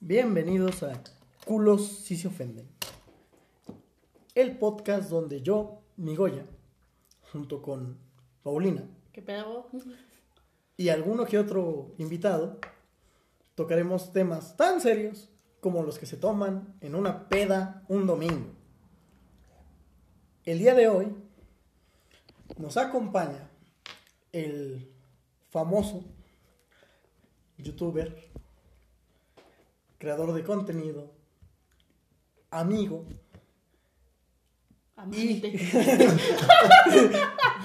Bienvenidos a Culos si se ofenden. El podcast donde yo, mi Goya, junto con Paulina ¿Qué pedo? y alguno que otro invitado, tocaremos temas tan serios como los que se toman en una peda un domingo. El día de hoy nos acompaña el famoso youtuber, creador de contenido, amigo. Amante.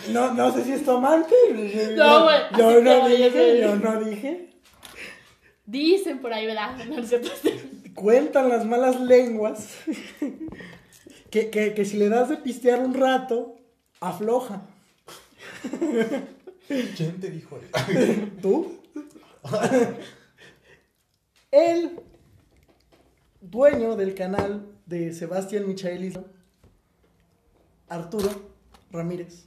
No, no sé si es tu amante. No, güey, Yo no así te voy a dije, decir. yo no dije. Dicen por ahí, ¿verdad? No, no es cierto. Cuentan las malas lenguas que, que- que si le das de pistear un rato, afloja. ¿Quién te dijo eso? ¿Tú? El dueño del canal de Sebastián Michaelis, Arturo Ramírez.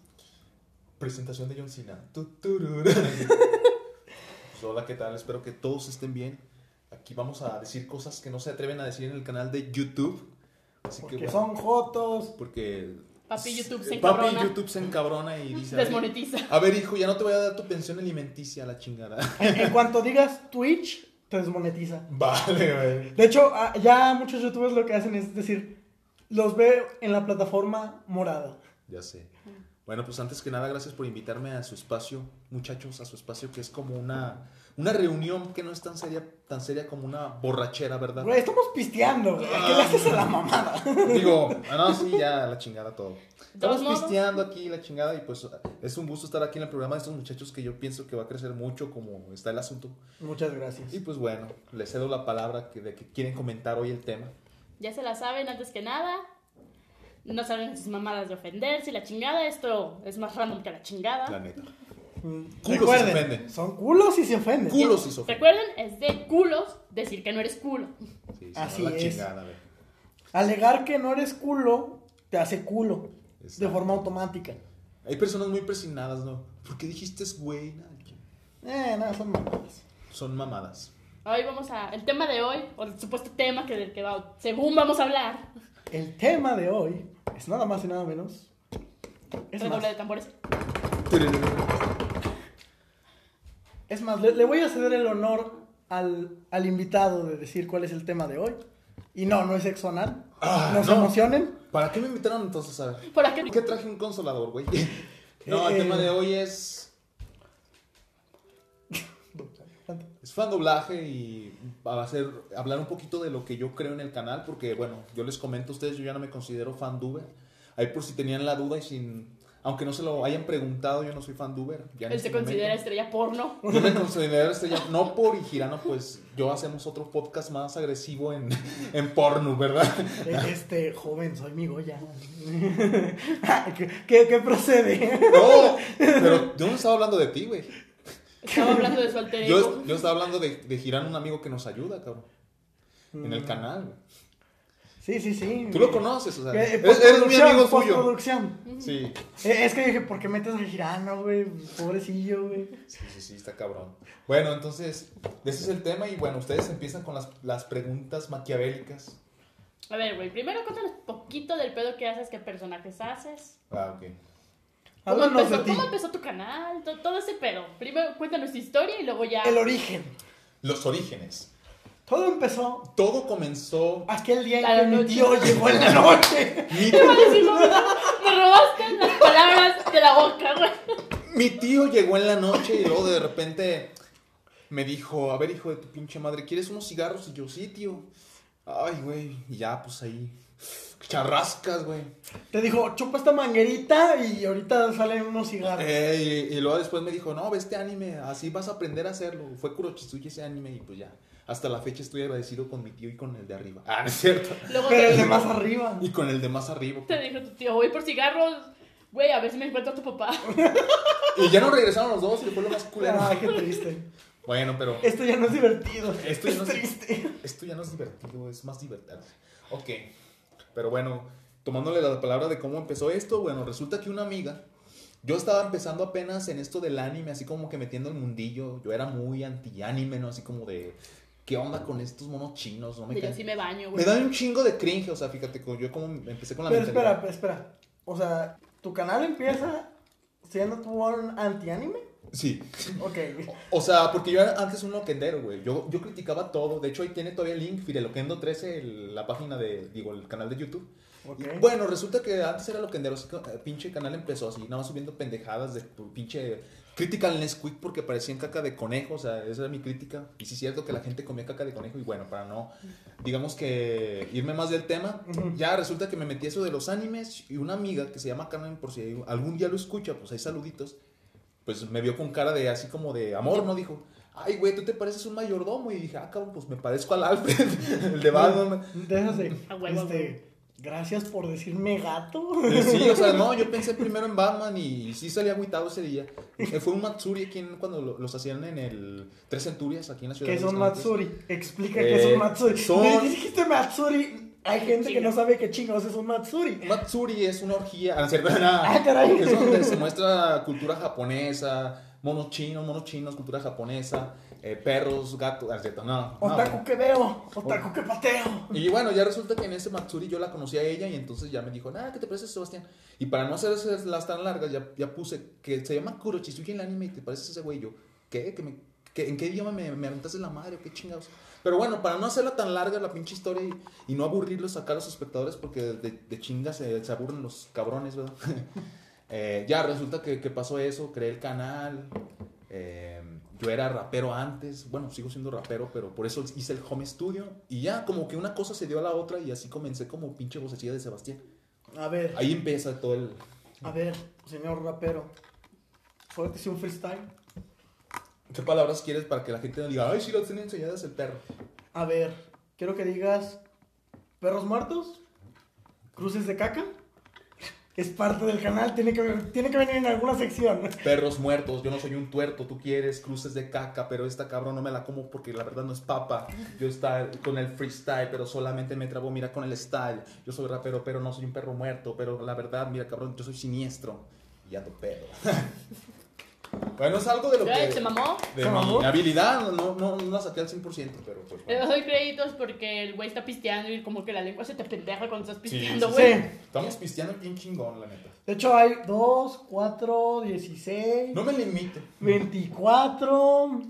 Presentación de John Cena. Tu, tururú. Pues, hola, ¿qué tal? Espero que todos estén bien. Aquí vamos a decir cosas que no se atreven a decir en el canal de YouTube. Así Porque que bueno, son jotos. porque Papi YouTube se eh, papi encabrona. YouTube se encabrona y dice, a ver, Desmonetiza. a ver, hijo, ya no te voy a dar tu pensión alimenticia a la chingada. En, en cuanto digas Twitch, te desmonetiza. vale, güey. De hecho, a- ya muchos youtubers lo que hacen es decir, los veo en la plataforma morada. Ya sé. Bueno, pues antes que nada, gracias por invitarme a su espacio, muchachos, a su espacio que es como una, una reunión que no es tan seria, tan seria como una borrachera, ¿verdad? Güey, estamos pisteando, güey. ¿A ¿Qué le haces a la mamada? Digo, ah, no, sí, ya, la chingada todo. todos Estamos modos, pisteando aquí, la chingada, y pues es un gusto estar aquí en el programa de estos muchachos que yo pienso que va a crecer mucho como está el asunto. Muchas gracias. Y pues bueno, les cedo la palabra que, de que quieren comentar hoy el tema. Ya se la saben antes que nada. No saben sus mamadas de ofenderse y la chingada. Esto es más random que la chingada. La neta. Mm, Culos si se ofenden. Son culos y se ofenden. Culos y sofá. Recuerden, es de culos decir que no eres culo. Sí, sí, Así no, la es. chingada, a ver. Alegar que no eres culo te hace culo. Exacto. De forma automática. Hay personas muy presionadas, ¿no? ¿Por qué dijiste güey? Nah, Eh, no, son mamadas. Son mamadas. Hoy vamos a. El tema de hoy, o el supuesto tema que del que va, según vamos a hablar. El tema de hoy es nada más y nada menos. Es más, Redoble de tambores. es más, le, le voy a ceder el honor al, al invitado de decir cuál es el tema de hoy. Y no, no es sexo anal. Ah, no se no. emocionen. ¿Para qué me invitaron entonces a ver? Por acá. ¿Por qué traje un consolador, güey? No, el Eh, tema de hoy es Es fan doblaje y va a ser hablar un poquito de lo que yo creo en el canal, porque bueno, yo les comento a ustedes, yo ya no me considero fan duber. Ahí por si tenían la duda y sin, aunque no se lo hayan preguntado, yo no soy fan duber. ya en Él este se considera momento. estrella porno. Yo me considero estrella, no por Girano, pues yo hacemos otro podcast más agresivo en, en porno, ¿verdad? Eh, Este joven, soy mi Goya. ¿Qué, qué, qué procede? No, pero yo no estaba hablando de ti, güey. Estaba hablando de su alter ego. Yo, yo estaba hablando de, de Girano, un amigo que nos ayuda, cabrón, en Mm. el canal. güey. Sí, sí, sí. Tú lo conoces, o sea, Eh, eh, eres, eres mi postproducción, amigo suyo. postproducción. Sí. Eh, Es que dije, ¿por qué metes a Girano, güey? Pobrecillo, güey. Sí, sí, sí, está cabrón. Bueno, entonces, ese es el tema y bueno, ustedes empiezan con las, las preguntas maquiavélicas. A ver, güey, primero cuéntanos poquito del pedo que haces, qué personajes haces. Ah, ok. ¿Cómo Háblanos de empezó, ti. cómo empezó tu canal? To- Todo ese pedo. Primero cuéntanos tu historia y luego ya. El origen. Los orígenes. Todo empezó Todo comenzó... aquel día en La que mi noche. tío llegó en la noche. Mi, Malísimo, güey. Me robaste las palabras de la boca, güey. mi tío llegó en la noche y luego de repente me dijo, a ver, hijo de tu pinche madre, ¿quieres unos cigarros? Y yo, sí, tío. Ay, güey. Y ya, pues ahí... Charrascas, güey. Te dijo, chupa esta manguerita y ahorita salen unos cigarros. Eh, y, y luego después me dijo, no, ve este anime, así vas a aprender a hacerlo. Fue Kurochitsuji ese anime y pues ya. Hasta la fecha estoy agradecido con mi tío y con el de arriba. Ah, no es cierto. Luego Pero el te, de más arriba. Y con el de más arriba. te dijo tu tío, voy por cigarros. Güey, a ver si me encuentro a tu papá. Y ya no regresaron los dos y fue lo más culero. Ah, qué triste. Bueno, pero Esto ya no es divertido. Esto ya es no es- triste. esto ya no es divertido, es más divertido. Ok. Pero bueno, tomándole la palabra de cómo empezó esto, bueno, resulta que una amiga. Yo estaba empezando apenas en esto del anime, así como que metiendo el mundillo. Yo era muy anti-anime, ¿no? Así como de. ¿Qué onda con estos monos chinos? No me Yo caen. sí me baño, Me güey. dan un chingo de cringe, o sea, fíjate, como- yo como empecé con la Ah, Pero mentalidad. espera, pero espera. O sea, ¿tu canal empieza siendo tu un anti-anime? Sí. Ok. O sea, porque yo era antes un loquendero, güey. Yo, yo criticaba todo. De hecho, ahí tiene todavía el link, Fideloquendo 13, el- la página de, digo, el canal de YouTube. Ok. Y, Bueno, resulta que antes era loquendero, así que, eh, pinche canal empezó así, nada más subiendo pendejadas de pu- pinche crítica al Nesquik porque parecían caca de conejo, o sea, esa era mi crítica. Y sí es cierto que la gente comía caca de conejo y bueno, para no, digamos que irme más del tema, Ujú. ya resulta que me metí a eso de los animes y una amiga que se llama Carmen, por si algún día lo escucha, pues hay saluditos, pues me vio con cara de así como de amor, ¿no? Dijo. Ay, güey, tú te pareces un mayordomo. Y dije, ah, cabrón, pues me parezco al Alfred, el de Batman. De esas de, A huevo, a este, huevo. gracias por decirme gato. Eh, Sí, o sea, no, yo pensé primero en Batman y sí salí agüitado ese día. Eh, Fue un Matsuri aquí en- cuando lo- los hacían en el Tres Centurias, aquí en la ciudad ¿Qué de es un Los Ángeles. Matsuri? Explica Eh, qué es un Matsuri. son- Me dijiste Matsuri. Hay gente que Chinga. no sabe qué chingados es un Matsuri. Un Matsuri es una orgía, ah, no es cierto, no. Ah, caray. Es donde se muestra cultura japonesa, monos chinos, monos chinos, cultura japonesa, eh, perros, gatos, ah, no es cierto, no. no. Otaku que veo, otaku que pateo. Y bueno, ya resulta que en ese Matsuri yo la conocí a ella y entonces ya me dijo, ah, ¿qué te pareces, Sebastián? Y para no hacer esas las tan largas, ya, ya puse que se llama Kurochisuya en el anime y te pareces a ese güey. Yo, ¿qué? ¿Que me, que, ¿En qué idioma me, me aventaste la madre? o ¿Qué chingados? Pero bueno, para no hacerla tan larga la pinche historia y, y no aburrirlos acá a los espectadores porque de, de chingas se, se aburren los cabrones, ¿verdad? Eh, ya resulta que, que pasó eso, creé el canal. eh, yo era rapero antes, bueno, sigo siendo rapero, pero por eso hice el home studio. Y ya, como que una cosa se dio a la otra y así comencé como pinche vocecilla de Sebastián. A ver, Ahí empieza todo el. a ver, señor rapero. Suéltese un freestyle. ¿Qué palabras quieres para que la gente no diga, ay, sí, lo tienen enseñadas el perro? A ver, quiero que digas perros muertos, cruces de caca. Es parte del canal, tiene que, tiene que venir en alguna sección. Perros muertos, yo no soy un tuerto, tú quieres cruces de caca, pero esta cabrón no me la como porque la verdad no es papa. Yo está con el freestyle, pero solamente me trabo, mira, con el style. Yo soy rapero, pero no soy un perro muerto, pero la verdad, mira, cabrón, yo soy siniestro. Y ya tu pedo. bueno, es algo de lo Ay, que... Se mamó. De ¿Se mamó? mi habilidad, no, no, no la saqué al 100%, pero pues... Le bueno. doy créditos porque el güey está pisteando y como que la lengua se te pendeja cuando estás Sí, pisteando, sí, güey. sí. Estamos pisteando bien chingón, la neta. De hecho, hay 2, 4, 16, No me limito. 24,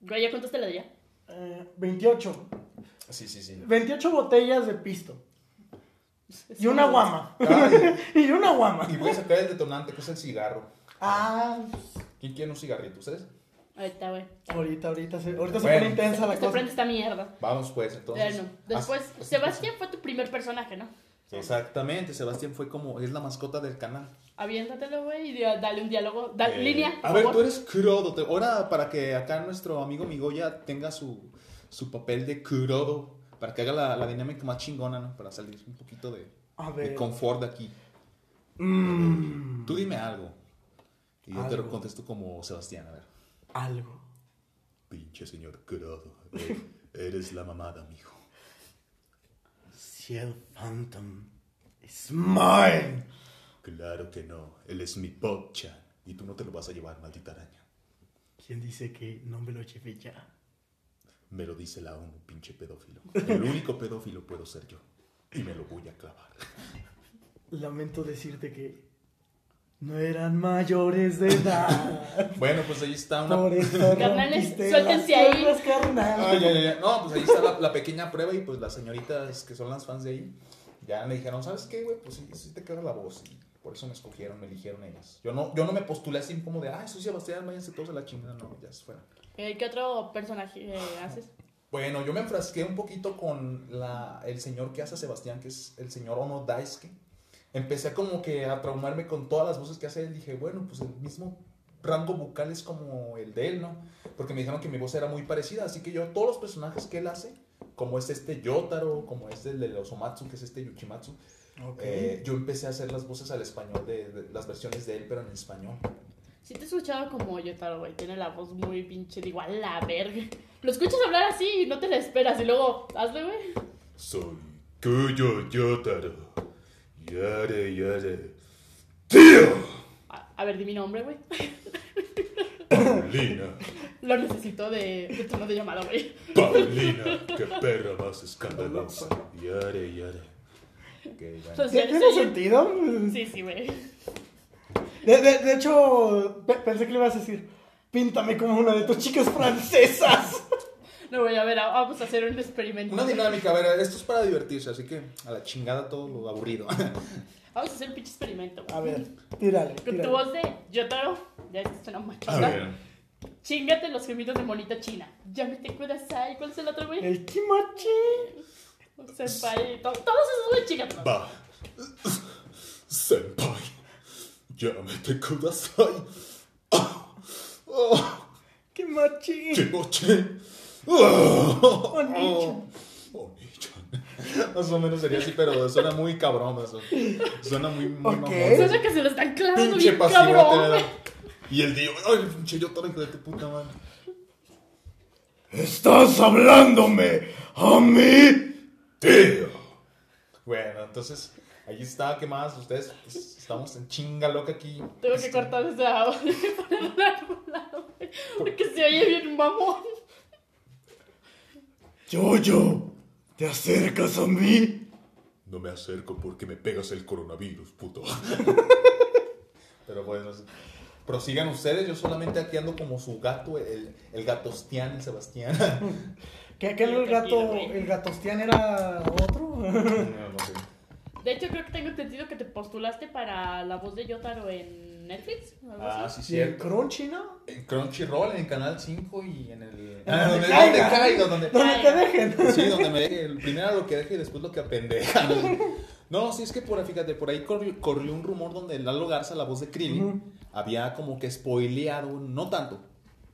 Güey, ya contaste la de ella. eh, 28. Sí, sí, sí. 28 botellas de pisto. Y una guama. Ay, y una guama. y voy a sacar el detonante, que es el cigarro. Ah, ¿Quién quiere un cigarrito? ¿Ustedes? Ahí está, güey. ahorita, ahorita se, ahorita se Bueno. pone intensa la Se cosa. prende esta mierda. Vamos pues, entonces. Bueno, después, Así- así Sebastián fue tu primer personaje, ¿no? empezó. Exactamente, Sebastián fue como, es la mascota del canal. Aviéntatelo, güey, y di- dale un diálogo. Dale, Eh, línea. A por ver, favor. tú eres Kurodo. te- Ahora, para que acá nuestro amigo Migoya tenga su, su papel de Kurodo, para que haga la, la dinámica más chingona, ¿no? Para salir un poquito de, A de ver. confort de aquí. Mm, Tú dime algo. Y yo te lo Algo. contesto como Sebastián, a ver. algo. Pinche señor Kurodo. eh, Eres la mamada, mijo. Ciel Phantom is mine. Claro que no. Él es mi pocha. Y tú no te lo vas a llevar, maldita araña. ¿Quién dice que no me lo llevé ya? Me lo dice la ONU, pinche pedófilo. El único pedófilo puedo ser yo. Y me lo voy a clavar. Lamento decirte que no eran mayores de edad. Bueno, pues ahí está una... Por eso Carnales, rompiste suéltense las ahí. piernas, carnal. Ay, ya, ya, ya. No, pues ahí está la, la pequeña prueba y pues las señoritas que son las fans de ahí ya le dijeron, ¿sabes qué, güey? Pues sí, sí te queda la voz. Y por eso me escogieron, me eligieron ellas. Yo no, yo no me postulé así como de, ay, soy Sebastián, váyanse todos a la chingada. No, ya se fueron. Eh, ¿Qué otro personaje eh, haces? Bueno, yo me enfrasqué un poquito con la, el señor que hace a Sebastián, que es el señor Ono Daisuke. Empecé como que a traumarme con todas las voces que hace él. Dije, bueno, pues el mismo rango vocal es como el de él, ¿no? Porque me dijeron que mi voz era muy parecida. Así que yo, todos los personajes que él hace, como es este Yotaro, como es el de los Omatsu, que es este Yuchimatsu, Ok. eh, yo empecé a hacer las voces al español, de, de- las versiones de él, pero en español. Sí te he escuchado como Yotaro, güey. Tiene la voz muy pinche, digo, a la verga. Lo escuchas hablar así y no te la esperas. Y luego, hazle, güey. Soy Kuyo Yotaro. Yare, yare. A, a ver, di mi nombre, güey. Lina. Lo necesito de, de tono de llamada, güey. Paulina, qué perra más escandalosa. Yare, yare. Ok, bueno. Entonces, ya ¿Tiene estoy- sentido? Sí, sí, güey. De, de- de hecho, pe- pensé que le ibas a decir, píntame como una de tus chicas francesas. No, voy a ver, a- vamos a hacer un experimento. Una dinámica, a ver, esto es para divertirse, así que a la chingada todo lo aburrido. Vamos a hacer un pinche experimento, güey. A ver, tírale, Con tu tírale. voz de Yotaro, ya esto suena A machona. ver. Chíngate los gemidos de monita china. Ya me te cuidas ahí. ¿Cuál es el otro, güey? El kimachi. Senpai. Pues, to- Todos esos, güey, chíngatelos. Va. Senpai. Llámate kudasai. Ah. Ah. Kimachi. Kimochi. Ah. Oni-chan. Oni-chan. Más o menos sería así, pero suena muy cabrón eso. Suena muy, muy Ok. mamón. Eso que se lo están clavando Pinche bien pasivo te cabrón, güey. da. Y el tío, ay, pinche yo todo hijo de tu puta madre. ¿Estás hablándome a mí? Tío. Bueno, entonces, ahí está, ¿qué más? Ustedes pues, estamos en chinga loca aquí. Tengo que cortar esa voz para el árbol, güey. Porque se oye bien mamón. Yoyo, ¿te acercas a mí? No me acerco porque me pegas el coronavirus, puto. Pero bueno, sí. prosigan ustedes, yo solamente aquí ando como su gato, el, el gatostián, el Sebastián. ¿Qué, qué el gato, el gatostián era otro? No, no sé. De hecho, creo que tengo entendido que te postulaste para la voz de Yotaro en Netflix. o algo Ah, así. sí, ¿Y el cierto. crunchy, no? En Crunchyroll, en el canal 5 y en el. En Ah, donde donde, caiga. donde caiga, donde- Donde te dejen. Pues Sí, donde me deje. el- Primero lo que deje y después lo que apendeja. No, sí, es que por, fíjate, por ahí corrió, corrió un rumor donde Lalo Garza, la voz de Krillin, Ujú. había como que spoileado, no tanto,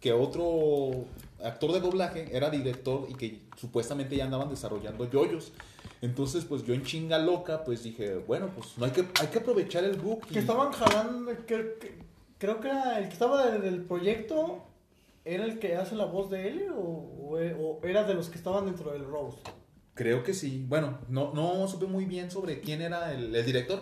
que otro actor de doblaje era director y que supuestamente ya andaban desarrollando yoyos. Entonces, pues yo en chinga loca, pues dije, bueno, pues no hay que, hay que aprovechar el book. y- Que estaban jalando, que- que- creo que era el que estaba del, del proyecto, ¿era el que hace la voz de él o, o e- o era de los que estaban dentro del Rose? Creo que sí. Bueno, no, no supe muy bien sobre quién era el, el director,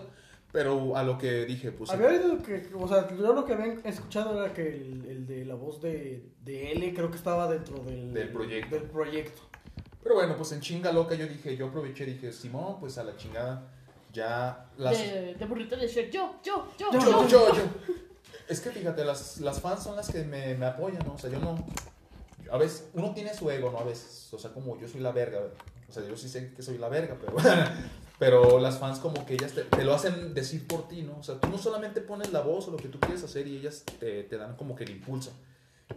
pero a lo que dije, pues... Había oído que, o sea, yo lo que había escuchado era que el, el de la voz de, de L creo que estaba dentro del, Del proyecto. del proyecto. Pero bueno, pues en chinga loca yo dije, yo aproveché y dije, Simón, pues a la chingada, ya las... De, de burrito de Shrek. Yo, yo, yo, Yo, yo. Yo, yo, yo. Es que fíjate, las, las fans son las que me, me apoyan, ¿no? O sea, yo no... A veces, uno tiene su ego, ¿no? A veces, o sea, como yo soy la verga, o sea, yo sí sé que soy la verga, pero... Pero las fans como que ellas te, te lo hacen decir por ti, ¿no? O sea, tú no solamente pones la voz o lo que tú quieres hacer y ellas te, te dan como que el impulso.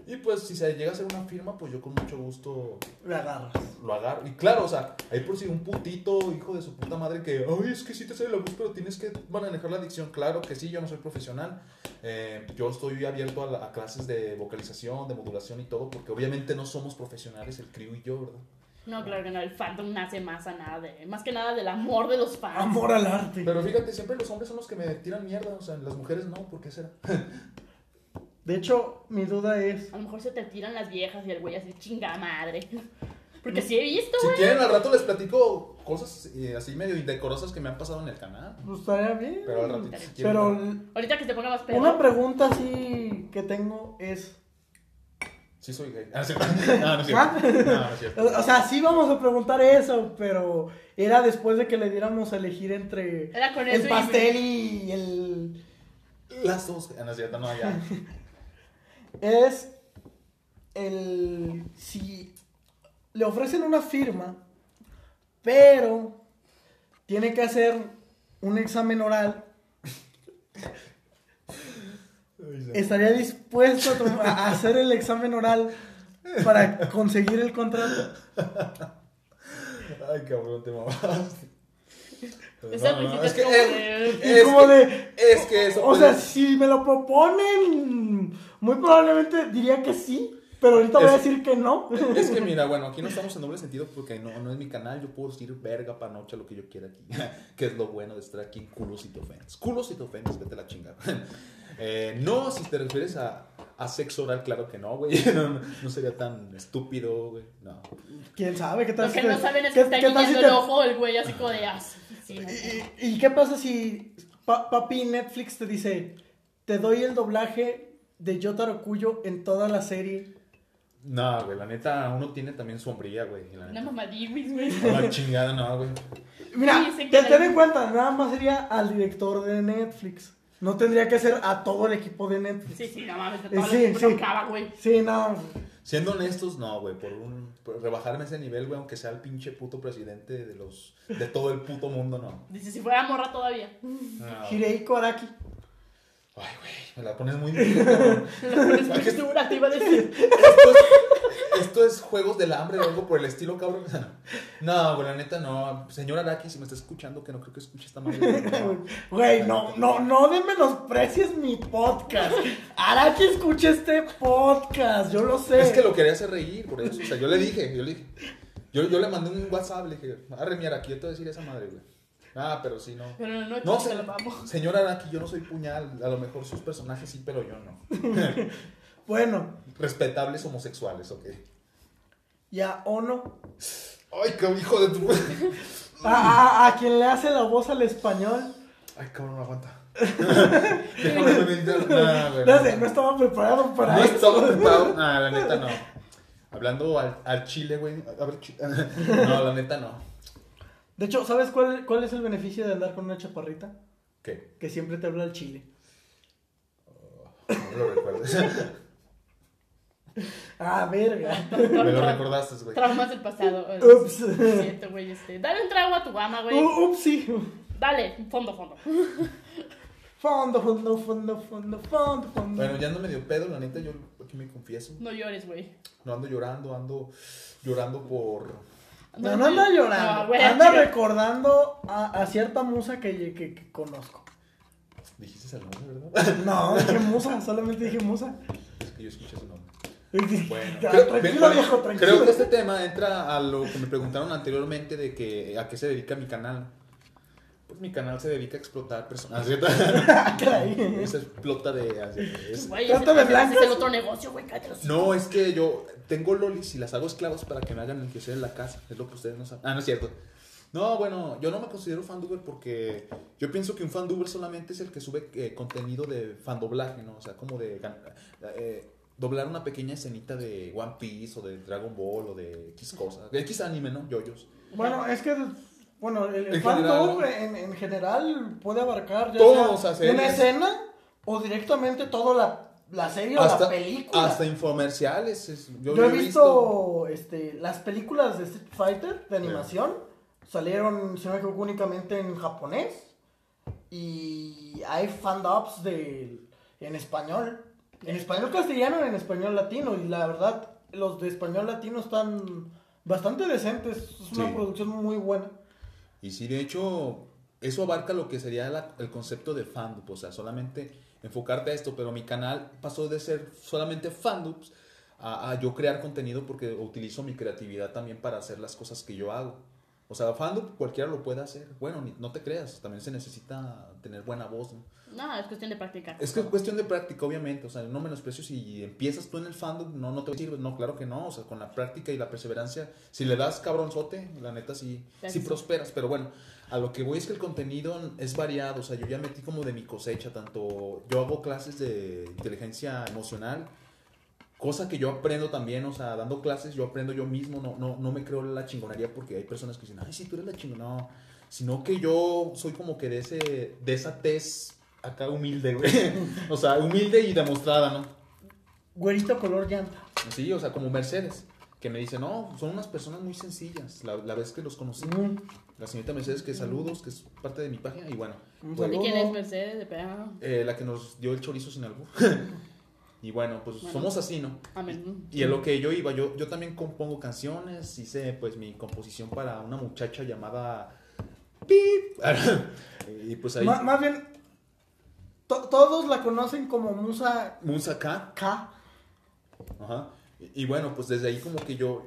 Y pues si se llega a hacer una firma, pues yo con mucho gusto Le agarras. lo agarro. Y claro, o sea, hay por si un putito hijo de su puta madre que, ay, es que sí te sale la voz, pero tienes que manejar la adicción. Claro que sí, yo no soy profesional. Eh, yo estoy abierto a, la- a clases de vocalización, de modulación y todo, porque obviamente no somos profesionales, el crew y yo, ¿verdad? No, claro que no. El fandom nace más a nada de. Más que nada del amor de los fans. Amor al arte. Pero fíjate, siempre los hombres son los que me tiran mierda, o sea, las mujeres no, ¿por qué será? De hecho, mi duda es, A lo mejor se te tiran las viejas y el güey así chinga madre. Porque sí he visto, Si quieren, al rato les platico cosas eh, así medio indecorosas que me han pasado en el canal. pues estaría bien. Pero al ratito, si quieren. Pero Ahorita que se ponga más pedo. una pregunta así que tengo es... Sí, soy gay. Ah, no es cierto. No, no es cierto. ¿Ah? No, no es cierto. O o sea, sí vamos a preguntar eso, pero era después de que le diéramos a elegir entre Era con eso el y- pastel y el... Las dos. Ah, No es cierto, no, ya. Es el... Si le ofrecen una firma, pero tiene que hacer un examen oral, ¿estaría dispuesto a tom- a hacer el examen oral para conseguir el contrato? Ay, cabrón, te mamaste. Esa No, no, risita es es que, como es, Y de- es como que- de- es que eso. O pues, sea, si me lo proponen, muy probablemente diría que sí, pero ahorita voy a Es- decir que no. es que mira, bueno, aquí no estamos en doble sentido porque no, no es mi canal. Yo puedo decir verga, panocha, lo que yo quiera aquí. que es lo bueno de estar aquí en culos y te ofendes. Culos y te ofendes, vete a la chingada. Eh, no, si te refieres a, a sexo oral, claro que no, güey. No, no- no sería tan estúpido, güey. No. ¿Quién sabe? ¿Qué tal Lo que si no te- saben es que qué- está qué tal si guiñando te- el ojo el güey así como de. Ah, sí, sí, no. ¿Y, y- y qué pasa si pa- papi Netflix te dice, te doy el doblaje de Yotaro Cuyo en toda la serie No, güey, la neta, uno tiene también sombría, güey. La Una neta. mamadiguis, güey. La chingada, no, güey. Mira, Sí, sé que te la- ten en cuenta, nada más sería al director de Netflix. No tendría que ser a todo el equipo de Netflix. Sí, sí, no mames, Eh, todo sí, sí, sí. sí. güey. Sí, no. Siendo honestos, no, güey, por un por rebajarme ese nivel, güey, aunque sea el pinche puto presidente de los de todo el puto mundo, no. Dice, si fuera morra todavía. No. Hireiko Araki. Ay, güey, me la pones muy difícil. cabrón. Pones muy dura, te iba a decir. Esto es, esto es juegos del hambre o algo por el estilo, cabrón. No, güey, la neta no. Señor Araki, si me está escuchando, que no creo que escuche esta madre. no. Güey, no, no, no de menosprecies mi podcast. Araki escucha este podcast, yo lo sé. Es que lo quería hacer reír, por eso. O sea, yo le dije, yo le dije. Yo, yo le mandé un WhatsApp, le dije, arre, mi Araki, yo te voy a decir esa madre, güey. Ah, pero sí, no. Pero no, no, No, se se lo vamos. señor Araki, yo no soy puñal. A lo mejor sus personajes sí, pero yo no. Bueno, Respetables homosexuales, ok. ya Ono. Ay, qué hijo de tu. Mm. A, a- a quien le hace la voz al español. Ay, cabrón, no aguanta. Déjame meditar. Nah, güey, No sé, no estaba preparado para No eso. estaba preparado. Nah, Ah, la neta no. Hablando al, al chile, güey. a ver, chi- No, la neta no. De hecho, ¿sabes cuál, cuál es el beneficio de andar con una chaparrita? ¿Qué? Que siempre te habla el chile. No lo recuerdes. Ah, verga. Me lo recordaste, güey. Traumas del pasado. eh, Ups. lo siento, güey, este. Dale un trago a tu gama, güey. U- Uh, Upsi. Dale, fondo, fondo. Fondo, fondo, fondo, fondo, fondo, fondo. Bueno, ya no me dio pedo, la neta, yo aquí me confieso. No llores, güey. No ando llorando, ando llorando por. No, no anda llorando. No, güey, anda chile. recordando a, a cierta musa que, que- que conozco. Dijiste el nombre, ¿verdad? No, dije musa, solamente dije musa. Es que yo escuché ese nombre. Ah, Bueno, tranquilo, viejo, tranquilo. creo que este tema entra a lo que me preguntaron anteriormente de que a qué se dedica mi canal. Pues mi canal se dedica a explotar personas. Ah, caray. Se explota de. así, es- Güey, Trata ese- de ese blancas. Es el otro negocio, güey, cállate los- No, es que yo tengo lolis y las hago esclavos para que me hagan el que sea en la casa. Es lo que ustedes no saben. Ah, no es cierto. No, bueno, yo no me considero fanduber porque yo pienso que un fanduber solamente es el que sube eh, contenido de fandoblaje, ¿no? O sea, como de gan- eh, doblar una pequeña escenita de One Piece o de Dragon Ball o de X cosas. De X anime, ¿no? Yoyos. Bueno, es que. Bueno, el, el En fandom general, en, en general puede abarcar ya Todo, sea o sea, series. una escena o directamente toda la, la serie o la Hasta, película. hasta infomerciales. es- yo, yo, he visto, este, las películas de Street Fighter de animación. Salieron, si no me equivoco, únicamente en japonés. Y hay fandubs de, en español. En español castellano, en español latino. Y la verdad, los de español latino están bastante decentes. Es una Sí. producción muy buena. Y sí, de hecho, eso abarca lo que sería la- el concepto de fandub, o sea, solamente enfocarte a esto, pero mi canal pasó de ser solamente fandubs a, a yo crear contenido porque utilizo mi creatividad también para hacer las cosas que yo hago. O sea, fandub cualquiera lo puede hacer. Bueno, ni- no te creas, también se necesita tener buena voz, ¿no? No, es cuestión de practicar. Es que es cuestión de práctica, obviamente. O sea, no menosprecio si empiezas tú en el fandom, no, no te sirve. No, claro que no. O sea, con la práctica y la perseverancia, si le das cabronzote, la neta sí, sí Gracias. prosperas. Pero bueno, a lo que voy es que el contenido es variado. O sea, yo ya metí como de mi cosecha, tanto yo hago clases de inteligencia emocional. Cosa que yo aprendo también, o sea, dando clases yo aprendo yo mismo, no, no, no me creo la chingonería porque hay personas que dicen, ay, sí, tú eres la chingona, no, sino que yo soy como que de, ese, de esa tez acá humilde, güey. O sea, humilde y demostrada, ¿no? Güerito color llanta. Sí, o sea, como Mercedes, que me dice, no, son unas personas muy sencillas, la, la vez que los conocí. La señorita Mercedes, que saludos, que es parte de mi página, y bueno, Un pues, ¿Y saludo. quién es Mercedes? De pedo? eh, la que nos dio el chorizo sin albur. y bueno, pues Bueno. somos así, ¿no? Amén. Y es lo que yo iba, yo, yo también compongo canciones, hice pues mi composición para una muchacha llamada... Pip. y pues ahí... Ma- más bien, to- todos la conocen como Musa Musa K. K. Ajá. Y, y bueno, pues desde ahí como que yo...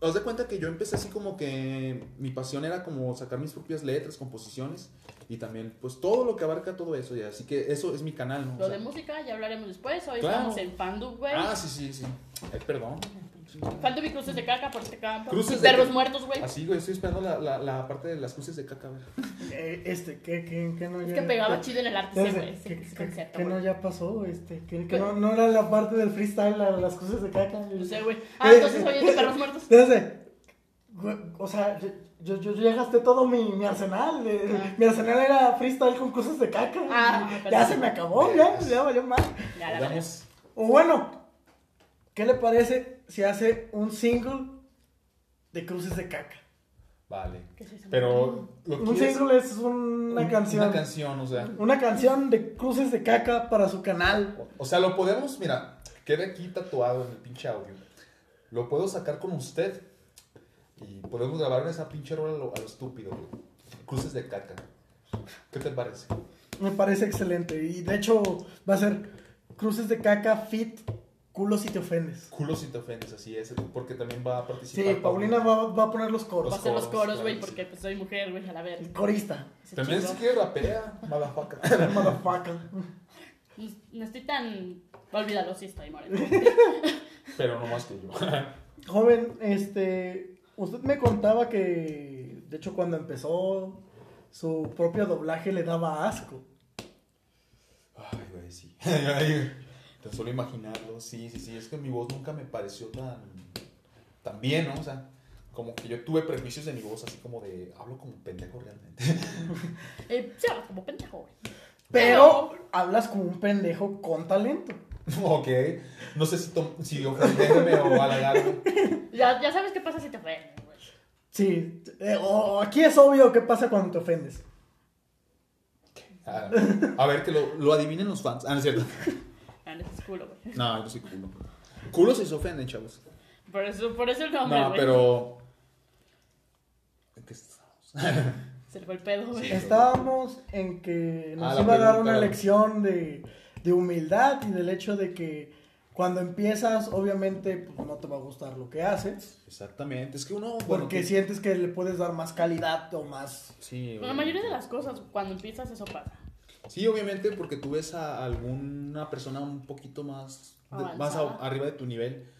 Haz de cuenta que yo empecé así como que mi pasión era como sacar mis propias letras, composiciones y también pues todo lo que abarca todo eso ya. Así que eso es mi canal, ¿no? O Lo de sea, música ya hablaremos después. Hoy Claro. Pues. estamos en Fandub, güey. ah, sí, sí, sí. Ay, perdón. Falta mi cruces de caca por este campo. Cruces y de perros caca. muertos, güey. Así, güey, estoy esperando la, la, la parte de las cruces de caca, a ver. Eh, este, ¿qué, qué, qué no Es que ya- pegaba qué- chido en el arte qué- ese, güey. qué- Ese, ese qué- concepto, qué no güey. ya pasó? Este, que, que no, no era la parte del freestyle, la- las cosas de caca. No sé, güey. Eh, Ah, entonces oye de perros muertos. Espérate. Güey, O sea, yo, yo, yo ya gasté todo mi, mi arsenal. de- Ah. Mi arsenal era freestyle con cosas de caca. Ah, Y ya perdón. se me acabó, ya, ya valió mal. Ya, la verdad. Vamos. O bueno, ¿qué le parece si hace un single de cruces de caca? Vale. ¿Qué es eso? Pero. ¿lo Un quieres- single es una canción. Una canción, o sea. Una canción de cruces de caca para su canal. O sea, lo podemos, mira, quede aquí tatuado en el pinche audio. Lo puedo sacar con usted y podemos grabar en esa pinche rola a lo, a lo estúpido, güey. Cruces de caca. ¿Qué te parece? Me parece excelente. Y de hecho, va a ser cruces de caca fit, culo si te ofendes. Culo si te ofendes, así es, porque también va a Sí, participar. Paulina va, va a poner los Va a coros. hacer los coros, coros, claro güey, que sí. porque pues soy mujer, güey, a la verga. Corista. Ese También chico. si quiere rapea, motherfucker. Motherfucker. No- No estoy tan. Olvídalo, sí estoy morena. Pero no más que yo. Joven, este. Usted me contaba que, de hecho, cuando empezó su propio doblaje le daba asco. Ay, güey, sí. Ay, Tan solo imaginarlo, sí, sí, sí. Es que mi voz nunca me pareció tan, tan bien, ¿no? O sea, como que yo tuve prejuicios de mi voz, así como de, hablo como un pendejo realmente. Eh, se habla como pendejo, güey. Pero hablas como un pendejo con talento. ok. No sé si, tom- si ofenderme o halagarme. Ya, ya sabes qué pasa si te ofendes, güey. Sí, eh, o- aquí es obvio qué pasa cuando te ofendes. Ah, A ver, que lo, lo adivinen los fans. Ah, no es cierto. Ah, no, es culo, güey. No, yo soy culo. Culo si se ofenden, chavos. Por eso, por eso el nombre, No, güey. pero... ¿En qué estamos? Se le fue el pedo, güey. Sí. Estábamos en que nos Ah, la iba a dar pregunta. una lección de, de humildad y del hecho de que cuando empiezas, obviamente, pues, no te va a gustar lo que haces, Exactamente. Es que uno... bueno, porque que- sientes que le puedes dar más calidad o más... Sí, La mayoría de las cosas, cuando empiezas, eso pasa. Sí, obviamente, porque tú ves a alguna persona un poquito más, de- Avanzada. más a- arriba de tu nivel.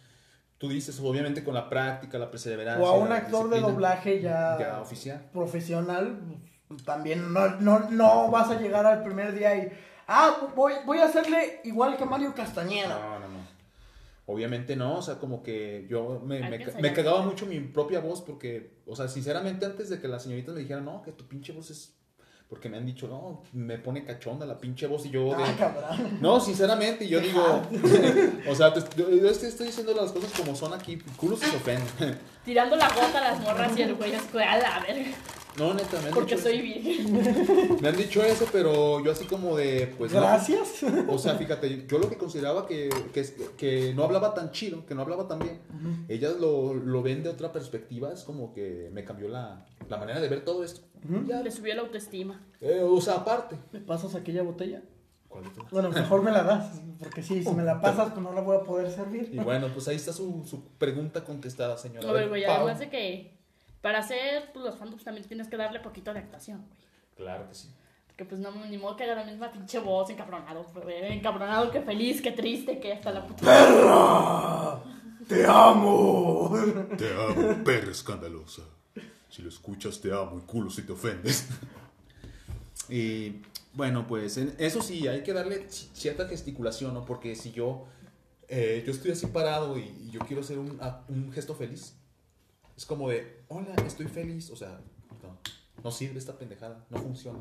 Tú dices, obviamente, con la práctica, la perseverancia. O a un la actor de disciplina, doblaje ya, Ya oficial. profesional, pues, también no, no, no vas a llegar al primer día y... Ah, voy, voy a hacerle igual que Mario Castañeda. No, no, no. Obviamente no, o sea, como que yo me, Hay me, que ca- ensayar. me cagaba mucho mi propia voz porque, o sea, sinceramente antes de que las señoritas me dijeran, no, que tu pinche voz es... Porque me han dicho, no, me pone cachonda la pinche voz y yo de... Ah, cabrón. No, sinceramente, yo digo, o sea, te- yo, yo es que estoy diciendo las cosas como son aquí, culos se ofenden. Tirando la gota a las morras y el güey es a la verga. No, neta, me han, Porque dicho soy virgen. eso. me han dicho eso, pero yo así como de, pues no. Gracias. O sea, fíjate, yo lo que consideraba que, que, que no hablaba tan chido, que no hablaba tan bien, ellas lo, lo ven de otra perspectiva, es como que me cambió la, la manera de ver todo esto. Ya, Le subió la autoestima. eh, o sea, aparte. ¿Me pasas aquella botella? ¿Cuál de todas? Bueno, mejor me la das, porque sí, si me la pasas, pues no la voy a poder servir. Y bueno, pues ahí está su, su pregunta contestada, señora. A ver, güey, Pau. además de que para hacer pues, los fandoms también tienes que darle poquito de actuación, güey. Claro que sí. Porque pues no, ni modo que haga la misma pinche voz, encabronado, güey. Encabronado, que feliz, que triste, que hasta la puta. ¡Perra! ¡Te amo! Te amo, perra escandalosa. Si lo escuchas, te amo y culo si te ofendes. Y bueno, pues en- eso sí, hay que darle ci- cierta gesticulación, ¿no? Porque si yo, eh, yo estoy así parado y, y yo quiero hacer un, a- un gesto feliz, es como de, hola, estoy feliz. O sea, no, no sirve esta pendejada, no funciona.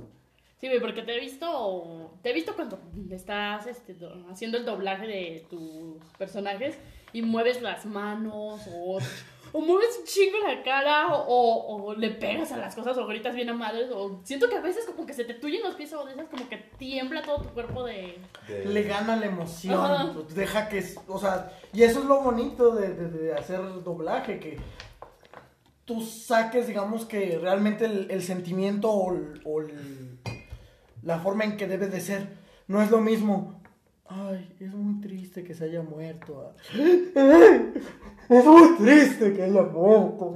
Sí, güey, porque te he visto. Te he visto cuando estás este, do- haciendo el doblaje de tus personajes y mueves las manos o, o mueves un chingo la cara o, o le pegas a las cosas o gritas bien a madres. O siento que a veces como que se te tuyen los pies o de esas como que tiembla todo tu cuerpo de. De- Le gana la emoción, Ajá. pues, deja que, es- o sea, y eso es lo bonito de, de- de hacer doblaje, que tú saques, digamos, que realmente el, el sentimiento o, el- o el- la forma en que debe de ser, no es lo mismo. Ay, es muy triste que se haya muerto. Ay, Es muy triste que haya muerto.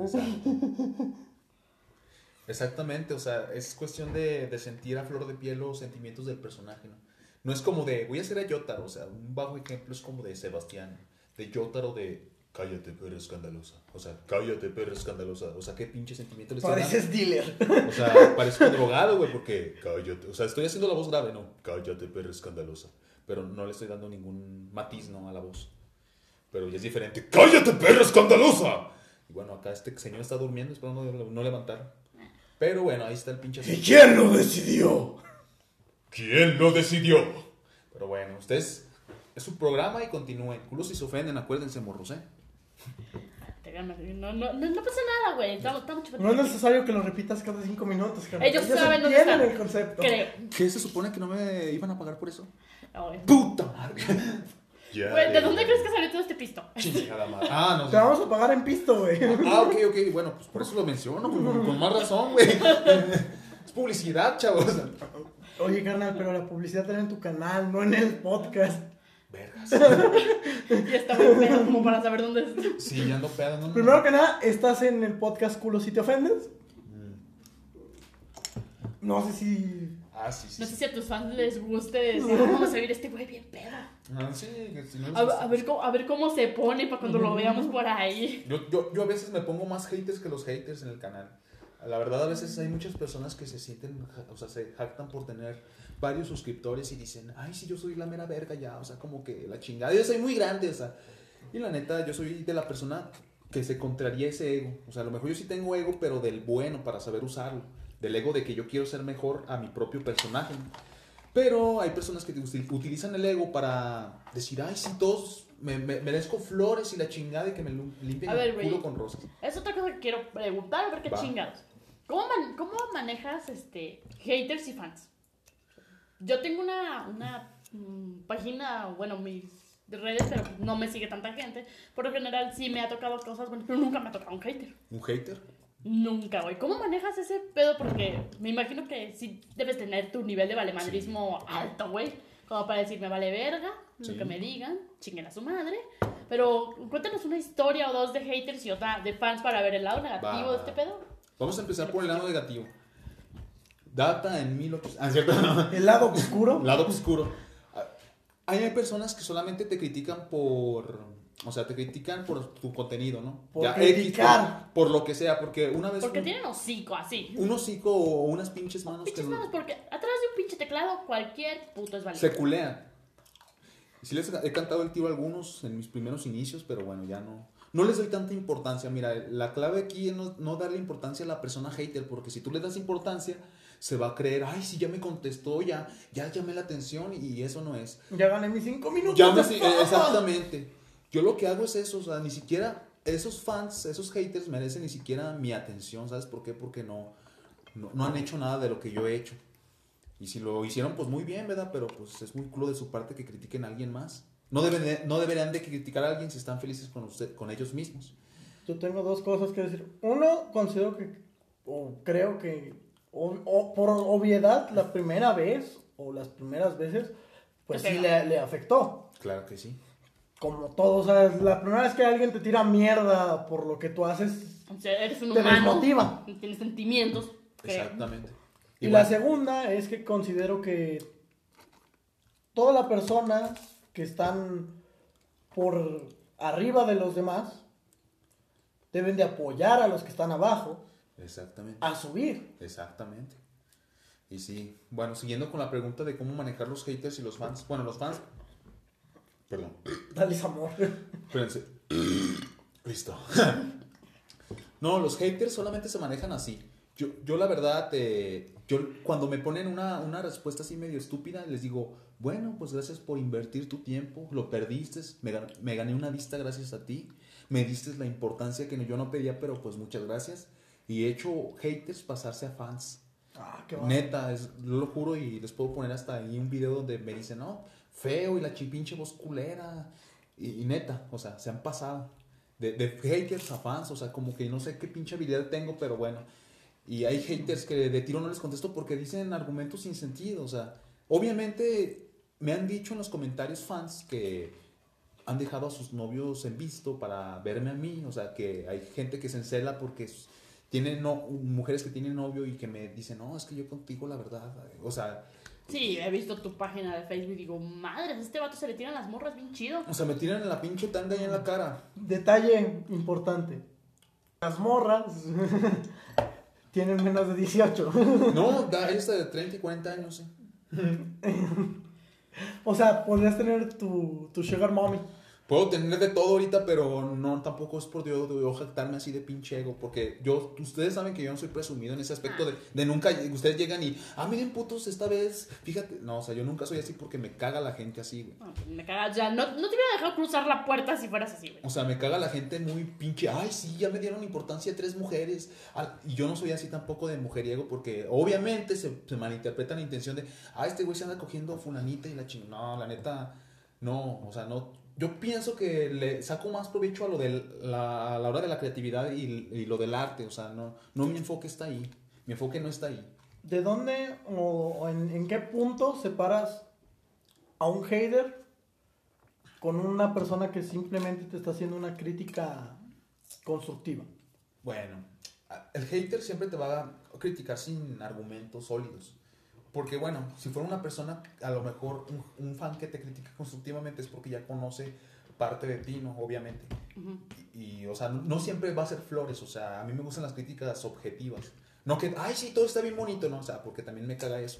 Exactamente, o sea, es cuestión de, de sentir a flor de piel los sentimientos del personaje, ¿no? No es como de, voy a ser a Yotaro, o sea, un bajo ejemplo es como de Sebastián, de Yotaro, de Cállate, perra escandalosa. O sea, cállate, perra escandalosa. O sea, qué pinche sentimiento le estoy dando. Pareces dealer. O sea, parezco drogado, güey, porque cállate. O sea, estoy haciendo la voz grave, ¿no? Cállate, perra escandalosa. Pero no le estoy dando ningún matiz, ¿no? A la voz. Pero ya es diferente. ¡Cállate, perra escandalosa! Y bueno, acá este señor está durmiendo, esperando no, no levantar. Ah. Pero bueno, ahí está el pinche. ¿Y quién lo decidió? ¿Quién lo decidió? Pero bueno, ustedes. Es su programa y continúen. Culos si se ofenden, acuérdense, morros, ¿eh? Te ganas, No, no, no, no pasa nada, güey. Estamos, estamos chupando. No es necesario que lo repitas cada cinco minutos, carnal. Ellos saben dónde entienden están. el concepto. Creo. ¿Qué se supone que no me iban a pagar por eso? No, güey. ¡Puta madre! Ya, Güey, ¿De ya, dónde ya. crees que salió todo este pisto? Chingada madre. Ah, no Te sé. vamos a pagar en pisto, güey. Ah, ok, ok. Bueno, pues por eso lo menciono, con, con más razón, güey. Es publicidad, chavos. Oye, carnal, pero la publicidad era en tu canal, no en el podcast. Vergas. Y estamos pedos como para saber dónde es. Sí, ya ando pedo, ¿no? Primero que nada, estás en el podcast Culo si te ofendes. No sé si. Mm. Ah, sí, sí. No sé sí. si a tus fans les guste decir, vamos a ver este güey bien pedo. Ah, sí, que si no- A, a ver, cómo, a ver cómo se pone para cuando lo veamos por ahí. Yo, yo, yo a veces me pongo más haters que los haters en el canal. La verdad, a veces hay muchas personas que se sienten, ja- o sea, se jactan por tener varios suscriptores y dicen, ay, si yo soy la mera verga ya, o sea, como que la chingada, yo soy muy grande, o sea. Y la neta, yo soy de la persona que se contraría ese ego. O sea, a lo mejor yo sí tengo ego, pero del bueno, para saber usarlo. Del ego de que yo quiero ser mejor a mi propio personaje. ¿no? Pero hay personas que util- utilizan el ego para decir, ay, si todos me, me- merezco flores y la chingada y que me lu- limpien A ver, el güey. culo con rosas. Es otra cosa que quiero preguntar, a ver qué Va. chingados. ¿Cómo, man- cómo manejas este, haters y fans? Yo tengo una, una mm, página, bueno, mis redes, pero no me sigue tanta gente. Por lo general sí me ha tocado cosas, bueno, pero nunca me ha tocado un hater. ¿Un hater? Nunca, güey. ¿Cómo manejas ese pedo? Porque me imagino que sí debes tener tu nivel de valemadrismo alto, güey. Como para decir, me vale verga, lo Sí. que me digan, chinguen a su madre. Pero cuéntanos una historia o dos de haters y otra de fans para ver el lado negativo Va. de este pedo. Vamos a empezar por el lado negativo. Data en 1800. Ah, es cierto. El lado oscuro. Lado oscuro. Ah, Hay personas que solamente te critican por. O sea, te critican por tu contenido, ¿no? Por X, criticar. por, por lo que sea, porque una vez. Porque un, tienen hocico así. un hocico o unas pinches manos que Pinches no- manos, porque atrás de un pinche teclado cualquier puto es válido. se culean. Y sí les he cantado el tiro a algunos en mis primeros inicios, pero bueno, ya no. No les doy tanta importancia. Mira, la clave aquí es no, no darle importancia a la persona hater, porque si tú le das importancia, se va a creer, ay, si ya me contestó, ya, ya llamé la atención, y eso no es. Ya gané mis cinco minutos. Ya de me- fama. eh, exactamente. Yo lo que hago es eso, o sea, ni siquiera esos fans, esos haters merecen ni siquiera mi atención, ¿sabes por qué? Porque no, no, no han hecho nada de lo que yo he hecho. Y si lo hicieron, pues muy bien, ¿verdad? Pero pues es muy culo de su parte que critiquen a alguien más. No, deben de- no deberían de criticar a alguien si están felices con, usted, con ellos mismos. Yo tengo dos cosas que decir. Uno, considero que, o creo que, o, o por obviedad, la primera vez o las primeras veces, pues Te sí pega. le, le afectó. Claro que sí. Como todo, o sea, la primera vez que alguien te tira mierda por lo que tú haces. O sea, eres un Te humano. desmotiva. Tienes sentimientos. que- Exactamente. Y Igual, la segunda es que considero que todas las personas que están por arriba de los demás deben de apoyar a los que están abajo Exactamente. a subir. Exactamente. Y sí, bueno, siguiendo con la pregunta de cómo manejar los haters y los fans. Bueno, los fans. Perdón. Dales amor. Espérense. Listo. no, los haters solamente se manejan así. Yo, yo la verdad, eh, yo cuando me ponen una, una respuesta así medio estúpida, les digo, bueno, pues gracias por invertir tu tiempo, lo perdiste, me, gan- me gané una vista gracias a ti, me diste la importancia que yo no pedía, pero pues muchas gracias. Y he hecho haters pasarse a fans. Ah, qué va. Neta, es, lo juro y les puedo poner hasta ahí un video donde me dicen, no, feo y la chi- pinche voz culera. Y, y neta, o sea, se han pasado. De, de haters a fans, o sea, como que no sé qué pinche habilidad tengo, pero bueno. Y hay haters que de tiro no les contesto porque dicen argumentos sin sentido, o sea, obviamente me han dicho en los comentarios fans que han dejado a sus novios en visto para verme a mí, o sea, que hay gente que se encela porque s- tienen no, mujeres que tienen novio y que me dicen, no, es que yo contigo la verdad, o sea, Sí, he visto tu página de Facebook y digo, madre, a este vato se le tiran las morras bien chido. O sea, me tiran la pinche tanga ahí en la cara. Detalle importante. Las morras tienen menos de 18. No, da, esta de 30 y 40 años, sí. o sea, podrías tener tu, tu sugar mommy. Puedo tener de todo ahorita, pero no, tampoco es por Dios, debo jactarme así de pinche ego, porque yo, ustedes saben que yo no soy presumido en ese aspecto de, de nunca, ustedes llegan y, ah, miren putos, esta vez, fíjate, no, o sea, yo nunca soy así porque me caga la gente así, güey. No, pues me cagas ya. No, no te hubiera dejado cruzar la puerta si fueras así, güey. O sea, me caga la gente muy pinche, ay, sí, ya me dieron importancia tres mujeres, Ah, y yo no soy así tampoco de mujeriego, porque obviamente se, se malinterpreta la intención de, ah, este güey se anda cogiendo fulanita y la chingada, no, la neta, no, o sea, no, yo pienso que le saco más provecho a lo de la, a la hora de la creatividad y, y lo del arte, o sea, no, no mi enfoque está ahí, mi enfoque no está ahí. ¿De dónde o, o en, en qué punto separas a un hater con una persona que simplemente te está haciendo una crítica constructiva? Bueno, el hater siempre te va a criticar sin argumentos sólidos. Porque bueno, si fuera una persona, a lo mejor un, un fan que te critica constructivamente es porque ya conoce parte de ti, ¿no? Obviamente. y, y, o sea, no, no siempre va a ser flores, o sea, a mí me gustan las críticas objetivas. No que, ay, sí, todo está bien bonito, ¿no? O sea, porque también me caga eso.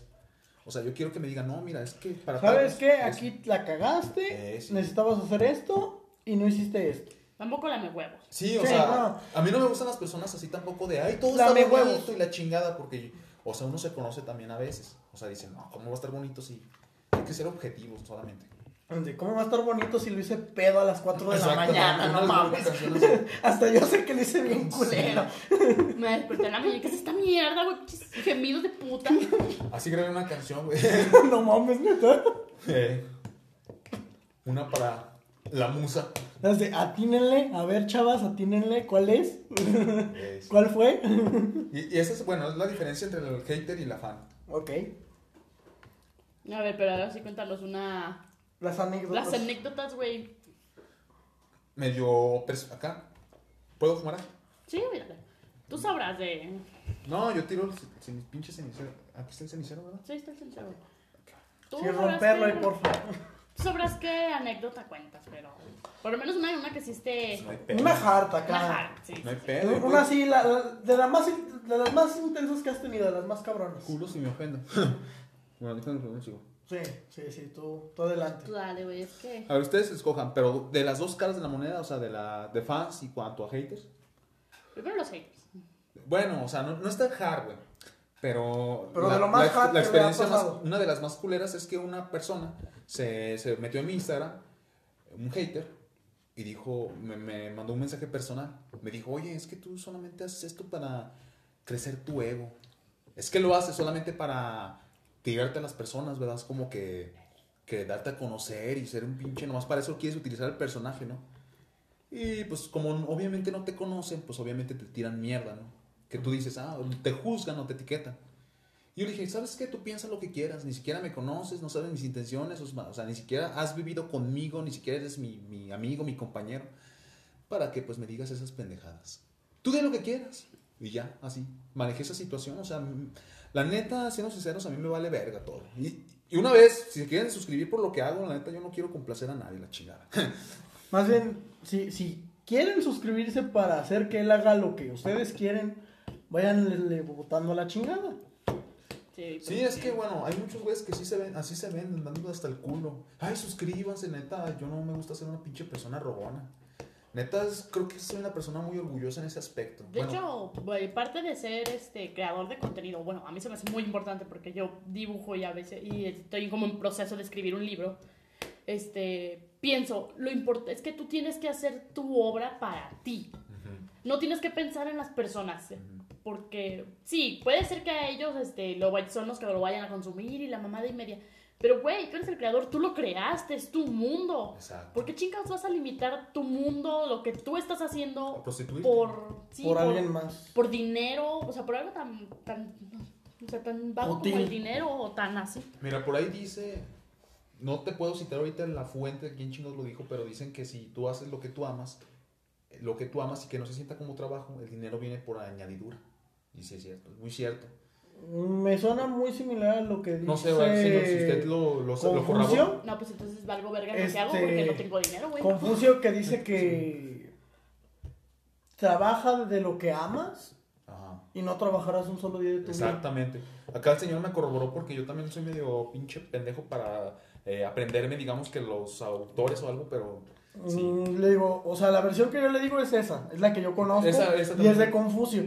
O sea, yo quiero que me digan, no, mira, es que para... ¿Sabes tal- qué? Ah, es- Aquí la cagaste, Eh, sí. necesitabas hacer esto y no hiciste esto. Tampoco la me huevos. Sí, o Sí, sea, a mí no me gustan las personas así tampoco de, ay, todo Dame está bien huevos". bonito y la chingada, porque, o sea, uno se conoce también a veces. O sea, dicen, no, ¿cómo va a estar bonito si hay que ser objetivos solamente? De, ¿Cómo va a estar bonito si lo hice pedo a las 4 de la Exacto, mañana? una No de las mames. ocasiones de- Hasta yo sé que lo hice bien culero. Me desperté en la mañana, ¿qué es esta mierda, güey? Pinches Gemidos de puta. Así grabé una canción, güey. no mames, neta. Eh, una para la musa. Las de, atínenle, a ver, chavas, atínenle, ¿cuál es? Eh, sí. ¿Cuál fue? Y, y esa es, bueno, es la diferencia entre el hater y la fan. ok. A ver, pero ahora sí cuéntanos una. Las anécdotas. Las anécdotas, güey. Medio... pers- Acá. ¿Puedo fumar? aquí? Sí, mira. Tú sabrás de. No, yo tiro el c- c- pinche cenicero. Aquí está el cenicero, ¿verdad? Sí, está el sincero. Tú Sin sabrás romperlo qué- y por favor. Tú sabrás qué anécdota cuentas, pero. Por lo menos una, una que hiciste. No hay pedo. Eh, Una harta acá. Ajá, sí. No hay sí. pedo. yo Una así, la- la- de, la más, in- de las más intensas que has tenido, de las más cabronas. culo si me ofendo. bueno, ahorita nos vemos, chico. Sí, sí, sí, tú, tú adelante. Tú dale, güey, es que. A ver, ustedes escojan, pero de las dos caras de la moneda, o sea, de la de fans y cuanto a haters. Primero los haters. Bueno, o sea, no, no es tan hard, güey. Pero, Pero de lo más ex- hard que me ha experiencia más, pasado. una de las más culeras es que una persona se, se metió en mi Instagram, un hater, y dijo, me, me mandó un mensaje personal. Me dijo, oye, es que tú solamente haces esto para crecer tu ego. Es que lo haces solamente para tirarte a las personas, ¿verdad? Es como que, que darte a conocer y ser un pinche, nomás para eso quieres utilizar el personaje, ¿no? Y pues como n- obviamente no te conocen, pues obviamente te tiran mierda, ¿no? Que tú dices, ah, te juzgan o te etiquetan. Y yo le dije, ¿sabes qué? Tú piensas lo que quieras, ni siquiera me conoces, no sabes mis intenciones, o sea, o sea, ni siquiera has vivido conmigo, ni siquiera eres mi, mi amigo, mi compañero, para que pues me digas esas pendejadas. Tú de lo que quieras. Y ya, así, manejé esa situación, o sea, m- la neta, siendo sinceros, a mí me vale verga todo. Y, y una vez, si se quieren suscribir por lo que hago, la neta, yo no quiero complacer a nadie, la chingada. Más bien, si, si quieren suscribirse para hacer que él haga lo que ustedes quieren, vayan votando a la chingada. Sí, pues, Sí, es que bueno, hay muchos güeyes que sí se ven, así se ven, andando hasta el culo. Ay, suscríbanse, neta, yo no me gusta ser una pinche persona robona. Neta, es- creo que soy una persona muy orgullosa en ese aspecto. De Bueno, hecho, güey, parte de ser este creador de contenido, bueno, a mí se me hace muy importante porque yo dibujo y a veces y estoy como en proceso de escribir un libro. Este, pienso, lo importante es que tú tienes que hacer tu obra para ti. No tienes que pensar en las personas, eh, porque sí, puede ser que a ellos este lo vay- son los que lo vayan a consumir y la mamada y media, pero güey, tú eres el creador, tú lo creaste, es tu mundo. Exacto. ¿Por qué chingados vas a limitar tu mundo, lo que tú estás haciendo Prostituirte. por, sí, por alguien más. por dinero, o sea, por algo tan, tan, o sea, tan bajo Útil. como el dinero o tan así. Mira, por ahí dice, no te puedo citar ahorita en la fuente de quién chingos lo dijo, pero dicen que si tú haces lo que tú amas, eh, lo que tú amas y que no se sienta como trabajo, el dinero viene por añadidura. Y sí es cierto, es muy cierto. Me suena muy similar a lo que dice. No sé, va, señor, si usted lo, lo, lo corrobora. Confucio. No, pues entonces valgo verga lo Este- que hago porque no tengo dinero, güey. Confucio que dice que trabaja de lo que amas Ajá. y no trabajarás un solo día de tu vida. Exactamente. Acá el señor me corroboró porque yo también soy medio pinche pendejo para eh, aprenderme, digamos que los autores o algo, pero sí. Mm, Le digo, o sea, la versión que yo le digo es esa, es la que yo conozco Esa- esa y también. es de Confucio,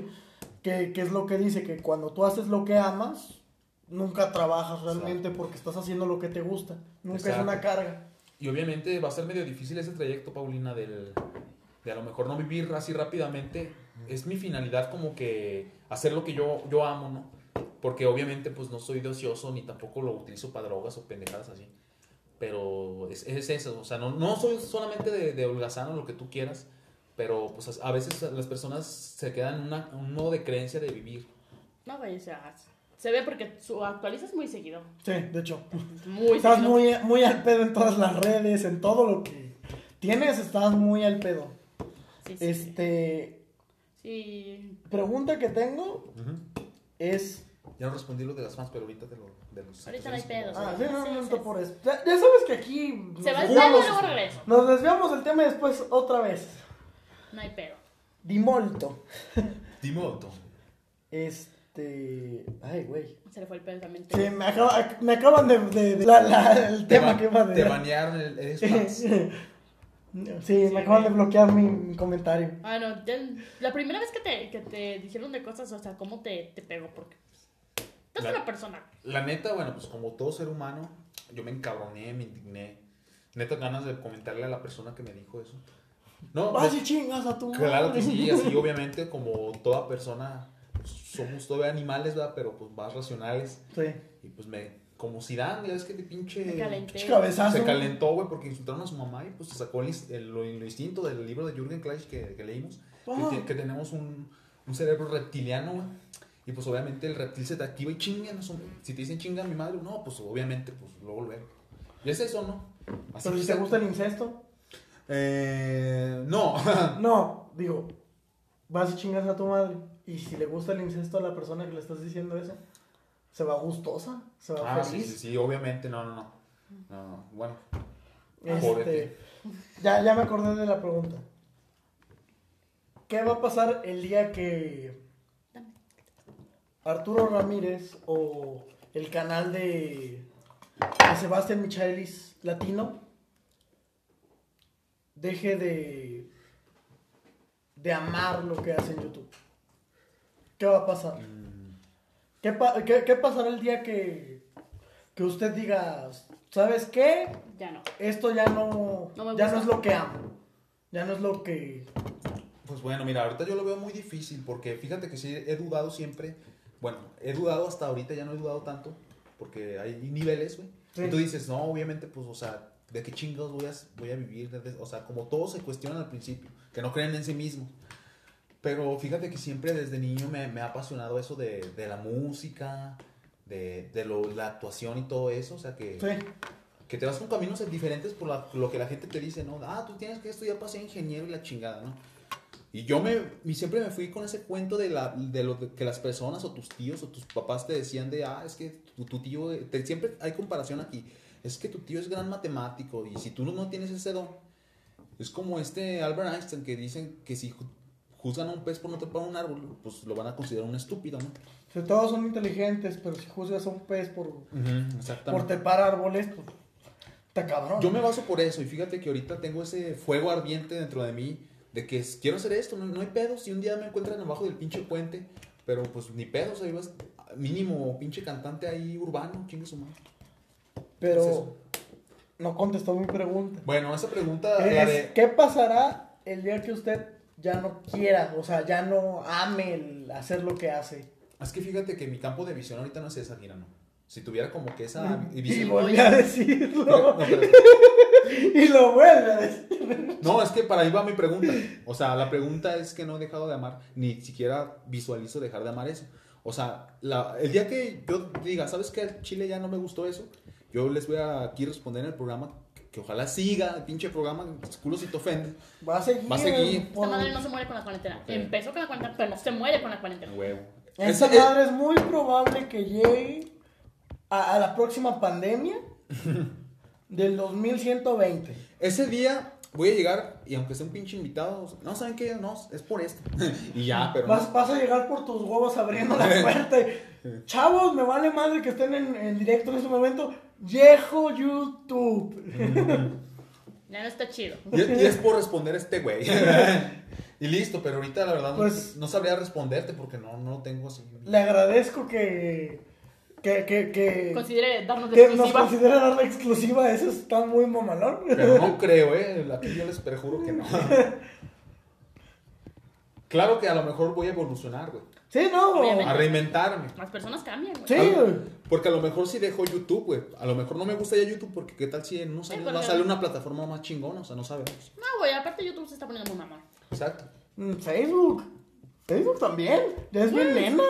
que, que es lo que dice, que cuando tú haces lo que amas, nunca trabajas realmente porque estás haciendo lo que te gusta, nunca es Exacto. una carga. Y obviamente va a ser medio difícil ese trayecto, Paulina, del, de a lo mejor no vivir así rápidamente. Es mi finalidad como que hacer lo que yo, yo amo, ¿no? Porque obviamente pues no soy de ocioso ni tampoco lo utilizo para drogas o pendejadas así. Pero es, es eso, o sea, no, no soy solamente de, de holgazano, lo que tú quieras, pero pues a a veces las personas se quedan en una- un modo de creencia de vivir. No, güey, o sea, se ve porque su actualizas muy seguido. Pues Sí, de hecho. Muy Estás seguido. muy, muy al pedo en todas las redes, en todo lo que tienes, estás muy al pedo. Sí, sí, sí. Este, Sí. pregunta que tengo es... Ya no respondí lo de las fans, pero ahorita de, lo, de los... Ahorita no hay pedo. Ah, sí, no, no, Sí, no, sí, por eso. Ya, ya sabes que aquí... nos Se va a estar desviamos- y luego regreso. Nos desviamos del tema y después otra vez. No hay pedo. Dimolto. Timoto. Este. Ay, güey. Se le fue el pensamiento. Sí, me, acaba- me acaban de. de- de- la- la- el Te, tema ba- que iba te de. banearon el... eres fans. Sí, Sí, me acaban de güey. bloquear mi, mi comentario. Ah, no, ya- la primera vez que te, que te dijeron de cosas, o sea, cómo te, te pegó, porque pues, estás La- una persona. La neta, bueno, pues como todo ser humano, yo me encabroné, me indigné. Neta, ganas de comentarle a la persona que me dijo eso. No, Vas pues, y Ah, chingas a tu claro madre. que sí, así obviamente, como toda persona, pues, somos todavía animales, ¿verdad? Pero pues más racionales. Sí. Y pues me, como Zidane, ya ves que te pinche. Me calenté. Pinche Cabezazo. Se calentó, güey, porque insultaron a su mamá y pues se sacó el, ins- el- lo, lo instinto del libro de Jürgen Kleist que, que leímos, que Ah. te- que, tenemos un, un cerebro reptiliano, güey. Y pues obviamente el reptil se te activa y chinga, no son- si te dicen chinga a mi madre, no, pues obviamente, pues luego lo ven. Y es eso, ¿no? Así Pero que si te se- gusta el incesto. Eh, no. No, digo. Vas y chingas a tu madre. Y si le gusta el incesto a la persona que le estás diciendo eso, se va gustosa, se va ah, sí, feliz. sí, sí, obviamente, no, no, no. No, no, bueno. Este, Jódete. ya, ya me acordé de la pregunta. ¿Qué va a pasar el día que Arturo Ramírez o el canal de de Sebastián Michaelis Latino deje de de amar lo que hace en YouTube? ¿Qué va a pasar? ¿Qué, pa- qué- qué pasará el día que, que usted diga, ¿sabes qué? Ya no. esto ya no, No me ya gusta. no es lo que amo. Ya no es lo que. Pues bueno, mira, ahorita yo lo veo muy difícil porque fíjate que sí he dudado siempre. Bueno, he dudado hasta ahorita, ya no he dudado tanto porque hay niveles, güey. Sí. Y tú dices, no, obviamente, pues, o sea, ¿de qué chingados voy a, voy a vivir? Desde- O sea, como todos se cuestionan al principio, que no creen en sí mismos. Pero fíjate que siempre desde niño me, me ha apasionado eso de, de la música, de, de lo- la actuación y todo eso. O sea, que, Sí, que te vas con caminos diferentes por la- lo que la gente te dice, ¿no? Ah, tú tienes que estudiar para ser ingeniero y la chingada, ¿no? Y yo me, y siempre me fui con ese cuento de, la, de lo que las personas o tus tíos o tus papás te decían de, ah, es que tu, tu tío, eh, te- siempre hay comparación aquí, es que tu tío es gran matemático y si tú no, no tienes ese don, es como este Albert Einstein que dicen que si ju- juzgan a un pez por no trepar un árbol, pues lo van a considerar un estúpido, ¿no? si todos son inteligentes, pero si juzgas a un pez por, por Exactamente. tepar árboles, pues. Está cabrón. Yo me baso por eso y fíjate que ahorita tengo ese fuego ardiente dentro de mí de que es- quiero hacer esto, no, no hay pedo, si un día me encuentran abajo del pinche puente, pero pues ni pedo, o sea, ibas- mínimo pinche cantante ahí urbano, chingue su madre. pero es eso. no contestó mi pregunta. Bueno, esa pregunta la Es, de... ¿Qué pasará el día que usted ya no quiera? O sea, ya no ame el hacer lo que hace. Es que fíjate que mi campo de visión ahorita no es esa, mira, no. Si tuviera como que esa Y visión... volví a No, decirlo. pero- y lo vuelve a decir. No, es que para ahí va mi pregunta. O sea, la pregunta es que no he dejado de amar, ni siquiera visualizo dejar de amar eso. O sea, la- el día que yo diga, ¿sabes qué? Al Chile ya no me gustó eso, yo les voy a aquí responder en el programa que, que ojalá siga el pinche programa, culo si te ofende. Va a seguir. Va a seguir. Esta madre no se muere con la cuarentena. Ok. Empezó con la cuarentena, pero no se muere con la cuarentena. Huevo. Esa Ese- madre es muy probable que llegue a, a la próxima pandemia del 2120. e, Ese día voy a llegar y aunque sea un pinche invitado, o sea, no saben qué, no, es por esto. y ya, pero. Vas, no. vas a llegar por tus huevos abriendo la puerta. y, Chavos, me vale madre que estén en, en directo en este momento. Viejo YouTube. Ya no está chido. Y, es- y es por responder a este güey. y listo, pero ahorita la verdad no- Pues- no, sabría responderte porque no, no tengo así. Le agradezco que. que, que, que, Considere darnos de que nos exclusiva. considera dar la exclusiva. Eso está muy mamalón. Pero no creo, ¿eh? Aquí yo les perjuro que no. claro que a lo mejor voy a evolucionar, güey. Sí, no. Obviamente. A reinventarme. Las personas cambian, güey. Sí. A lo- Porque a lo mejor si dejo YouTube, güey. A lo mejor no me gusta ya YouTube porque qué tal si en unos Sí, años porque- va a salir una plataforma más chingona, o sea, no sabemos. No, güey, aparte YouTube se está poniendo muy mamón. Exacto. Mm, Facebook. Facebook también. Es bien nena.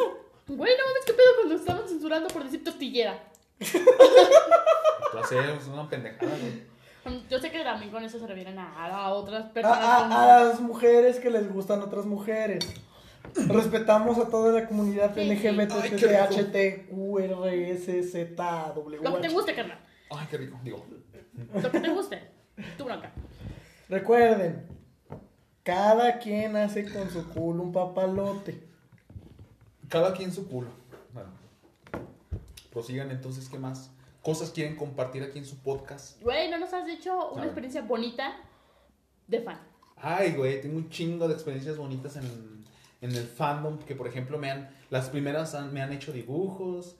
Güey, no mames, ¿qué pedo cuando estaban censurando por decir tortillera? Tú haces una pendejada, güey. Mm, Yo sé que también con eso se refieren a, a otras A, personas. como- a- a las mujeres que les gustan otras mujeres. Respetamos a toda la comunidad Sí, sí. Ay, qué rico. Lo que te LGBTQRSZW. guste, carnal. Ay, qué rico. Digo, Lo que te guste. Tu bronca. Recuerden, cada quien hace con su culo un papalote. cada quien su culo. Bueno, prosigan entonces, ¿qué más? Cosas quieren compartir aquí en su podcast. Güey, ¿no nos has dicho A una ver. experiencia bonita de fan? Ay, güey, tengo un chingo de experiencias bonitas en, en el fandom. Que por ejemplo, me han. Las primeras han- me han hecho dibujos.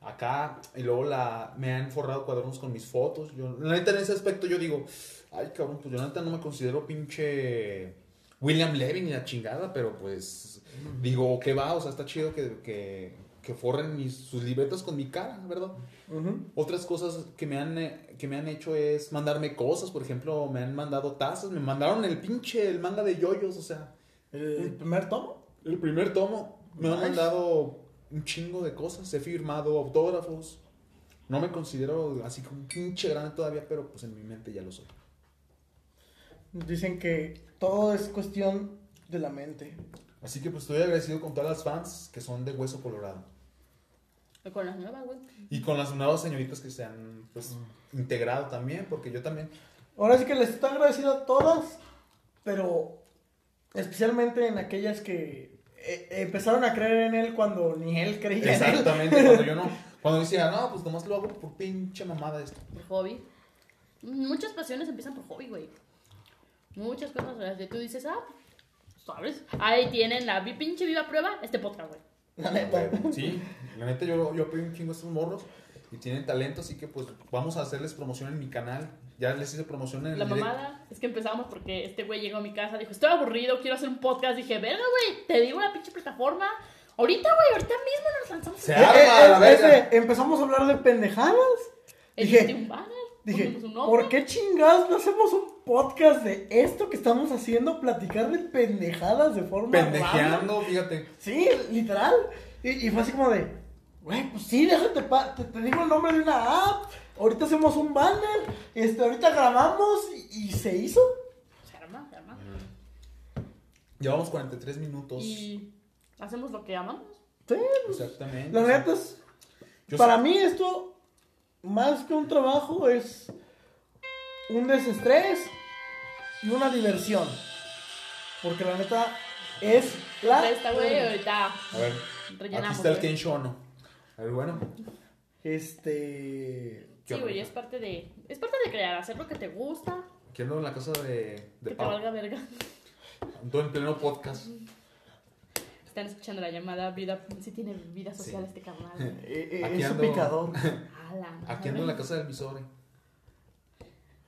Acá. Y luego la, me han forrado cuadernos con mis fotos. Yo, la neta, en ese aspecto, yo digo. Ay, cabrón, pues yo la neta no me considero pinche. William Levy ni la chingada, pero pues. Digo, ¿qué va? O sea, está chido que. que- que forren mis, sus libretas con mi cara, ¿verdad? Ujú. Otras cosas que me han eh, que me han hecho es mandarme cosas, por ejemplo, me han mandado tazas, me mandaron el pinche el manga de yoyos, o sea, ¿El primer tomo? el primer tomo me han Nice. mandado un chingo de cosas, he firmado autógrafos. No me considero así como un pinche grande todavía, pero pues en mi mente ya lo soy. Dicen que todo es cuestión de la mente. Así que pues estoy agradecido con todas las fans que son de hueso colorado Con las nuevas, güey. y con las nuevas señoritas que se han pues integrado también, porque yo también Ahora sí que les estoy agradecido a todas, pero especialmente en aquellas que eh, empezaron a creer en él cuando ni él creía en él. Exactamente, cuando yo no. Cuando decía, no, pues nomás lo hago por pinche mamada esto. Por hobby. Muchas pasiones empiezan por hobby, güey. Muchas cosas las que tú dices, ah, sabes. Ahí tienen la vi- pinche viva prueba, este podcast, güey. La neta. Sí, la neta yo, yo apoyo un chingo a estos morros y tienen talento, así que pues vamos a hacerles promoción en mi canal. Ya les hice promoción en el La directo. mamada es que empezamos porque este güey llegó a mi casa, dijo, estoy aburrido, quiero hacer un podcast. Dije, verga, güey, te digo la pinche plataforma. Ahorita, güey, ahorita mismo nos lanzamos. Se Eh, arma, eh, la eh, verga. ese, empezamos a hablar de pendejadas. Existe dije- un banner, Dije, ponemos un nombre. ¿por qué chingados no hacemos un podcast de esto que estamos haciendo? Platicar de pendejadas de forma. random? Pendejeando, fíjate. Sí, literal. Y, y fue así como de, güey, pues sí, déjate, pa- te, te digo el nombre de una app. Ahorita hacemos un banner. Este, ahorita grabamos y, y se hizo. Se arma, se arma. Llevamos 43 minutos. Y hacemos lo que amamos. Sí, Exactamente. la neta es. Yo para sé- mí esto, más que un trabajo, es un desestrés y una diversión. Porque la neta es la... Esta, güey, ahorita A ver, Ah, aquí rellenamos. está el güey. Ken Shono. A ver, bueno. Este... ¿Qué Sí, onda? güey, es parte de. Es parte de crear, hacer lo que te gusta, Quiero en la casa de, de ah. que te Pau. valga verga. Todo en pleno podcast. Están escuchando la llamada vida. Si tiene vida social Sí. este carnal. güey. eh, eh, Aquí es un ando. picador. A la madre. Aquí ando en la casa del Misore.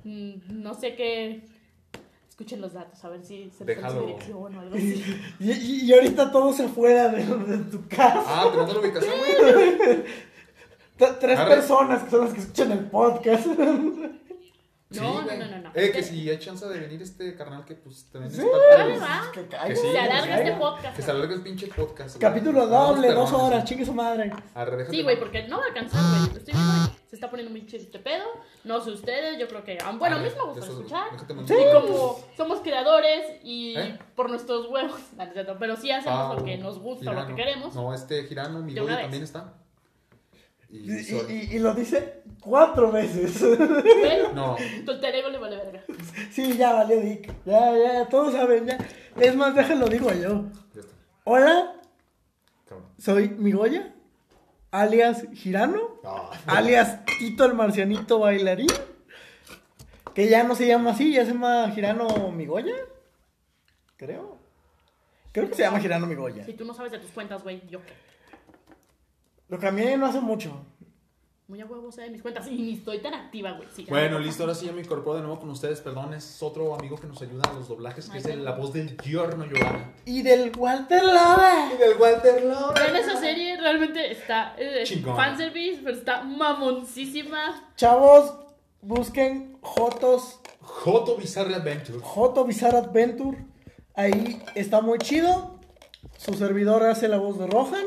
Mm, No sé qué. Escuchen los datos, a ver si se les fue su Déjalo. dirección o algo así. Y, y- y ahorita todos afuera de, de tu casa. Ah, te mando la ubicación, güey. T- Tres Arre. personas que son las que escuchan el podcast. No, no, güey. no, no, no. Eh, que si hay chance de venir este carnal que pues también Sí, está Órale, padre. va. Que caiga, sí, Se alarga caiga. este podcast. Que se alargue el pinche podcast. güey. Capítulo Vamos doble, dos perrones. horas, chingue su madre. Arre, déjate Sí, güey, mamar. porque no va a cansar, güey. Estoy viendo que se está poniendo muy chido este pedo. No sé ustedes, yo creo que. ah, Bueno, a mí sí me gusta Eso, escuchar. déjate mamar. Y como somos creadores y ¿Eh? por nuestros huevos, no, no es cierto, pero sí hacemos Ah, lo que nos gusta, lo Girano. que queremos. No, este Girano, mi De una novio vez. también está. Y, Y, y- Sol. y- y lo dice cuatro veces. Güey, No, Tu cerebro le vale verga. sí, ya valió Dick. Ya, ya, todos saben, ya. Es más, déjenlo digo yo. ya está. Hola, Cabrón. soy Migoya, alias Girano, No. Ah. alias Tito el Marcianito Bailarín. Que ya no se llama así, ya se llama Girano Migoya. Creo. Creo que se llama Girano Migoya. Si tú no sabes de tus cuentas, güey, yo qué. Lo cambié no hace mucho. Muy a huevo sé de mis cuentas y ni estoy tan activa, güey. Sí, ya. Bueno, listo, ahora sí ya me incorporo de nuevo con ustedes. Perdón, es otro amigo que nos ayuda a los doblajes, que es el- la voz del Giorno Giovanna. Y del Walter Lava. Y del Walter Laura. Vean esa serie, realmente está. eh, Es Chingón. fanservice, pero está mamoncísima. Chavos, busquen Jotos, Joto Bizarre Adventure. Joto Bizarre Adventure. Ahí está muy chido. Su servidor hace la voz de Rohan.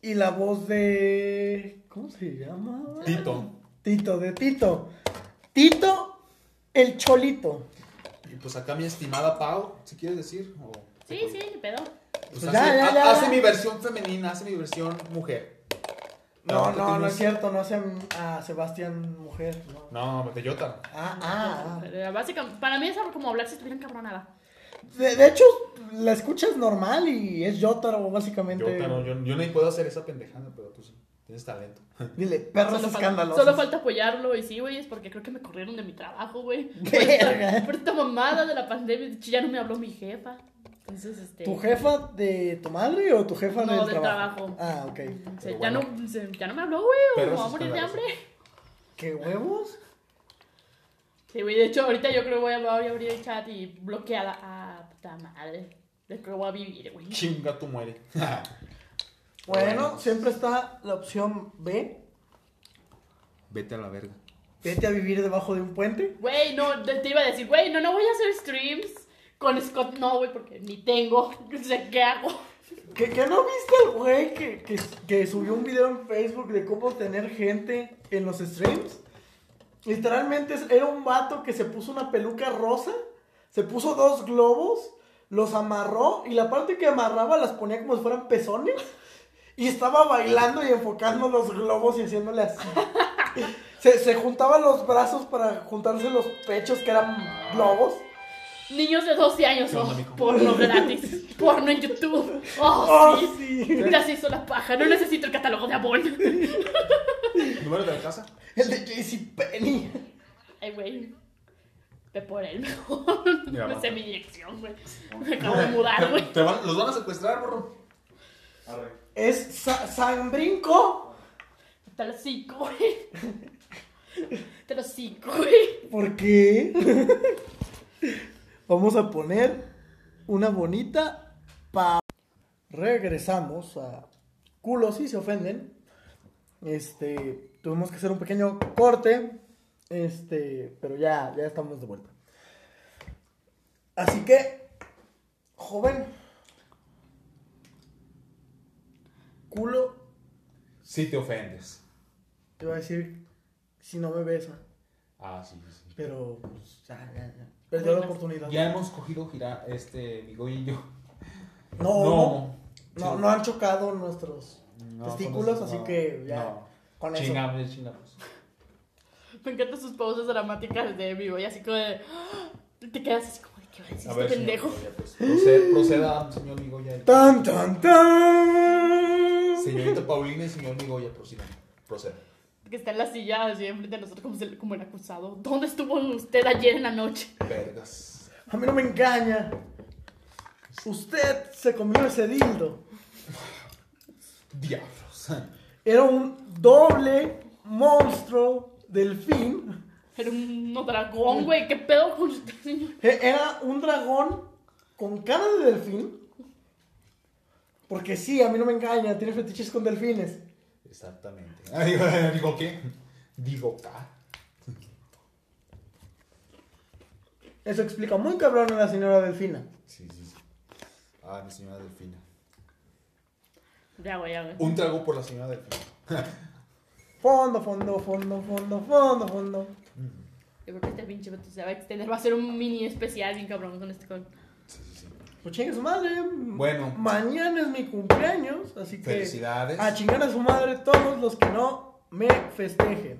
Y la voz de. ¿Cómo se llama? Tito. Ah. Tito, de Tito. Tito, el Cholito. Y pues acá mi estimada Pau, si quieres decir. o- Sí, sí, ni pedo. Pues Ya, hace, ya, ha- ya, hace ya. mi versión femenina, hace mi versión mujer. No, Ahorita no, no tienes- es cierto. No hacen a Sebastián mujer. no. No, de Jota. Ah, ah. ah. Eh, básicamente, para mí es algo como hablar si estuvieran cabronada. De, de hecho, la escuchas normal y es Yotaro, básicamente. Jota, no, yo, yo no puedo hacer esa pendejada, pero tú sí. Tienes talento. Dile, perros Solo falta- escandalosos. Solo falta apoyarlo y sí, güey, es porque creo que me corrieron de mi trabajo, güey. Por Verga. esta, por esta mamada de la pandemia, de hecho, ya no me habló mi jefa. Entonces, este. ¿Tu jefa de tu madre o tu jefa No, del, del trabajo? trabajo. Ah, ok. se- Pero ya, bueno. no, se- ya no me habló, güey, o me Perros voy a morir de hambre. escandalosos. ¿Qué huevos? Sí, güey, de hecho, ahorita yo creo que voy a, voy a abrir el chat y bloquear a Ah, puta madre. De que voy a vivir, güey. Chinga tu muere. Bueno, Bueno. siempre está la opción B. Vete a la verga. Vete a vivir debajo de un puente. Güey, no, te te iba a decir, güey, no, no voy a hacer streams con Scott, no, güey, porque ni tengo. O sea, ¿qué hago? ¿Qué, qué no viste al güey que, que, que subió un video en Facebook de cómo tener gente en los streams? Literalmente es- era un vato que se puso una peluca rosa, se puso dos globos, los amarró y la parte que amarraba las ponía como si fueran pezones y estaba bailando y enfocando los globos y haciéndole así. Se, se juntaban los brazos para juntarse los pechos que eran globos. Niños de 12 años, ¿Qué onda, oh, mijo? porno gratis, porno en YouTube. Oh, ¡Oh, sí. sí! Ya se hizo la paja, no necesito el catálogo de Avon. ¿Número de la casa? El de JCPenney. Ay, güey. Ve por él mejor. Ya, No va. sé mi dirección, güey. Me acabo de mudar, güey. Te van- los van a secuestrar, burro. Es Sa- San Brinco. Te lo cinco, güey. Te lo cinco, güey. ¿Por qué? Vamos a poner una bonita pa. Regresamos a culos si se ofenden. Este, tuvimos que hacer un pequeño corte. Este, pero ya, ya estamos de vuelta. Así que, joven, culo, Si te ofendes. te voy a decir si no me besa, Ah, sí, sí. pero pues, ya, ya, ya. Perdió la oportunidad. Ya hemos cogido girar este Migoy y yo. No, no, no, Sí. no han chocado nuestros No, testículos, con eso, así no. que ya No. con eso. Chingamos, chingamos. Me encantan sus pausas dramáticas de vivo y así como de. ¡ah! Te quedas así como de qué va a decir A este ver, señor pendejo. Migoya, pues, proceda, proceda, señor Migoya. Tan tan tan. Señorita Paulina y señor Migoya, proceda. Proceda. Que está en la silla así enfrente de nosotros como, se- como el acusado. ¿Dónde estuvo usted ayer en la noche? Vergas. A mí no me engaña. Usted se comió ese dildo. Diablos. Era un doble monstruo delfín. Era un no, dragón, güey. ¿Qué pedo con usted, señor? E- Era un dragón con cara de delfín. Porque sí, a mí no me engaña, tiene fetiches con delfines. Ah, Exactamente. Ay, Digo, ¿qué? Digo, K. Eso explica muy cabrón a la señora Delfina. Sí, sí, sí. Ah, mi señora Delfina. Ya, güey, ya, güey. Un trago por la señora Delfina. Fondo, fondo, fondo, fondo, fondo, fondo. Yo creo que este pinche vato se va a extender. Va a ser un mini especial bien cabrón con este con. Sí, sí, sí. Pues chingue su madre. Bueno. Mañana es mi cumpleaños, así que. Felicidades. A chingar a su madre todos los que no me festejen.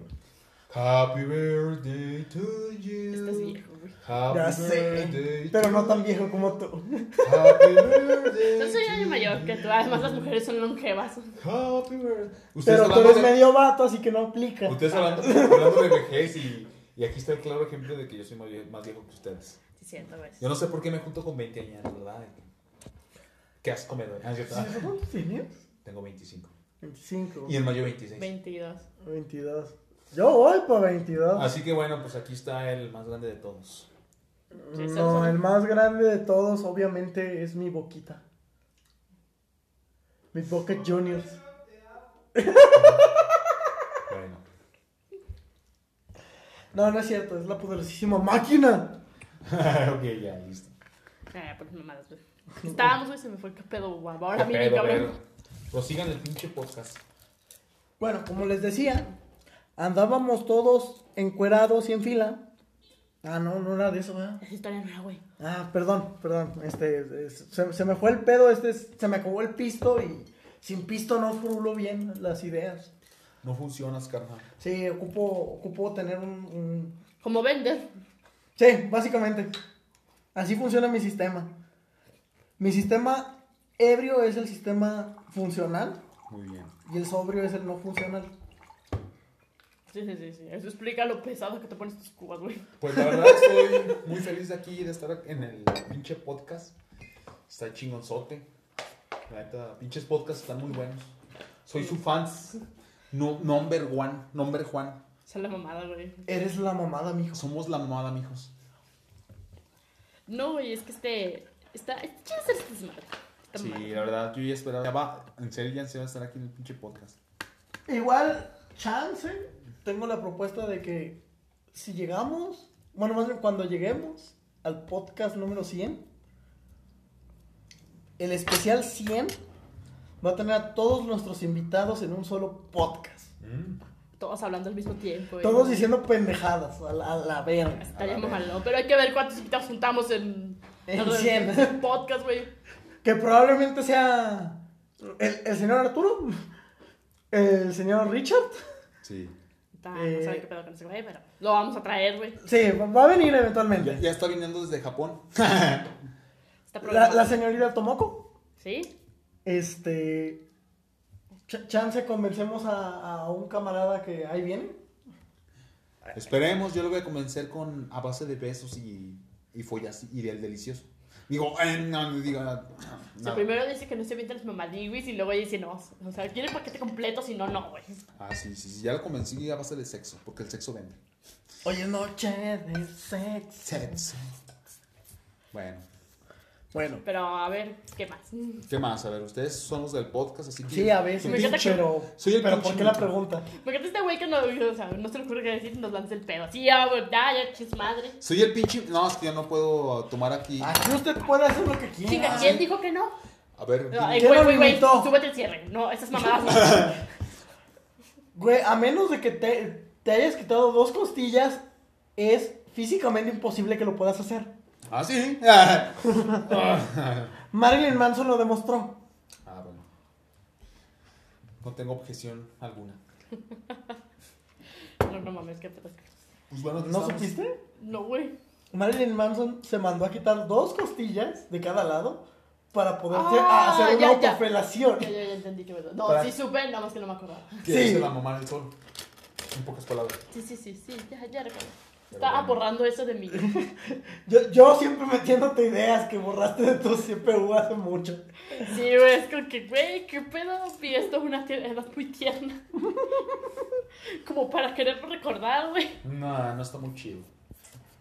Happy birthday to you. Estás viejo, güey. Happy Ya sé. birthday Pero to no tan viejo como tú. you. Happy birthday. Yo soy to año mayor que tú. Además, las mujeres son longevas. Happy birthday. Ustedes Pero tú hablando eres de- medio vato, así que no aplica. Ustedes hablando, hablando de vejez y, y aquí está el claro ejemplo de que yo soy más vie- más viejo que ustedes. Sí, cierto, güey. Yo no sé por qué me junto con 20 años, ¿verdad? Qué asco me doy. Ah, yo- ah, ¿Cuántos tenías? Tengo 25. 25. Y en mayo 26. 22. 22. Yo voy por 22. Así que bueno, pues aquí está el más grande de todos. Sí, sí, No, sí. el más grande de todos, obviamente, es mi boquita. Mis Boca Juniors. Bueno. No, no es cierto, es la poderosísima máquina. ok, ya, listo. Ah, por mamadas, güey. Estábamos, güey, se me fue el pedo, güey. Ahora Qué mí, pedo, cabrón. pero- Pero sigan el pinche podcast. Bueno, como les decía, andábamos todos encuerados y en fila. Ah, no, no era de eso, ¿verdad? Esa historia no era, güey. Ah, perdón, perdón. Este, es- se, se me fue el pedo, este, es- se me acabó el pisto y sin pisto no furulo bien las ideas. No funcionas, carnal. Sí, ocupo, ocupo tener un, un- Como vender. Sí, básicamente. Así funciona mi sistema. Mi sistema ebrio es el sistema funcional Muy bien. y el sobrio es el no funcional. Sí, sí, sí, sí. Eso explica lo pesado que te pones tus cubas, güey. Pues la verdad estoy muy feliz de aquí, de estar en el pinche podcast. Está chingonzote. La neta, pinches podcasts están muy buenos. Soy su fans. No, number one, number Juan. Esa es la mamada, güey. Eres la mamada, mijo. Somos la mamada, mijos. No, güey, es que este. Está. Está chido hacer este desmadre. Está Sí, mamada. la verdad, yo ya esperaba. Ya va, en serio, ya se va a estar aquí en el pinche podcast. Igual, chance, tengo la propuesta de que si llegamos, bueno, más bien cuando lleguemos al podcast número 100, el especial 100 va a tener a todos nuestros invitados en un solo podcast. Todos hablando al mismo tiempo, güey. Todos diciendo pendejadas, a la, a la verga. Estaría A la malo. Pero hay que ver cuántos invitados juntamos en. En en- 100. en podcast, güey. Que probablemente sea el, el señor Arturo, el señor Richard. Sí. Está, No saben qué pedo con ese güey, pero lo vamos a traer, güey. Sí, va- va a venir Ya, eventualmente. ya está viniendo desde Japón. Está La, programado. la señorita Tomoko. ¿Sí? Este. ch- chance convencemos a, a un camarada que ahí viene. Esperemos, yo lo voy a convencer con a base de besos y, y follas y del delicioso. Digo, eh, no, no digo nada. O sea, primero dice que no se avientan los mamadiguis y luego dice no. O sea, quiere el paquete completo, si no, no, güey. Ah, sí, sí, sí, ya lo convencí a base de sexo, porque el sexo vende. Hoy es noche de sexo. Sexo. Bueno, Bueno, Pero a ver, ¿qué más? Me ¿qué más? A ver, ustedes son los del podcast, así que. sí, a veces. Me encanta que- Pero, Soy el pero pinche ¿por qué la mucho. pregunta? encanta este güey que no, o sea, no se le ocurre que decir nos lanza el pedo. Sí, ya, güey, ya, ya, chis madre. Soy el pinche. No, es que yo no puedo tomar aquí. Aquí usted puede hacer lo Ah, que Chinga, quiera. ¿quién dijo que no? A ver, No, dime. ay, Ah. ¿Quién güey, lo güey, güey, limitó? súbete el cierre. No, esas mamadas. no. Güey, a menos de que te, te hayas quitado dos costillas, es físicamente imposible que lo puedas hacer. Ah, sí. Marilyn Manson lo demostró. Ah, bueno. No tengo objeción alguna. No, no mames, qué pedo. Pues bueno, aquí ¿No estamos. supiste? No, güey. Marilyn Manson se mandó a quitar dos costillas de cada lado para poder Ah, hacer una ya, ya. autofelación. Ya, ya, ya entendí qué pedo. No, Para- sí supe, nada más que no me acordaba. Que Sí. se la mamá del sol. En pocas palabras. Sí, sí, sí, sí, ya, ya recuerdo. Pero Estaba bueno. borrando eso de mí. Yo, yo siempre metiéndote ideas que borraste de tu CPU hace mucho. Sí, güey, es como que, güey, qué pedo. Y esto es una tier- edad muy tierna. Como para quererlo recordar, güey. No, no está muy chido.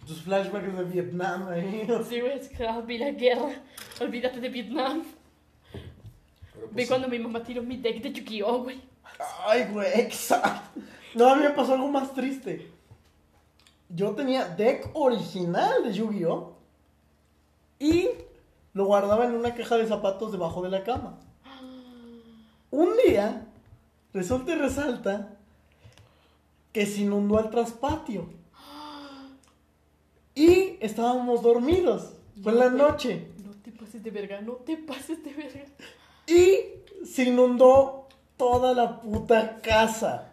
Tus flashbacks de Vietnam ahí. Sí, güey, es que ah, vi la guerra. Olvídate de Vietnam. Pero Vi pues, cuando mi mamá tiró mi deck de Yu-Gi-Oh, güey. Ay, güey, exacto. No, a mí me pasó algo más triste. yo tenía deck original de Yu-Gi-Oh! Y lo guardaba en una caja de zapatos debajo de la cama. Un día, resulta y resalta que se inundó el traspatio. Y estábamos dormidos. Fue en la noche. No te pases de verga, no te pases de verga. Y se inundó toda la puta casa.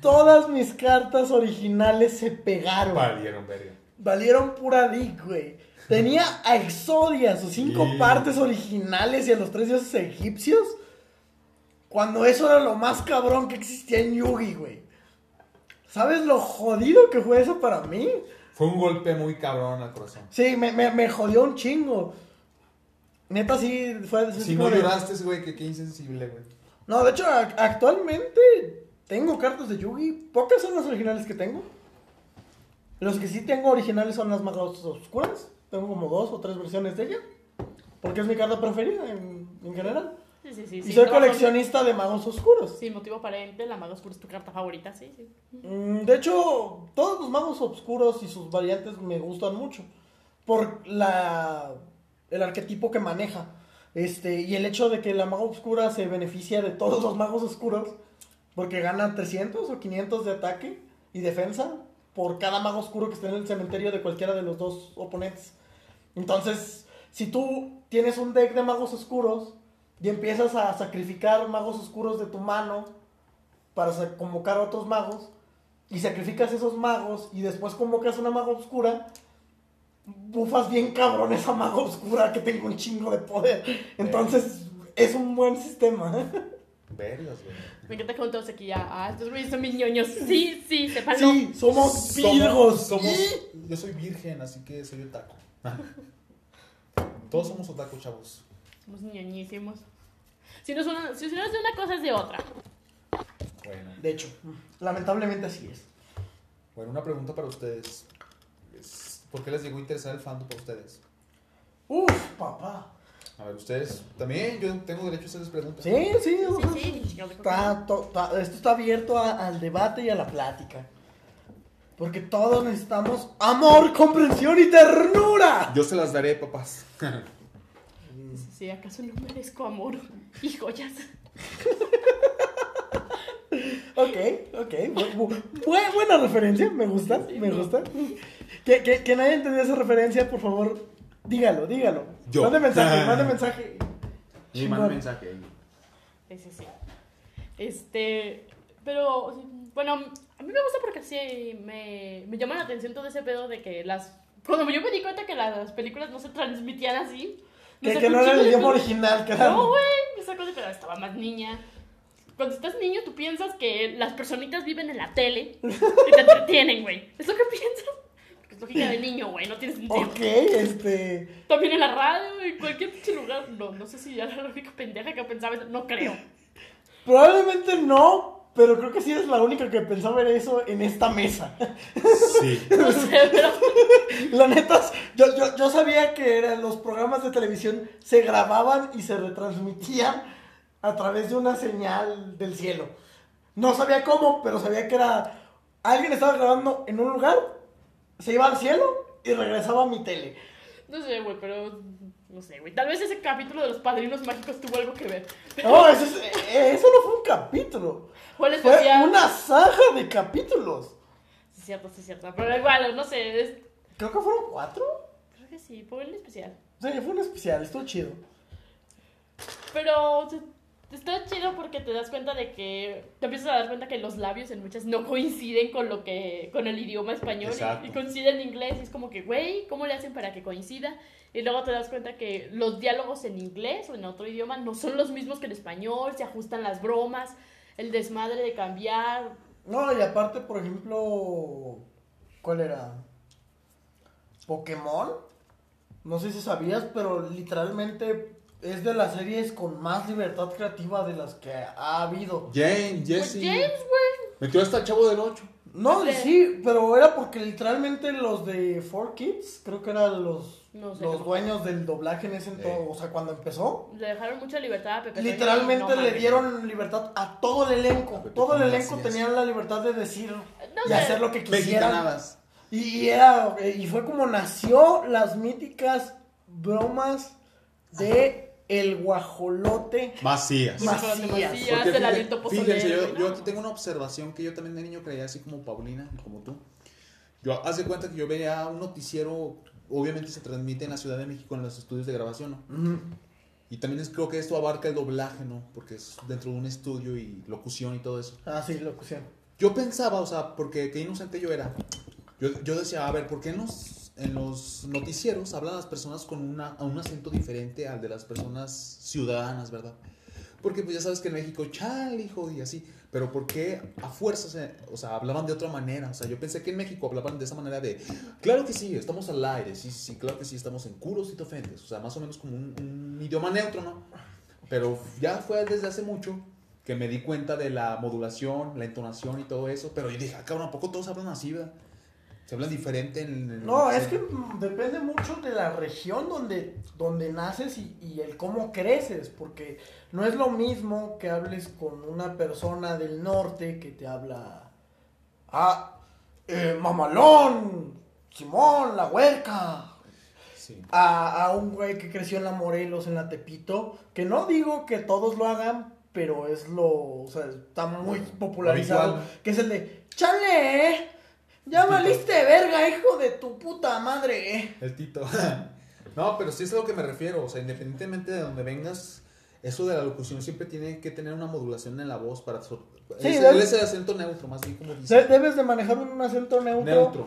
Todas mis cartas originales se pegaron. Valieron, verga. Valieron pura dick, güey. Tenía a Exodia, sus cinco Sí. partes originales y a los tres dioses egipcios. Cuando eso era lo más cabrón que existía en Yugi, güey. ¿Sabes lo jodido que fue eso para mí? Fue un golpe muy cabrón al corazón. Sí, me, me, me jodió un chingo. Neta, sí, fue... fue Si como no de- lloraste, güey, que qué insensible, güey. No, de hecho, ac- actualmente tengo cartas de Yugi. Pocas son las originales que tengo. Los que sí tengo originales son las más oscuras. Tengo como dos o tres versiones de ella. Porque es mi carta preferida en, en general. Sí, sí, sí. y sin soy razón. coleccionista de magos oscuros. Sin motivo aparente, la maga oscura es tu carta favorita, sí, sí. Mm, De hecho, todos los magos oscuros y sus variantes me gustan mucho. Por la el arquetipo que maneja. Este, y el hecho de que la maga oscura se beneficia de todos los magos oscuros. Porque gana 300 o 500 de ataque y defensa por cada mago oscuro que esté en el cementerio de cualquiera de los dos oponentes. Entonces, si tú tienes un deck de magos oscuros y empiezas a sacrificar magos oscuros de tu mano para sa- convocar a otros magos y sacrificas esos magos y después convocas una maga oscura, bufas bien cabrón esa maga oscura que tengo un chingo de poder. Entonces, es un buen sistema. Vergas, güey. Me encanta que contamos aquí ya. Ah, estos güeyes son mis ñoños. Sí, sí, sépanlo. Sí, somos virgos. Somos, Y- Yo soy virgen, así que soy otaku. Todos somos otaku, chavos. Somos ñoñísimos. Si no es una, si no es de una cosa, es de otra. Bueno. De hecho, lamentablemente así es. Bueno, una pregunta para ustedes. Es- ¿Por qué les llegó a interesar el fandom para ustedes? Uf, papá. A ver, ustedes también, yo tengo derecho a hacerles preguntas. Sí, sí, o sea, Sí, sí. chicas, de corazón. está to- ta- esto está abierto a- al debate y a la plática. Porque todos necesitamos amor, comprensión y ternura. Yo se las daré, papás. Sí, sí, ¿acaso no merezco amor y joyas? Ok, ok. bu- bu- bu- buena referencia, me gusta, me gusta. Que, que, que nadie entendió esa referencia, por favor, dígalo, dígalo. Yo. Mande mensaje, mande mensaje. Y manda Chingón. mensaje. Sí, sí, sí. Este, pero, bueno, a mí me gusta porque sí me, me llama la atención todo ese pedo de que las... Cuando yo me di cuenta que las películas no se transmitían así... me Que, sacó que un no era chingo el de idioma pedo. original, No, claro. güey, me sacó de pedo, estaba más niña. Cuando estás niño, tú piensas que las personitas viven en la tele y te entretienen, güey. Es lo que piensas. Porque es lógica de niño, güey, no tiene sentido. Ok, este. También en la radio, en cualquier pinche lugar. No, no sé si ya era la única pendeja que pensaba eso. No creo. Probablemente no, pero creo que sí eres la única que pensaba en eso en esta mesa. Sí. No sé, pero. La neta, yo, yo, yo sabía que eran los programas de televisión se grababan y se retransmitían a través de una señal del cielo. No sabía cómo, pero sabía que era... Alguien estaba grabando en un lugar, se iba al cielo y regresaba a mi tele. No sé, güey, pero. No sé, güey. Tal vez ese capítulo de los padrinos mágicos tuvo algo que ver. No, eso, es- eh, eso no fue un capítulo. ¿Cuál es Fue una saga de capítulos. Sí, cierto, sí, cierto. Pero igual, no sé. es- Creo que fueron cuatro. Creo que sí, fue un especial. Sí, fue un especial, estuvo chido. Pero o sea, está chido porque te das cuenta de que te empiezas a dar cuenta que los labios en muchas no coinciden con lo que con el idioma español Exacto. y, y coinciden en inglés y es como que güey, ¿cómo le hacen para que coincida? Y luego te das cuenta que los diálogos en inglés o en otro idioma no son los mismos que en español, se ajustan las bromas, el desmadre de cambiar. No, y aparte, por ejemplo, ¿cuál era? Pokémon. No sé si sabías, pero literalmente es de las series con más libertad creativa de las que ha habido. Jane, Pues Jesse. James, güey, Metió hasta el chavo del 8. No, Apple. sí, pero era porque literalmente los de 4Kids, creo que eran los, No sé. los dueños del doblaje en ese entonces, Eh. o sea, cuando empezó, Le dejaron mucha libertad a Pepe. Toño y no literalmente le mames. dieron libertad a todo el elenco. Pepe Todo el Toño, elenco así es. tenían la libertad de decir No y sé. hacer lo que quisieran. Mexicanadas. Y, era, y fue como nació las míticas bromas de el guajolote. Vacías. Ma- Macías, Macías. Macías, Porque el fíjate- aliento fíjense, yo, pozolero, yo ¿no? aquí tengo una observación que yo también de niño creía así como Paulina y como tú. Yo haz de cuenta que yo veía un noticiero, obviamente se transmite en la Ciudad de México en los estudios de grabación, ¿no? Mm, Y también es- creo que esto abarca el doblaje, ¿no? Porque es dentro de un estudio y locución y todo eso. Ah, sí, locución. Yo pensaba, o sea, porque qué inocente yo era. Yo, yo decía, a ver, ¿por qué en los, en los noticieros hablan las personas con una, a un acento diferente al de las personas ciudadanas, verdad? Porque pues ya sabes que en México, chal, hijo, y así. Pero ¿por qué a fuerza, se- o sea, hablaban de otra manera? O sea, yo pensé que en México hablaban de esa manera de, claro que sí, estamos al aire, sí, sí, sí, claro que sí, estamos en culos y te ofendes. O sea, más o menos como un, un idioma neutro, ¿no? Pero ya fue desde hace mucho que me di cuenta de la modulación, la entonación y todo eso. Pero yo dije, ah, cabrón, ¿a poco todos hablan así, verdad? Se hablan diferente en... en- No, es que mm, depende mucho de la región donde, donde naces y, y el cómo creces, porque no es lo mismo que hables con una persona del norte que te habla, ah, eh, mamalón, Simón, la huerca, Sí. a, a un güey que creció en la Morelos, en la Tepito, que no digo que todos lo hagan, pero es lo, o sea, está muy popularizado, habitual. que es el de, chale, eh, ya valiste verga, hijo de tu puta madre. eh". El Tito. no, pero sí es a lo que me refiero. O sea, independientemente de donde vengas, eso de la locución siempre tiene que tener una modulación en la voz para... sor- Sí, es, debe- él es el acento neutro, más bien como O dice. sea, debes de manejar un acento neutro, neutro.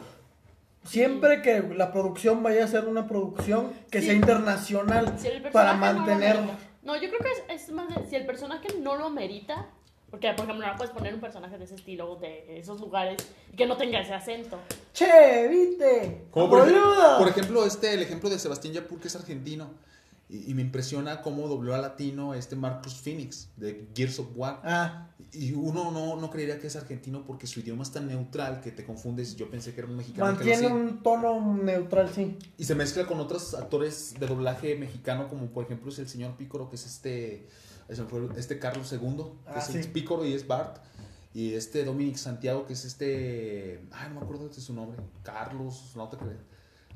siempre que la producción vaya a ser una producción que Sí. sea internacional Si el personaje para no lo mantener... merita. No, yo creo que es, es más de, si el personaje no lo merita, porque por ejemplo no puedes poner un personaje de ese estilo, de esos lugares, y que no tenga ese acento. Che, viste, Como por, ejemplo, boludo". por ejemplo, este, el ejemplo de Sebastián Yapur, que es argentino. Y, y me impresiona cómo dobló a latino este Marcus Phoenix de Gears of War. Ah, Y uno no, no creería que es argentino porque su idioma es tan neutral que te confundes. Yo pensé que era un mexicano. que lo mantiene hacía. un tono neutral, sí. Y se mezcla con otros actores de doblaje mexicano, como por ejemplo es el señor Pícoro, que es este, se me fue, este Carlos II, que Ah, es el sí. Pícoro y es Bart. Y este Dominic Santiago, que es este. Ay, no me acuerdo de su nombre. Carlos, no te crees.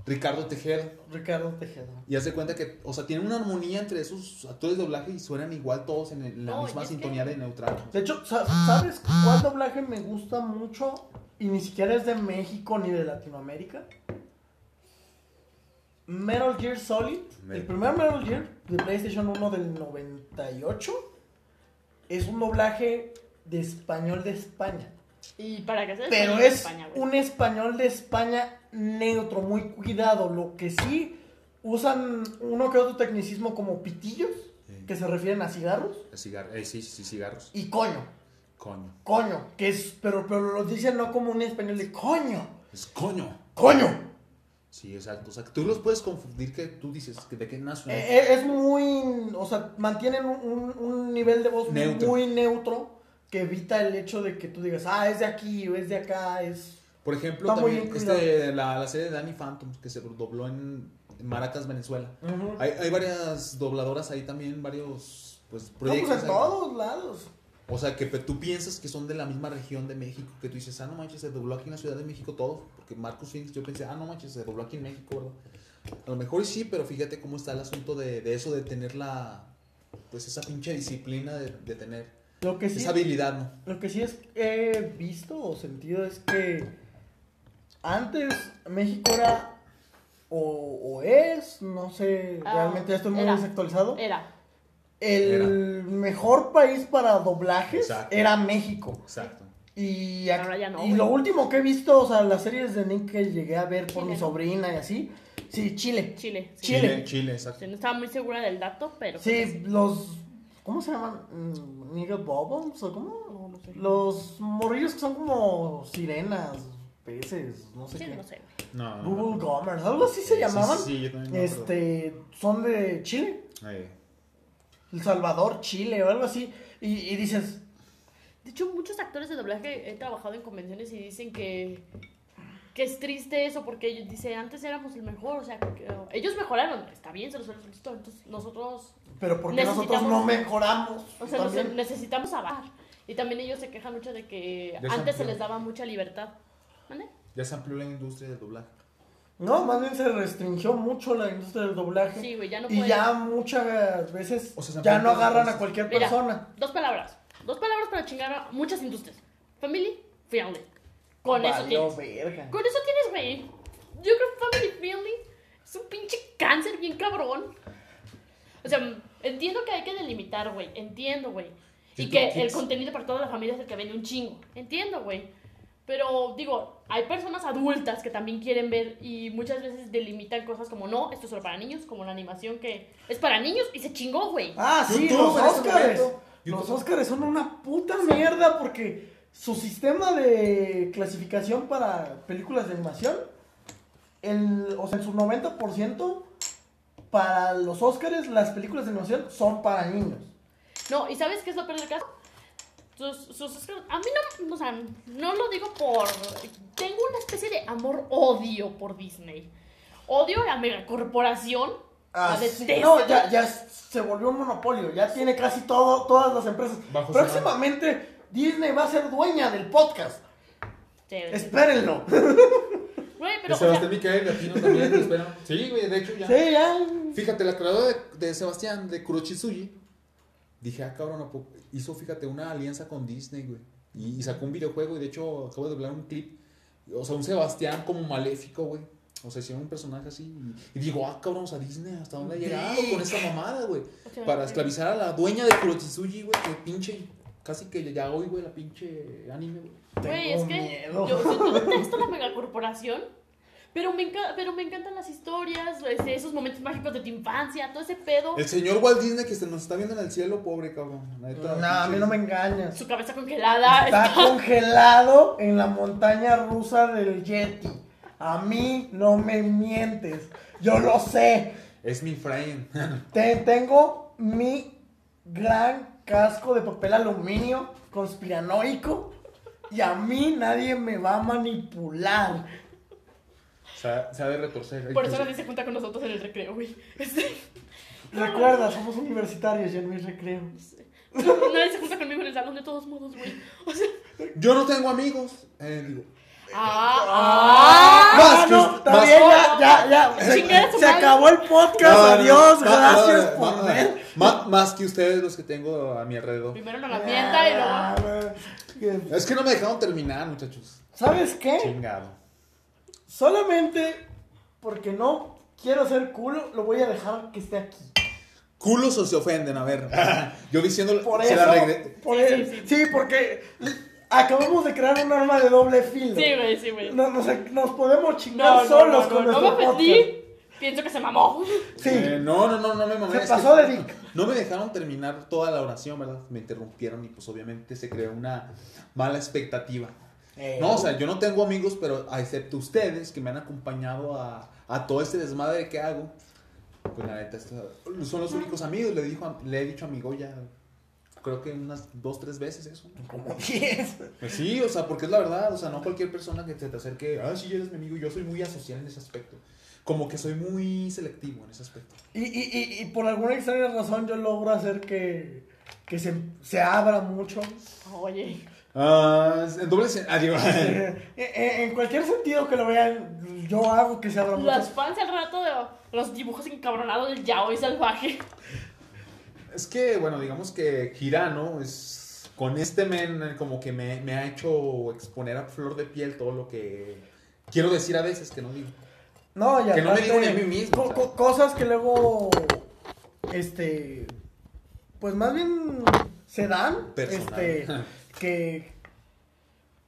Ricardo Tejeda. Ricardo Tejeda. Y hace cuenta que, o sea, tienen una armonía entre esos actores de doblaje y suenan igual todos en, el- en la No, y misma es que- sintonía de neutral. De hecho, sa- ¿sabes cuál doblaje me gusta mucho? Y ni siquiera es de México ni de Latinoamérica. Metal Gear Solid. El primer Metal Gear de PlayStation 1 del 98 es un doblaje de español de España. Y para que sea Pero español en es España, güey. un español de España neutro, muy cuidado. Lo que sí usan uno que otro tecnicismo como pitillos, Sí. que se refieren a cigarros, Cigar eh, sí, sí, cigarros. y coño. Coño. coño, que es, pero, pero lo dicen no como un español de coño, Es coño. coño. Sí, exacto. O sea, tú los puedes confundir que tú dices que de qué Eh, nacionalidad. eh, es muy, o sea, mantienen un, un- un nivel de voz Neutro. muy neutro que evita el hecho de que tú digas, ah, es de aquí o es de acá, es... Por ejemplo, Está muy también bien cuidado. este, la, la serie de Danny Phantom que se dobló en Maracas, Venezuela. Ujú. Hay, hay varias dobladoras ahí también, varios pues, No, pues proyectos. en ahí. todos lados. O sea, que pe- tú piensas que son de la misma región de México, que tú dices, ah, no manches, se dobló aquí en la Ciudad de México todo. Porque Marcus Phoenix, yo pensé, ah, no manches, se dobló aquí en México, ¿verdad? A lo mejor sí, pero fíjate cómo está el asunto de, de eso, de tener la. Pues esa pinche disciplina de, de tener. Lo que sí, Esa habilidad, ¿no? lo que sí es que he visto o sentido es que antes México era... O, o es, no sé, Ah, realmente ya estoy muy era. desactualizado. Era. El mejor país para doblajes Exacto. era México. Exacto. Y, ac- Ahora ya no, y güey. lo último que he visto, o sea, las series de Nick que llegué a ver por Chile, mi ¿no? sobrina y así. Sí, Chile. Chile. sí. Chile. Chile, exacto. Sí, no estaba muy segura del dato, pero. pues, Sí, los. ¿Cómo se llaman? Mm, ¿Nigga Bobboms? ¿O No, cómo? no sé. Los morrillos que son como sirenas, peces, no sé Sí, qué. no sé. güey. No, no, no. Google Gomers, algo así se Eh, Sí, sí, llamaban. sí, yo también me acuerdo. este, son de Chile. Eh, El Salvador, Chile o algo así. Y, y dices, De hecho, muchos actores de doblaje he trabajado en convenciones y dicen que, que es triste eso porque ellos dicen, antes éramos el mejor, o sea, que- ellos mejoraron, está bien, se los solicitó, entonces nosotros Pero porque nosotros Necesitamos- no mejoramos. O sea, también? nos- necesitamos avanzar. Y también ellos se quejan mucho de que De esa- antes se les daba mucha libertad. ¿Vale? Ya se amplió la industria del doblaje. No, más bien se restringió mucho la industria del doblaje. Sí, güey, ya no y puede- ya muchas veces O sea, se ya no apunta- agarran a cualquier Mira, persona. dos palabras. Dos palabras para chingar a muchas industrias. Family, friendly. Con eso Valió tienes. verga. Con eso tienes, güey. Yo creo que family friendly es un pinche cáncer bien cabrón. O sea, entiendo que hay que delimitar, güey. Entiendo, güey. Sí, y tú que el quieres- contenido para toda la familia es el que vende un chingo. Entiendo, güey. Pero digo, hay personas adultas que también quieren ver y muchas veces delimitan cosas como no, esto es solo para niños, como la animación que es para niños y se chingó, güey. Ah, sí, YouTube, los en ese Óscares. momento, Los YouTube. Óscares son una puta mierda porque su sistema de clasificación para películas de animación, el, o sea, en su 90%, para los Óscares las películas de animación son para niños. No, ¿y sabes qué es lo peor del caso? Sus, sus Oscars- a mí no, o sea, no lo digo por... Tengo una especie de amor-odio por Disney. Odio la megacorporación. Ah, la sí. detesto. No, ya, ya es- se volvió un monopolio, ya tiene casi todo, todas las empresas. Bajo su Próximamente Disney va a ser dueña del podcast. Sí, Espérenlo. Güey, pero, De o sea, Este, Sebastián Micael, Latino también, te esperan. Sí, güey, de hecho ya. Sí, ya. Fíjate, la creadora de, de Sebastián, de Kurochitsuji, dije, ah, cabrón, ¿a poco? hizo, fíjate, una alianza con Disney, güey. Y, y sacó un videojuego, y de hecho acabo de hablar un clip. O sea, un Sebastián como maléfico, güey. O sea, hicieron un personaje así. Y, y digo, ah, cabrón, o sea, Disney, ¿hasta dónde ha llegado con esta mamada, güey? Ok. Para esclavizar a la dueña de Kurochitsuji, güey, que pinche. Casi que ya hoy, güey, la pinche anime, güey. güey, es Tengo que miedo. yo, yo detesto la megacorporación, pero me, enca- pero me encantan las historias, este, esos momentos mágicos de tu infancia, todo ese pedo, El señor Walt Disney que se nos está viendo en el cielo, pobre cabrón. La neta, No, a mí pinche- no me engañas. su Ah, cabeza congelada. Está congelado en la montaña rusa del Yeti. A mí no me mientes. Yo lo sé. Es mi friend. Te- tengo mi gran casco de papel aluminio conspiranoico. Y a mí nadie me va a manipular. Sa- Sabe retorcer. Por eso nadie se junta con nosotros en el recreo, güey. Este, Recuerda, somos universitarios y en mi recreo. nadie se junta conmigo en el salón de todos modos, güey. O sea, Yo no tengo amigos. Eh, digo, Ah, ah. Ah, Más no, que- está más- bien, ya, ya, ya. Chingar a Se, su se madre. acabó el podcast, no, no, no, adiós, no, no, gracias no, no, por no, ver. Más, más que ustedes los que tengo a mi alrededor. Primero no la mienta y Ah, luego. luego. Es que no me dejaron terminar, muchachos. ¿Sabes qué? Chingado. Solamente porque no quiero ser culo, lo voy a dejar que esté aquí. Culos o se ofenden, a ver. Yo diciendo. Por se eso. la regre- por Sí, sí, el- sí. sí, porque acabamos de crear un arma de doble filo. Sí, güey, sí, güey. No- Nos, nos podemos No, chingar no, solos no, con no, no me nuestro podcast. ofendí. Pienso que se mamó. Sí. Eh, no, no, no, no me mamé. Se Es pasó de Dick. No me dejaron terminar toda la oración, ¿verdad? Me interrumpieron y pues obviamente se creó una mala expectativa. Eh. No, o sea, yo no tengo amigos, pero a excepto ustedes que me han acompañado a, a todo este desmadre que hago, pues la neta, esto- son los únicos amigos. Le, dijo a- le he dicho a mi Goya, creo que unas dos, tres veces eso. Como 10. Pues sí, o sea, porque es la verdad, o sea, no cualquier persona que se te acerque, ah, sí, eres mi amigo, yo soy muy asocial en ese aspecto. Como que soy muy selectivo en ese aspecto. Y, y, y, y por alguna extraña razón yo logro hacer que, que se, se abra mucho. Oye, Ah, en doble sen- ah, digo, Eh, eh, en cualquier sentido que lo vean, yo hago que se abra mucho. las fans al rato de los dibujos encabronados del yaoi salvaje. es que, bueno, digamos que Girano es con este men como que me, me ha hecho exponer a flor de piel todo lo que quiero decir a veces que no digo. No, ya. Que no me digo ni a mí mismo, o sea. cosas que luego, este, pues más bien se dan, Personal. este, que,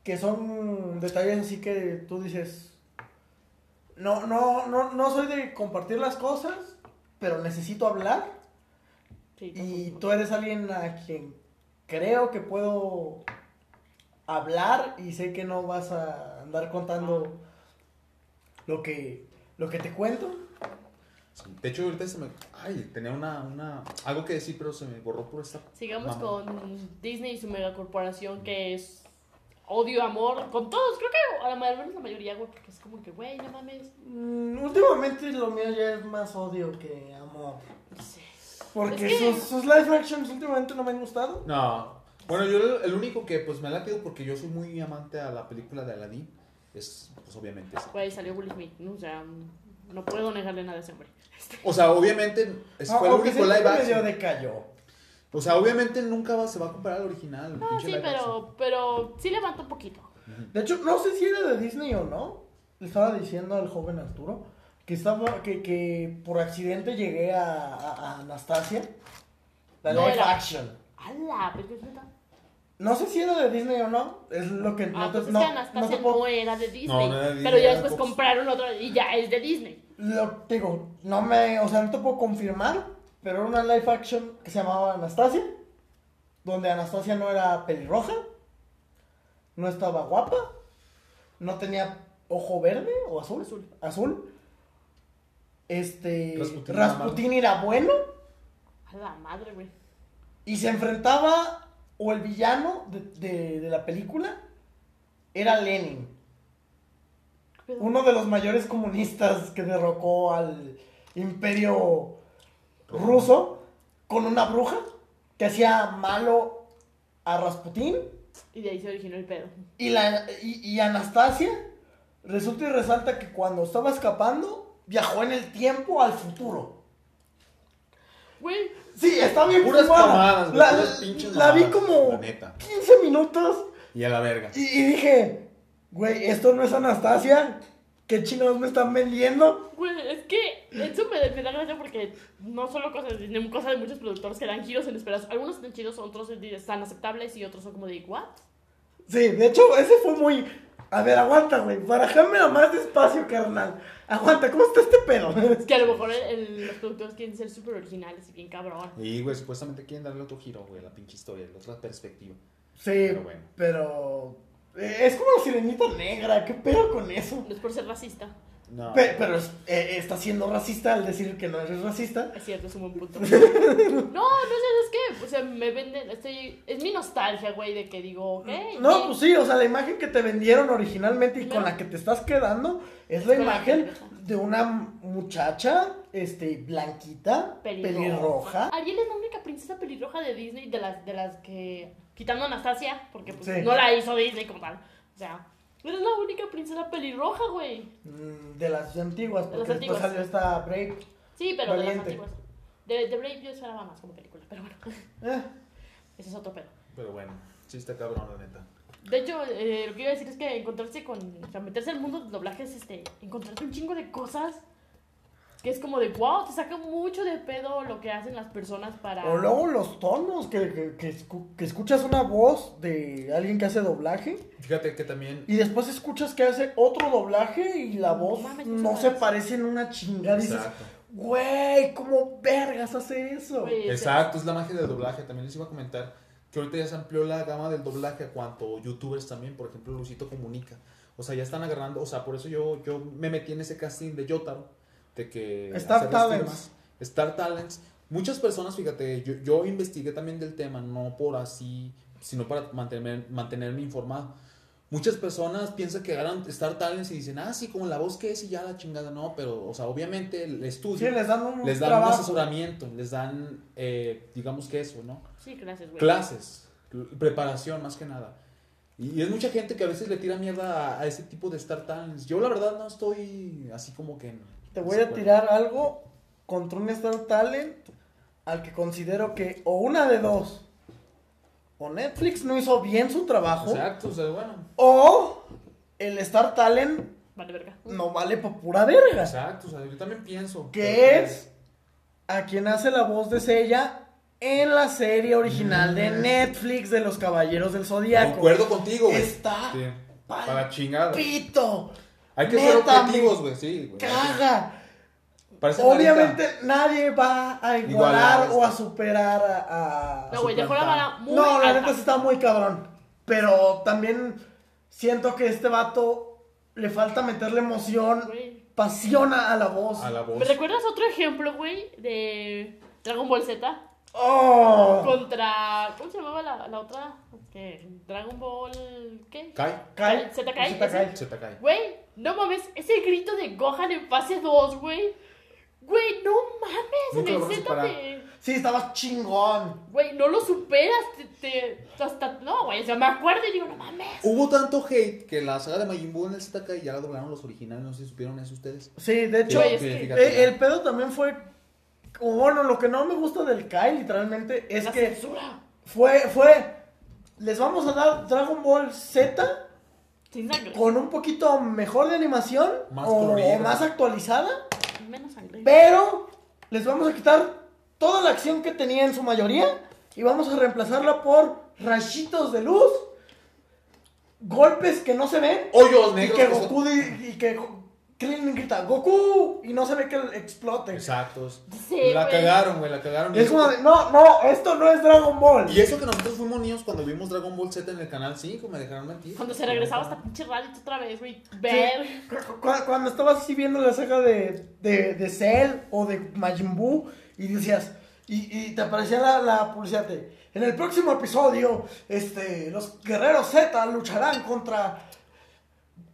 que son detalles así que tú dices, no, no, no, no soy de compartir las cosas, pero necesito hablar Sí, y tú eres alguien a quien creo que puedo hablar y sé que no vas a andar contando lo que, lo que te cuento. Sí, De hecho, ahorita se me. Ay, tenía una, una. Algo que decir, pero se me borró por esta. Sigamos mamá. con Disney y su megacorporación que es odio, amor, con todos. Creo que a la, al menos la mayoría, güey, porque es como que, güey, no mames. Mm, últimamente lo mío ya es más odio que amor. No sé. Porque Es que- sus, sus live actions últimamente no me han gustado. No. Bueno, yo el- el único que pues me la pido porque yo soy muy amante a la película de Aladdin. Es, pues obviamente. esa. Güey, salió Will Smith. ¿no? O sea, no puedo negarle nada a ese hombre. O sea, obviamente. Es, fue el Aunque siento único live que Ah, medio action. decayó. O sea, obviamente nunca va, se va a comparar al original. el No, Ah, pinche sí, live action. pero, pero sí levantó un poquito. De hecho, no sé si era de Disney o no. Le estaba diciendo al joven Arturo que estaba que, que por accidente llegué a, a- a Anastasia. La No live era. action. ¡Hala! Pero es neta. No sé si era de Disney o no. Es lo que Ah, no pues te, es no, que no te Anastasia no, puedo- era de Disney. No, no era de pero Disney, ya era después Fox. compraron otra y ya es de Disney. Lo te digo, no me, o sea, no te puedo confirmar, pero era una live action que se llamaba Anastasia, donde Anastasia no era pelirroja, no estaba guapa, no tenía ojo verde o azul, azul, Este Rasputín Rasputin, era era bueno A la madre, güey. y se enfrentaba o el villano de, de- de la película era Lenin, ¿Qué pedo? uno de los mayores comunistas que derrocó al imperio ruso con una bruja que hacía malo a Rasputín Y de ahí se originó el pedo. y, la, y, y Anastasia resulta y resalta que cuando estaba escapando viajó en el tiempo al futuro. Güey, Sí, está bien Puras fumada. mamadas, güey, La, puras pinches la vi mamadas, como la neta. 15 minutos Y a la verga. y, y dije, güey, esto no es Anastasia, ¿qué chingados me están vendiendo? Güey, es que eso me, me da gracia porque no solo cosas de Disney, cosas de muchos productores que dan giros inesperados. Algunos están chidos, otros están aceptables y otros son como de, ¿what? Sí, de hecho, ese fue muy. A ver, aguanta, güey. Barajámela más despacio, carnal. Aguanta, ¿cómo está este pedo? Es que a lo mejor el- el- los productores quieren ser súper originales y bien cabrón. Y, güey, supuestamente quieren darle otro giro, güey, a la pinche historia, la otra perspectiva. Sí, Pero bueno. pero. eh, es como la sirenita negra. ¿Qué pedo con eso? No es por ser racista, No. Pe- pero es- eh, está siendo racista al decir que no eres racista. es cierto, es un buen punto. No, no sé, es que, o sea, me venden, estoy, es mi nostalgia, güey, de que digo, ok. No, sí, pues sí, o sea, la imagen que te vendieron originalmente y con No. la que te estás quedando es la Con la que imagen te quedas. de una muchacha, este, blanquita, pelirroja. Ariel es la única princesa pelirroja de Disney de las, de las que. Quitando a Anastasia, porque pues Sí. no la hizo Disney como tal. O sea, eres la única princesa pelirroja, güey. Mm, De las antiguas, De porque las después antiguas. salió esta Brave. Sí, pero Valiente. de las antiguas. De, de Brave yo esperaba más como película, pero bueno, Eh. ese es otro pedo. Pero bueno, sí está cabrón, la neta. De hecho, eh, lo que iba a decir es que encontrarse con. O sea, meterse al mundo del doblaje es este. Encontrarte un chingo de cosas. Que es como de wow, te saca mucho de pedo lo que hacen las personas para. O luego los tonos, que, que- que escu- que escuchas una voz de alguien que hace doblaje Fíjate que también. y después escuchas que hace otro doblaje y la No voz mames, no se no se parece. parece en una chingada. Dices, Exacto. güey, ¿cómo vergas hace eso? Güey, este, Exacto, es la magia del doblaje. También les iba a comentar que ahorita ya se amplió la gama del doblaje a cuanto youtubers también, por ejemplo, Luisito Comunica. O sea, ya están agarrando, o sea, por eso yo, yo me metí en ese casting de Yotaro, de que... Star hacer las Talents. firmas. Star Talents. Muchas personas, fíjate, yo, yo investigué también del tema, no por así, sino para mantener, mantenerme informado. Muchas personas piensan que ganan Star Talents y dicen, ah, sí, como la voz que es y ya la chingada, no, pero, o sea, obviamente el Sí, estudio les dan un les dan un trabajo. asesoramiento, les dan, eh, digamos que eso, ¿no? Sí, gracias, güey. Clases, cl- preparación más que nada. Y, y es mucha gente que a veces le tira mierda a, a ese tipo de Star Talents. Yo la verdad no estoy así como que... en- Te en voy a desacuerdo. tirar algo contra un Star Talent al que considero que o una de dos, o Netflix no hizo bien su trabajo, Exacto, o sea, bueno. o el Star Talent Vale, verga. no vale por pura verga. Exacto, o sea, yo también pienso. que Pero- pues, es a quien hace la voz de Sella en la serie original de Netflix de los Caballeros del Zodiaco. Concuerdo contigo, güey. Está Sí, pal- Para chingada. pito, Hay que ser Neta, me objetivos, güey, sí. güey. caga. Parece Obviamente Marita. nadie va a Igualar igualar esto. o a superar a. a- No, güey, dejó la suplantar. vara muy. Ah, No, la alta. neta sí está muy cabrón. Pero también siento que este vato le falta meterle emoción Güey. apasiona a la voz. A la voz. ¿Me recuerdas otro ejemplo, güey? De Dragon Ball Z ¡Oh! contra. ¿Cómo se llamaba la, la otra? ¿Qué? Dragon Ball. ¿Qué? Kai. Kai. ¿Zeta Kai? Zeta Kai. Se te cae. Güey, no mames, ese grito de Gohan en fase 2, güey. Güey, no mames, Nunca en lo el vas a Z superar. de. Sí, estaba chingón. Güey, no lo superas, te, te- hasta, no, güey, o sea, me acuerdo y digo, no mames. Hubo tanto hate que la saga de Majin Buu en el ZK ya la doblaron los originales, no sé si supieron eso ustedes. Sí, de hecho, Güey, eh, es que- fíjate, el pedo también fue. o Bueno, lo que no me gusta del Kai, literalmente, es la que censura, fue, fue. Les vamos a dar Dragon Ball Z sin sangre, con un poquito mejor de animación Más o- colorida. o más actualizada. menos sangre. Pero les vamos a quitar toda la acción que tenía en su mayoría y vamos a reemplazarla por rayitos de luz, golpes que no se ven Hoyos y negros. que que son- Goku di- y que Go- Krillin grita Goku y no se ve que explote. Exactos. Sí, la güey. cagaron, güey, la cagaron. Y es como de, no, no, esto no es Dragon Ball. Y eso que nosotros fuimos niños cuando vimos Dragon Ball Z en el canal 5, me dejaron mentir. Cuando se regresaba hasta pinche Raditz otra vez, güey, ver. Cu- cu- cu- Cuando estabas así viendo la saga de, de, de Cell o de Majin Buu y decías, y, y te aparecía la, la publicidad de, en el próximo episodio, este, los guerreros Z lucharán contra,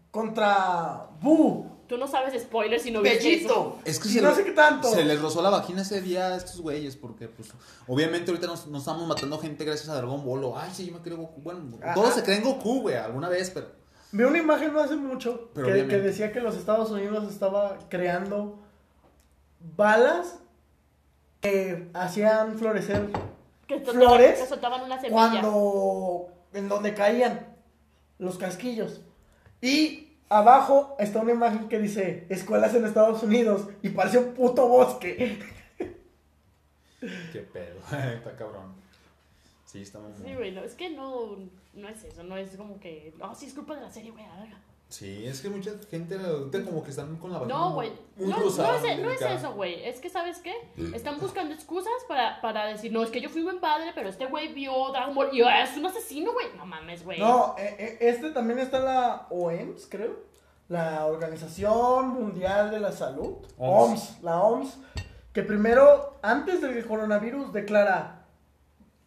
contra Buu, Tú no sabes spoilers si no ves eso. Bellito, Es que y se, no le- sé qué tanto. se les rozó la vagina ese día a estos güeyes, porque pues obviamente ahorita nos, nos estamos matando gente gracias a Dragon Ball. o, Ay, sí, yo me creo Goku. Bueno, Ajá. todos se creen Goku, güey, alguna vez, pero Vi una imagen no hace mucho Pero que, que obviamente. decía que los Estados Unidos estaba creando balas que hacían florecer Que soltaban- Flores, Que soltaban una semilla. cuando en donde caían los casquillos. Y abajo está una imagen que dice escuelas en Estados Unidos y parece un puto bosque. qué pedo, está cabrón. Sí, estamos Sí, güey, no, es que no, no es eso, no es como que, no, sí, es culpa de la serie, güey, a la verga. Sí, es que mucha gente ahorita como que están con la vagina No, güey. muy No, no cruzada, es, e- muy no es delicada. eso, güey. Es que, ¿sabes qué? Están buscando excusas para, para decir, no, es que yo fui buen padre, pero este güey vio Dragon Ball y ah, es un asesino, güey. No mames, güey. No, eh, eh, este también está la OMS, creo. La Organización Mundial de la Salud. OMS. OMS, la OMS. Que primero, antes del coronavirus, declara,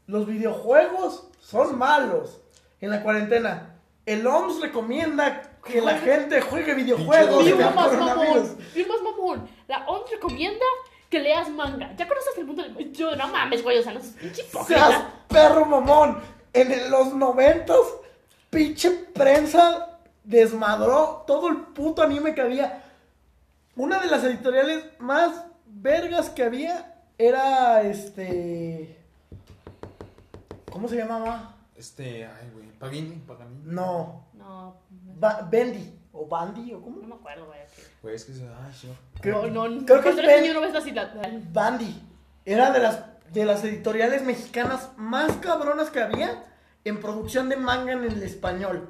los videojuegos son malos. En la cuarentena, el OMS recomienda que la gente juegue videojuegos. Pinche en el Firma más coronavirus. mamón. Firma más mamón. La OMS recomienda que leas manga. Ya conoces el mundo del. Yo, no mames, güey. O sea, no seas pinche Seas hipócrita. perro mamón. En el- los noventas, pinche prensa desmadró todo el puto anime que había. Una de las editoriales más vergas que había era este. ¿Cómo se llamaba? Este, ay, güey, Pagini, Pagani. No, No, Ba- Bendy. ¿O Bandy? ¿O no cómo? me acuerdo, güey. Güey, es que se, ay, señor. No, no, no. creo que es cuando eres Ben- niño no ves la ciudad. Ay, Bandy. Era de las, de las editoriales mexicanas más cabronas que había en producción de manga en el español.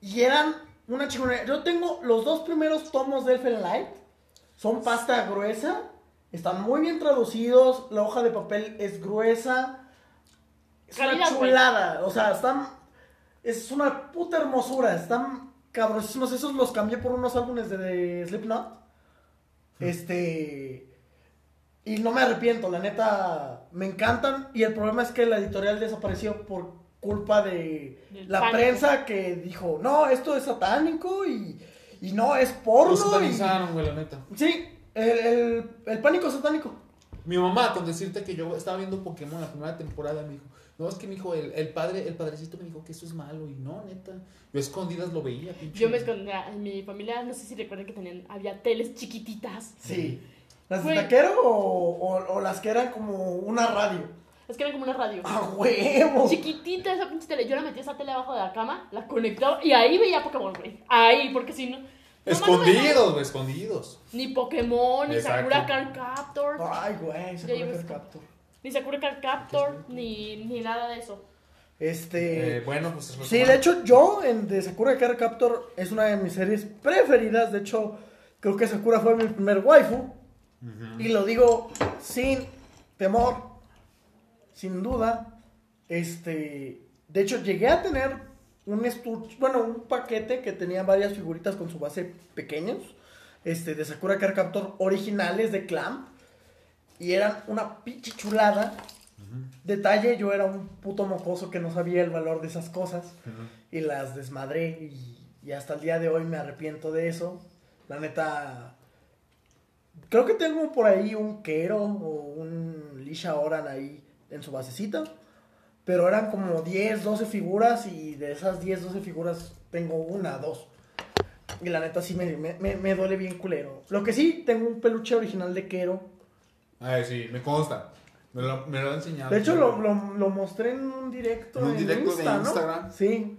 Y eran una chingonería. Yo tengo los dos primeros tomos de Elfen Light. Son pasta gruesa. Están muy bien traducidos. La hoja de papel es gruesa. Es una Calidad, güey. chulada. O sea, están. Es una puta hermosura. Están cabrosísimos. Esos los cambié por unos álbumes de, de Slipknot. Este. Y no me arrepiento, la neta, me encantan. Y el problema es que la editorial desapareció por culpa de Del la pánico. prensa que dijo, no, esto es satánico y, y no, es porno. Lo y- satanizaron, güey, la neta. Sí, el, el- el pánico satánico. Mi mamá, con decirte que yo estaba viendo Pokémon la primera temporada, me dijo, no, es que me dijo, el, el padre, el padrecito me dijo que eso es malo, y no, neta. Yo a escondidas lo veía, pinche. Yo me escondía. En mi familia, no sé si recuerdan que tenían. Había teles chiquititas. Sí. ¿Las de Güey. taquero o, o- o las que eran como una radio? Es que era como una radio. ¡A huevo! Chiquitita esa pinche tele. Yo la metí esa tele abajo de la cama, la conectaba y ahí veía Pokémon, güey. Ahí, porque si no. no mames, Escondidos, güey, escondidos. Ni Pokémon, ni Exacto. Sakura Card Captor. Ay, güey, se Ya puede iba a hacer escapar. captura. Ni Sakura Card Captor, ni, ni nada de eso. Este. Eh, bueno, pues es Sí, de hecho, yo en de Sakura Card Captor es una de mis series preferidas. De hecho, creo que Sakura fue mi primer waifu. Y lo digo sin temor, sin duda. Este. De hecho, llegué a tener un estuche, bueno, un paquete que tenía varias figuritas con su base pequeños. este, de Sakura Card Captor originales de Clamp. Y eran una pinche chulada. Detalle, yo era un puto mocoso que no sabía el valor de esas cosas. Y las desmadré. Y, y hasta el día de hoy me arrepiento de eso. La neta. Creo que tengo por ahí un Kero o un Lisha Oran ahí en su basecita. Pero eran como 10, 12 figuras y de esas 10, 12 figuras tengo una, dos. Y la neta sí me, me- me- me duele bien culero. Lo que sí, tengo un peluche original de Kero. Ay, sí, me consta. Me lo, me lo han enseñado. De hecho, lo, lo- lo mostré en un directo. En un directo de ¿no? Instagram. Sí,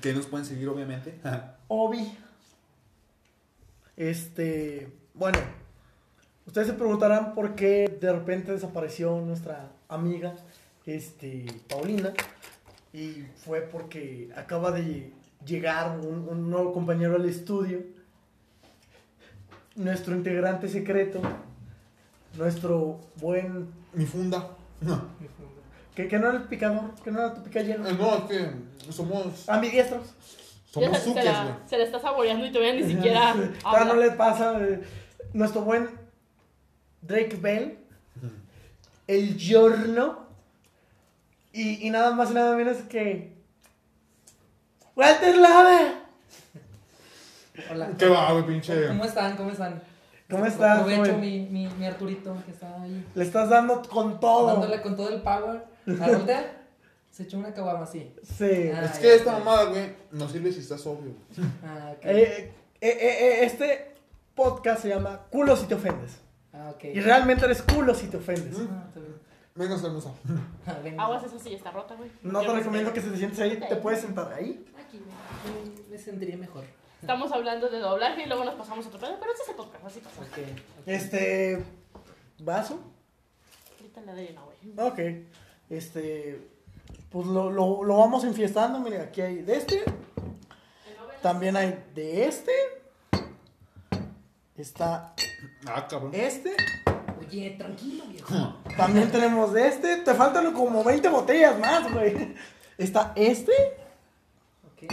Que nos pueden seguir, obviamente. Obi. Este, bueno, ustedes se preguntarán por qué de repente desapareció nuestra amiga, este, Paulina. Y fue porque acaba de llegar un, un nuevo compañero al estudio. Nuestro integrante secreto. Nuestro buen... Mi funda. No, Que, que no era el picador, que no era tu picayelo. no, es que somos. Ambidiestros. Ya Somos se, se suques, güey. la, se la está saboreando y todavía ni siquiera. Todavía habla. no le pasa. eh, Nuestro buen Drake Bell. El Giorno. Y, y nada más y nada menos que. ¡Walter Lave! Hola. ¿Qué va, güey, pinche? ¿Cómo están? ¿Cómo están? ¿Cómo estás, Aprovecho joven? mi, mi, mi Arturito que está ahí Le estás dando con todo. dándole con todo el power. Ahorita se echó una caguama así. Sí. Ah, Es ya, que esta ya. mamada, güey, no sirve si estás obvio. Ah, ok. Eh, eh, eh, eh, este podcast se llama Culo si te ofendes. Ah, ok. Y realmente eres culo si te ofendes. Ah, está bien. Venga, hermosa. Ah, venga. Aguas, esa silla está rota, güey. No te Yo- recomiendo que se te sientes ahí. Te puedes sentar ahí. Aquí, güey. Mm, Me sentiría mejor. Estamos hablando de doblaje y luego nos pasamos a otro pedo, pero este es el podcast, así pasa. Ok. ok. Este. Vaso. Ahorita la de no, güey. Ok. Este. Pues lo, lo, lo vamos enfiestando. Mire, aquí hay de este. También hay de este. Está Ah, cabrón. este. Oye, tranquilo, viejo. También tenemos de este. Te faltan como 20 botellas más, güey. Está este. Ok.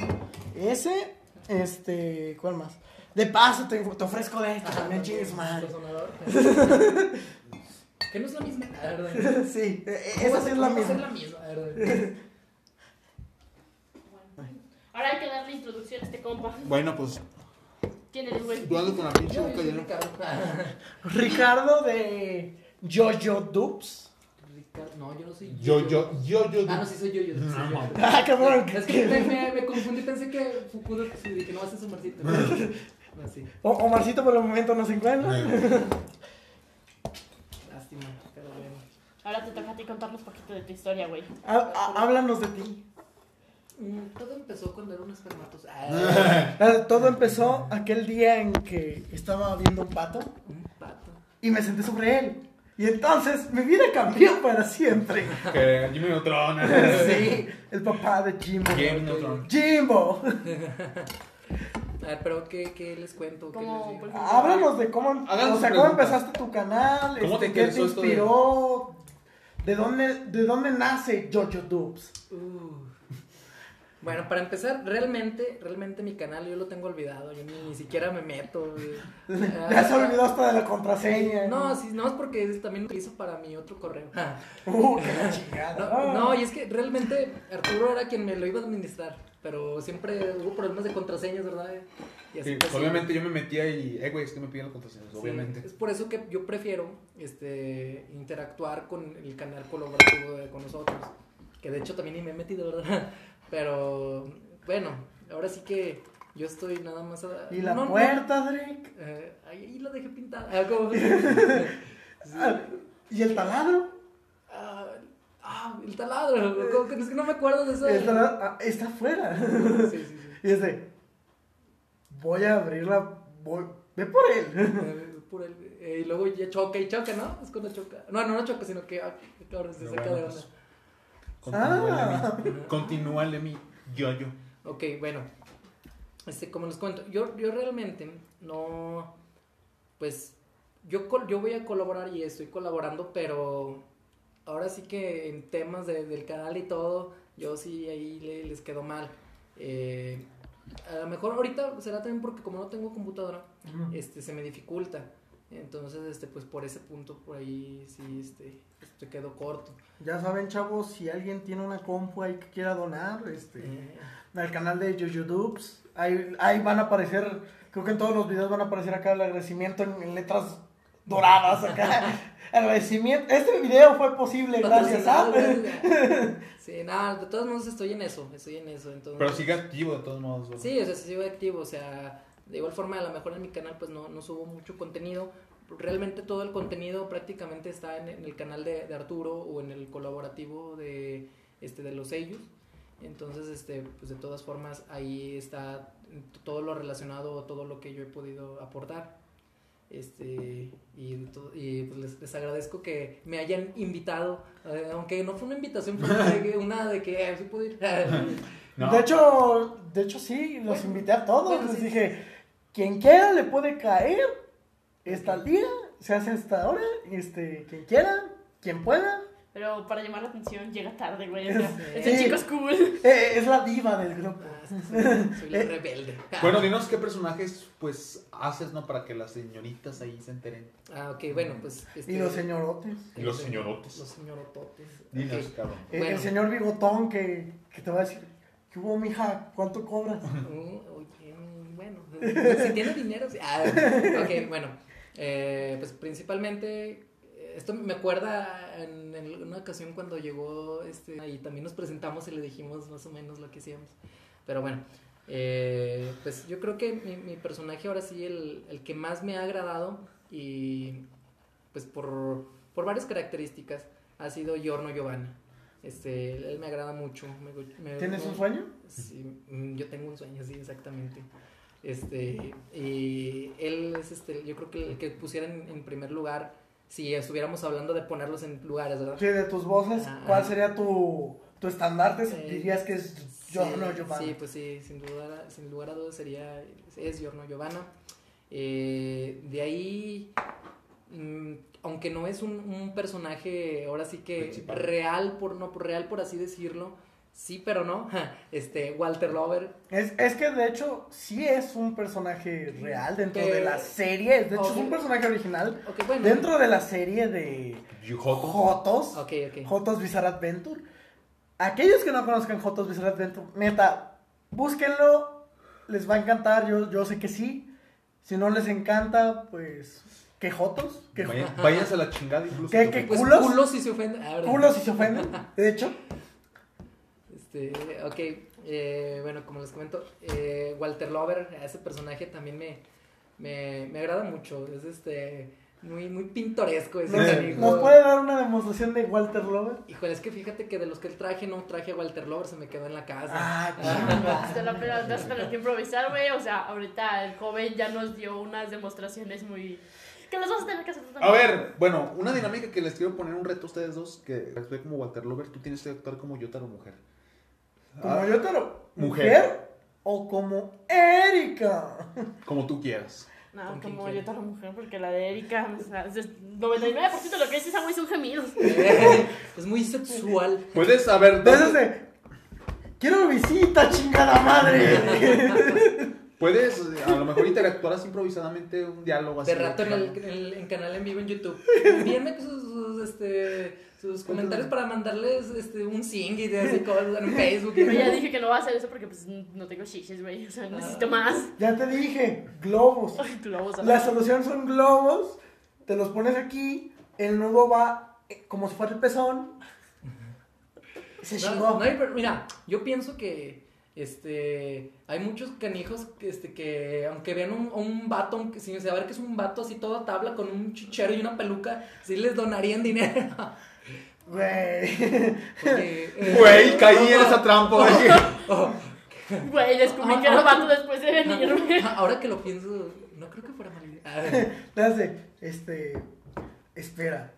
Ese. Este. ¿Cuál más? De paso, te, te ofrezco de este. Ah, También chingues madre. sonador. que no es la misma. Ah, verdad. Sí, e- e- esa sí es la ¿Cómo va a ser misma. la misma, verdad. Ahora hay que darle introducción a este compa. Bueno, pues, ¿Quién eres, güey? tú andas con la pinche Yo boca soy llena. Ricardo. Ah, Ricardo de Jojo Dupes. Ricardo. No, yo no soy Yo, yo, yo, yo. Ah, no, sí soy yo, yo. sí soy yo. Ah, cabrón. Es que me, me, me confundí, pensé que Fukuda, sí, dije, no, ese es Omarcito. No, Ah, sí, O- Omarcito por el momento no se encuentra. lástima, pero bueno. Ahora te toca a ti contarnos un poquito de tu historia, güey. Há- há- Háblanos de ti. Mm, Todo empezó cuando era un espermatozo. Ah, Eh, Todo empezó aquel día en que estaba viendo un pato un pato. y me senté sobre él. Y entonces mi vida cambió para siempre. Que Jimmy Neutron. Sí, el papá de Jimbo. Jimmy Neutron. Jimbo. A ver, Ah, pero ¿qué, qué les cuento? ¿Qué Como, les por digo? ejemplo, Háblanos de cómo, Háganos o sea, cómo preguntas. empezaste tu canal, ¿Cómo este, te qué te interesó esto de- inspiró, de dónde, de dónde nace Jojo Dubs. Uh. Bueno, para empezar, realmente, realmente mi canal yo lo tengo olvidado. Yo ni, ni siquiera me meto. güey. Ah, Ya se olvidó hasta de la contraseña. No, sí, no, es porque también lo utilizo para mi otro correo. Ah. Uh, qué la chingada. No, no, y es que realmente Arturo era quien me lo iba a administrar, pero siempre hubo problemas de contraseñas, ¿verdad? Y así pues, sí. obviamente yo me metía y, eh, güey, es que me pidieron las contraseñas, Sí, obviamente. Es por eso que yo prefiero este, interactuar con el canal colaborativo de- con nosotros, que de hecho también ni me he metido, ¿verdad? Pero bueno, ahora sí que yo estoy nada más... a- Y la no, no, puerta, Drake. eh, ahí, ahí lo dejé pintada. Ah, ¿cómo? Sí. Ah, ¿Y el taladro? Ah, ah, el taladro. ¿cómo que- Es que no me acuerdo de eso. El taladro ah, está afuera. Sí, sí, sí. Y dice, voy a abrirla, voy, ve por él. Eh, por el- eh, y luego ya choca y choca, ¿no? Es cuando choca. No, no, no choca, sino que ah, cabrón, se Pero saca de bueno, onda. Ah. Continúale mi. Continúale mi. Yo, yo. Ok, bueno. Este, como les cuento, yo, yo realmente no. Pues yo, col- yo voy a colaborar y estoy colaborando, pero ahora sí que en temas de- del canal y todo, yo sí ahí le- les quedó mal. Eh, a lo mejor ahorita será también porque como no tengo computadora, este, se me dificulta. Entonces, este, pues por ese punto, por ahí sí, este, este quedó corto. Ya saben, chavos, si alguien tiene una compu ahí que quiera donar, este, Eh, al canal de Jujudubs, ahí, ahí van a aparecer, creo que en todos los videos van a aparecer acá el agradecimiento en, en letras doradas acá. agradecimiento. Este video fue posible gracias ¿ah? a. Patrocinado, Sí, nada, de todos modos estoy en eso, estoy en eso. Entonces, Pero sigue activo de todos modos. güey. Sí, o sea, sí sigo activo, o sea, de igual forma a lo mejor en mi canal pues no, no subo mucho contenido. Realmente todo el contenido prácticamente está en, en el canal de, de Arturo o en el colaborativo de, este, de los sellos. Entonces, este, pues de todas formas ahí está todo lo relacionado, todo lo que yo he podido aportar. Este, y, to- y, pues, les, les agradezco que me hayan invitado, eh, aunque no fue una invitación, fue una de que, una de que eh, sí puedo ir. No. De hecho, de hecho sí, los Bueno, invité a todos, bueno, les sí. dije, quien quiera le puede caer esta día, se hace esta hora, este, quien quiera, quien pueda. Pero para llamar la atención llega tarde, güey. o sea, Sí. Este chico es cool. Eh, es la diva del grupo. Ah, es que soy, soy Eh, la rebelde. Bueno, dinos qué personajes pues haces, ¿no? Para que las señoritas ahí se enteren. Ah, ok, bueno, pues. este- Y los señorotes. Y los señorotes. Los señorototes. Dinos, Ok. cabrón. Eh, El- Bueno. El señor bigotón que, que te va a decir, ¿qué hubo, mija? ¿Cuánto cobras? Mm, oye, mm, bueno, si tiene dinero. sí. Ah, ok, bueno. eh, pues principalmente. eh, Esto me acuerda en, en una ocasión cuando llegó este y también nos presentamos y le dijimos más o menos lo que hacíamos. Pero bueno, eh, pues yo creo que mi, mi personaje ahora sí, el, el que más me ha agradado y pues por, por varias características ha sido Giorno Giovanni. Este, él me agrada mucho. me gu- me- ¿Tienes me- un sueño? Sí, mm, yo tengo un sueño, sí, exactamente. Este, y él es este, yo creo que el que pusieran en, en primer lugar, si estuviéramos hablando de ponerlos en lugares, ¿verdad? Sí, de tus voces, Ah. ¿cuál sería tu, tu estandarte? Si Eh, dirías que es yo, Sí, no, Giovanni. Sí, pues sí, sin, duda, sin lugar a dudas sería, es Giorno Giovanna. Eh, de ahí, mm, aunque no es un, un personaje ahora sí que Principal. real, por, no, por real por así decirlo, sí pero no, este, Walter Lover, Es, es que de hecho sí es un personaje real dentro Pero- de la serie. De hecho, Eh, Ok. es un personaje original ok, bueno. dentro de la serie de Yujoto. Jotos. Ok, ok. Jotos Bizarre Adventure. Aquellos que no conozcan Jotos Bizarre Adventure, neta, búsquenlo. Les va a encantar. Yo, yo sé que sí. Si no les encanta, pues. Que Jotos. Que Vayan- Váyanse a la chingada incluso. ¿Qué- qué- Pues ¿Culos? culos, si se ofenden. Ah, ¿verdad? culos si se ofenden. De hecho, Este, ok, eh, bueno, como les comento, eh, Walter Lover, a ese personaje también me, me, me agrada mucho. Es este muy, muy pintoresco ese ¿nos, canijo. nos puede dar una demostración de Walter Lover? Híjole, es que fíjate que de los que él traje, no traje a Walter Lover, se me quedó en la casa. Ah, chingada. Hasta la pelota, hasta la que improvisar, güey. O sea, ahorita el joven ya nos dio unas demostraciones muy. Que las vas a tener que hacer tú A también. ver, bueno, una dinámica que les quiero poner un reto a ustedes dos, que actúe como Walter Lover, tú tienes que actuar como Yotaro mujer. Como Ah, yo te lo. Mujer. ¿Mujer? O como Erika. Como tú quieras. No, ¿Con quién como yo quieres? toda la mujer, porque la de Erika. O sea, es- 99% de lo que dice esa güey son gemidos. es muy sexual. Puedes saber De esas dónde, de. este, Quiero visita, chingada madre. puedes eh, a lo mejor interactuar así improvisadamente un diálogo así. De rato en el, en el- en canal en vivo en YouTube. Envíenme sus, sus, este, sus comentarios para mandarles este, un sing y de así cosas en Facebook. Pero ya dije que no va a hacer eso porque pues no tengo chiches, güey. O Ah. sea, necesito más. ya te dije, globos. Ay, globos. a ver. La solución son globos. Te los pones aquí. El nudo va eh, como si fuera el pezón. Se No, chingó. no hay per- mira, yo pienso que este hay muchos canijos que, este, que aunque vean un, un vato, aunque, sin saber que es un vato así toda tabla con un chichero y una peluca, sí les donarían dinero. Güey. Porque, eh, Güey, caí en ojo, esa trampa, güey. ojo. Güey, descubrí Ah. que era vato después de venirme. Ahora que lo pienso, no creo que fuera mala idea. Ah, Te hace, este. Espera.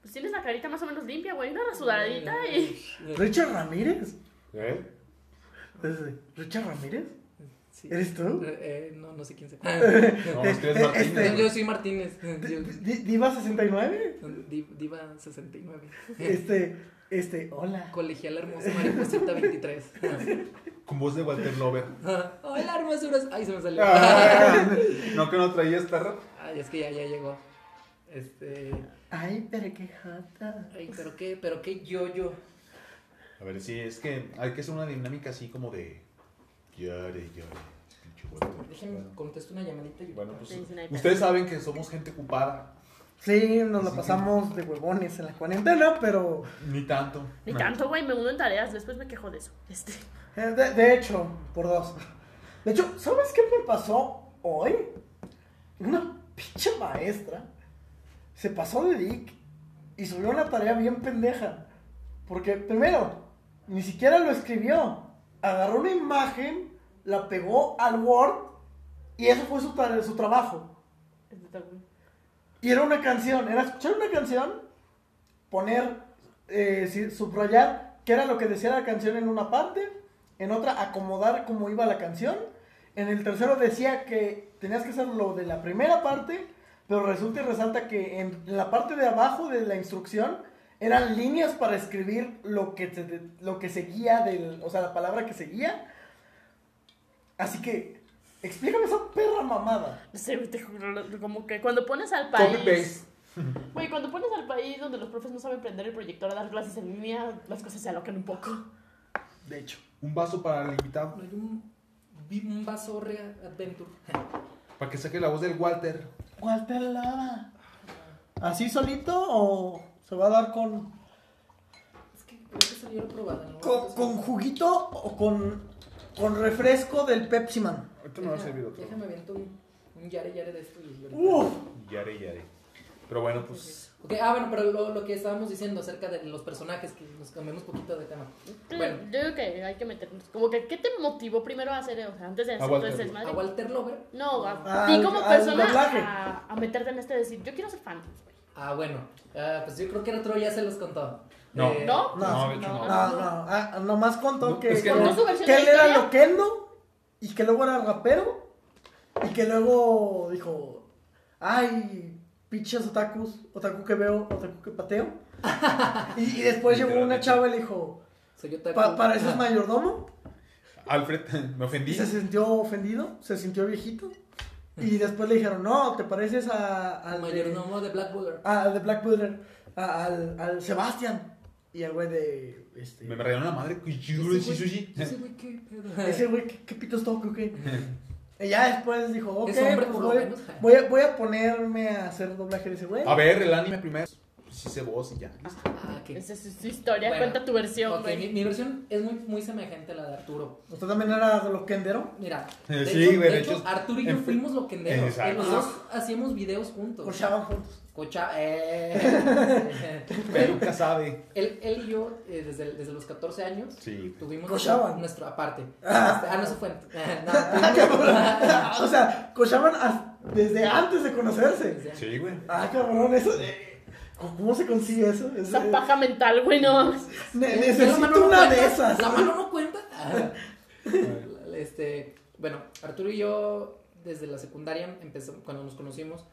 Pues tienes la carita más o menos limpia, güey. Una rasuradita Eh, y. ¿Richard Ramírez? ¿Eh? Te hace, ¿Richard Ramírez? Sí. ¿Eres tú? Eh, no, no sé quién sea. No, es que eres Martínez, Este- güey. Yo soy Martínez. Yo- Di- di- Diva 69? Di- Diva 69. Este. Este, hola. Colegial hermosa mariposita 23. Con voz de Walter Lover. Ah, Hola, hermosuras. Ay, se me salió. Ah. no que no traía esta rap. Ay, es que ya, ya llegó. Este. Ay, pero qué jata. Ay, pero qué, pero qué yo-yo. A ver, sí, es que hay que hacer una dinámica así como de. Llore, llore. Pinche Walter. Déjenme contesto una llamadita. y- Bueno, pues. Sí, sí, no hay pedo. Ustedes saben que somos gente ocupada. Sí, nos la pasamos de huevones en la cuarentena, pero Ni tanto. Ni Ah. tanto, güey, me uno en tareas, después me quejo de eso. Este, eh, de, de hecho, por dos. De hecho, ¿sabes qué me pasó hoy? Una pinche maestra se pasó de dick y subió una tarea bien pendeja. Porque, primero, ni siquiera lo escribió. Agarró una imagen, la pegó al Word y eso fue su, tare- su trabajo. este está bueno. Y era una canción, era escuchar una canción, poner, eh, sí, subrayar qué era lo que decía la canción en una parte, en otra acomodar cómo iba la canción, en el tercero decía que tenías que hacer lo de la primera parte, pero resulta y resalta que en la parte de abajo de la instrucción eran líneas para escribir lo que, te- lo que seguía, del, o sea, la palabra que seguía. Así que, explícame esa perra mamada. No sé, güey, te juro, lo- como que cuando pones al país. Copy-paste. Güey, cuando pones al país donde los profes no saben prender el proyector a dar clases en línea, las cosas se alocan un poco. De hecho. Un vaso para el invitado. No, yo un- vi un vaso Rea Adventure. Para que saque la voz del Walter. Walter Lava. ¿Así solito o se va a dar con, Es que creo que salió aprobada, ¿no? con, con juguito o con, con refresco del Pepsi Man? Ahorita me va a servir otro. Déjame aviento un, un yare yare de esto y ahorita- Uf. Yare, yare. Pero bueno, pues. Ok, ah, bueno, pero lo, lo que estábamos diciendo acerca de los personajes, que nos cambiamos poquito de tema. Bueno, Yo digo que hay que meternos. Como que, ¿qué te motivó primero a hacer, o sea, antes de hacer todo Walter, ese a desmadre? Walter Lover. No, a Ah, Al- ti como al persona doblaje. a, a meterte en este decir, yo quiero ser fan. güey. Ah, bueno, ah, pues yo creo que el otro ya se los contó. No. Eh, ¿No? No, de hecho no, no. no. Ah, nomás contó No, que, es que que, no. ¿Contó su versión que de él la era historia? loquendo y que luego era rapero y que luego dijo, ay, pinches otakus, otaku que veo, otaku que pateo. y, y después llegó una chava y le dijo, Soy otaku. "Pa- para eso es Ah, mayordomo. Alfred, me Y ofendí. se sintió ofendido, se sintió viejito. Y después le dijeron, no, te pareces a, al de- Mayordomo de Black Booger. a- al de Black Builder, a- al, al Sebastián. Y el güey de... Este, Me rayaron la madre. Kuchiguro Ese Shisuji. güey- ese güey, qué pedo. ese güey, ¿qué, qué pitos toca o qué? Y ya después dijo, ok, Es hombre, pues por lo voy, menos. voy a, voy a ponerme a hacer doblaje de ese güey. A ver, el anime primero. Pues hice voz y ya. Ah, ok. Esa es su historia, Bueno, cuenta tu versión, ok, güey. mi, mi versión es muy, muy semejante a la de Arturo. ¿Usted también era loquendero? Mira, Eh, de, sí, hecho, güey, de de hecho, hecho, Arturo y yo en- fuimos loquenderos. Exacto. Los dos hacíamos videos juntos. Cochaban juntos. Cocha. eh. Peluca sabe. él, él y yo, eh, desde, desde los 14 años, Sí. tuvimos Cochaban. nuestro aparte. Ah. Este, Ah, no se fue. No, o sea, cochaban as- desde antes de conocerse. tuvimos- Sí, güey. Ah, cabrón, eso... eh, ¿Cómo se consigue eso? Es- Esa eh, paja mental, güey, no. ne- La mano necesito Eh, no una de cuenta, esas. La mano no cuenta. este, bueno, Arturo y yo desde la secundaria empezamos, cuando nos conocimos,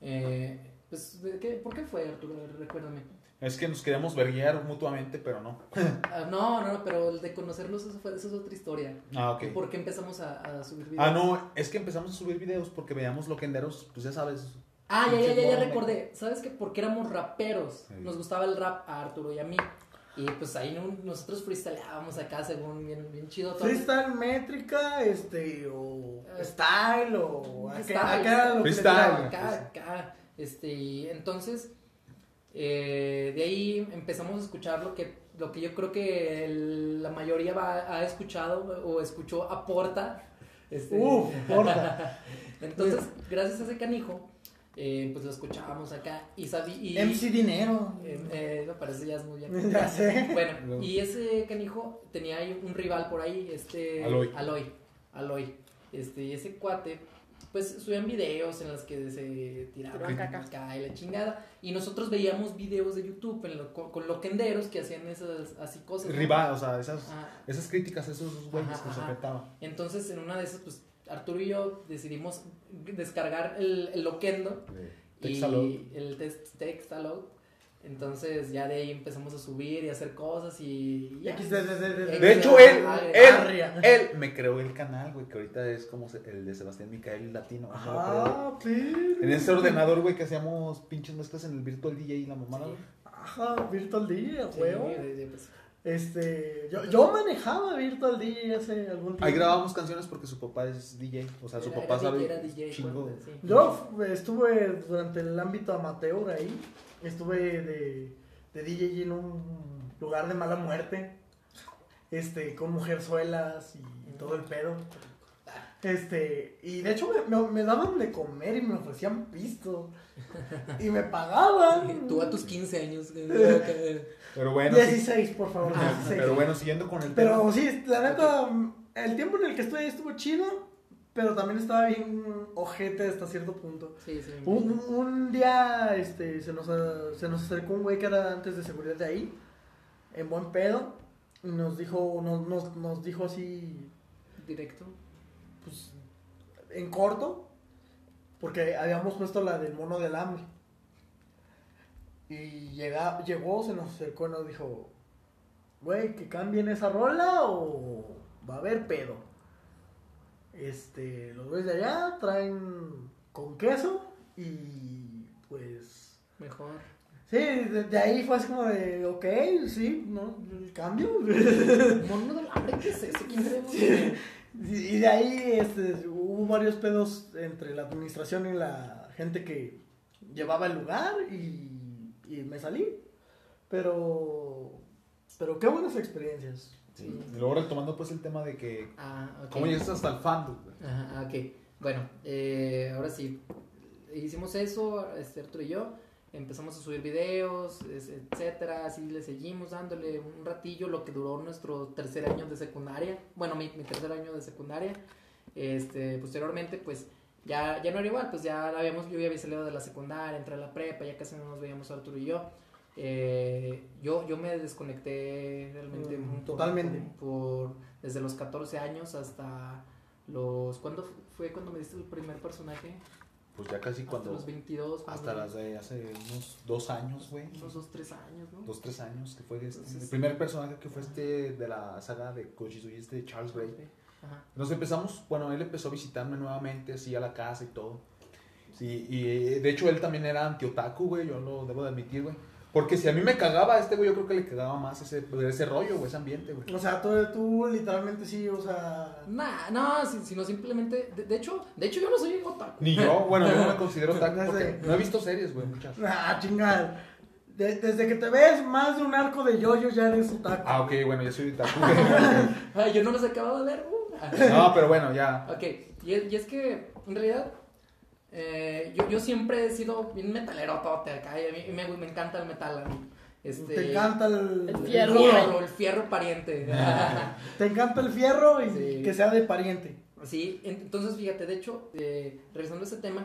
eh, pues, ¿de qué- ¿por qué fue Arturo? A ver, Recuérdame. Es que nos queríamos verguiar mutuamente, pero no. Ah, no, no, no, pero el de conocerlos, eso, fue, eso es otra historia. Ah, ok. ¿Por qué empezamos a, a subir videos? Ah, no, es que empezamos a subir videos porque veíamos loquenderos, pues ya sabes. Ah, ya, ya, ya, ya Pinche recordé. ¿Sabes qué? Porque éramos raperos. Sí. Nos gustaba el rap a Arturo y a mí. Y pues ahí no- nosotros freestyleábamos acá según bien, bien chido todo. Freestyle métrica, este, o Eh, style, o acá- Freestyle. acá lo que le Freestyle. traba. acá, acá. Este, y entonces, eh, de ahí empezamos a escuchar lo que, lo que yo creo que el- la mayoría va- ha escuchado o escuchó aporta. Este, Uf, Porta. entonces, gracias a ese canijo, eh, pues lo escuchábamos acá y sabí. Y, MC Dinero. eh, eh, me parece ya es muy bien. Ya sé. Bueno, y ese canijo tenía ahí un rival por ahí, este. Aloy. Aloy. Aloy. Este, y ese cuate, pues subían videos en los que se tiraban Tiraban caca. caca y la chingada. Y nosotros veíamos videos de YouTube en lo- con, con loquenderos que hacían esas así cosas. ¿no? Ah, Rival, o sea, esas, Ajá. esas críticas, esos güeyes Ajá, que se ajá. enfrentaban. Entonces, en una de esas, pues Arturo y yo decidimos descargar el, el loquendo. Eh, y Texalo. el text, text aloud. Entonces ya de ahí empezamos a subir y a hacer cosas y... ya. XD, de- de- de- De De hecho, él, Ah, él, Arria. él me creó el canal, güey, que ahorita es como se- el de Sebastián Micael Latino. no me acuerdo. Ajá, pero. En ese ordenador, güey, que hacíamos pinches mezclas en el Virtual DJ y la mamada. güey. Ajá, Virtual DJ, a Sí, huevo. de- de- pues, Este, yo, yo manejaba Virtual DJ hace algún tiempo. Ahí grabábamos canciones porque su papá es DJ, o sea, su era- papá era sabe DJ, era DJ chingo. cuando- sí. Yo f- estuve durante el ámbito amateur ahí. Estuve de, de DJ en un lugar de mala muerte. Este, con mujerzuelas y, y todo el pedo. Este, y de hecho me, me- me daban de comer y me ofrecían pisto. Y me pagaban. Eh, Tú a tus 15 años. eh, güey, Pero bueno, sí- 16, por favor. 16. pero bueno, siguiendo con el Pero tema. sí, la neta, el tiempo en el que estuve ahí estuvo chido, pero también estaba bien ojete hasta cierto punto. Sí, sí. Un, un día este, se, nos, a- se nos acercó un güey que era antes de seguridad de ahí, en buen pedo, y nos dijo, nos, nos, nos dijo así, Directo. pues, en corto, porque habíamos puesto la del mono del hambre. Y llega, llegó, se nos acercó y nos dijo, güey, que cambien esa rola o va a haber pedo. Este, los güeyes de allá traen con queso y pues Mejor. Sí, de, de ahí fue así como de, ok, sí, no, el cambio. Mono del hambre, ¿qué es eso? ¿Quién tenemos? y de ahí este, hubo varios pedos entre la administración y la gente que llevaba el lugar y, y me salí. Pero, pero qué buenas experiencias. Sí. Y luego retomando pues el tema de que, Ah, ok. ¿cómo llegaste hasta el fandom, güey? Ajá, ah, ok. Bueno, eh, ahora sí. Hicimos eso, este, Arturo y yo. Empezamos a subir videos, es- etcétera. Así le seguimos dándole un ratillo, lo que duró nuestro tercer año de secundaria. Bueno, mi, mi tercer año de secundaria. Este, posteriormente, pues ya, ya no era igual, pues ya la habíamos, yo ya había salido de la secundaria, entré a la prepa, ya casi no nos veíamos Arturo y yo. Eh, yo, yo me desconecté realmente Mm, por- totalmente. por desde los 14 años hasta los ¿cuándo fu- fue cuando me diste el primer personaje? Pues ya casi hasta cuando... los 22, más Hasta o las menos, de hace unos dos años, güey. unos 2, 3 años, ¿no? Dos, tres años, que fue este- Entonces- el primer personaje que fue este de la saga de Kojisui, este Charles Gray. Ajá. Nos empezamos, bueno, él empezó a visitarme nuevamente, así a la casa y todo. Sí, y eh, de hecho él también era anti-otaku, güey, yo lo debo de admitir, güey. Porque si a mí me cagaba este, güey, yo creo que le cagaba más ese, ese rollo, güey, ese ambiente, güey. O sea, tú, tú literalmente sí, o sea... Nah, no, si- sino simplemente de, de hecho, de hecho yo no soy otaku. Ni yo, bueno, yo no me considero otaku porque no he visto series, güey, muchas. Ah, chingada. De- desde que te ves más de un arco de yoyo ya eres otaku. Ah, ok, bueno, yo soy otaku. güey. Ay, yo no los acababa de ver. uh. No, pero bueno, ya. Ok, y es, y es que en realidad eh, yo, yo siempre he sido bien metalero, tote, acá, y a mí me, me encanta el metal. A mí. Este, Te encanta el... El el fierro. fierro, el fierro pariente. Te encanta el fierro y Sí. que sea de pariente. Sí, en- entonces fíjate, de hecho, eh, regresando a ese tema,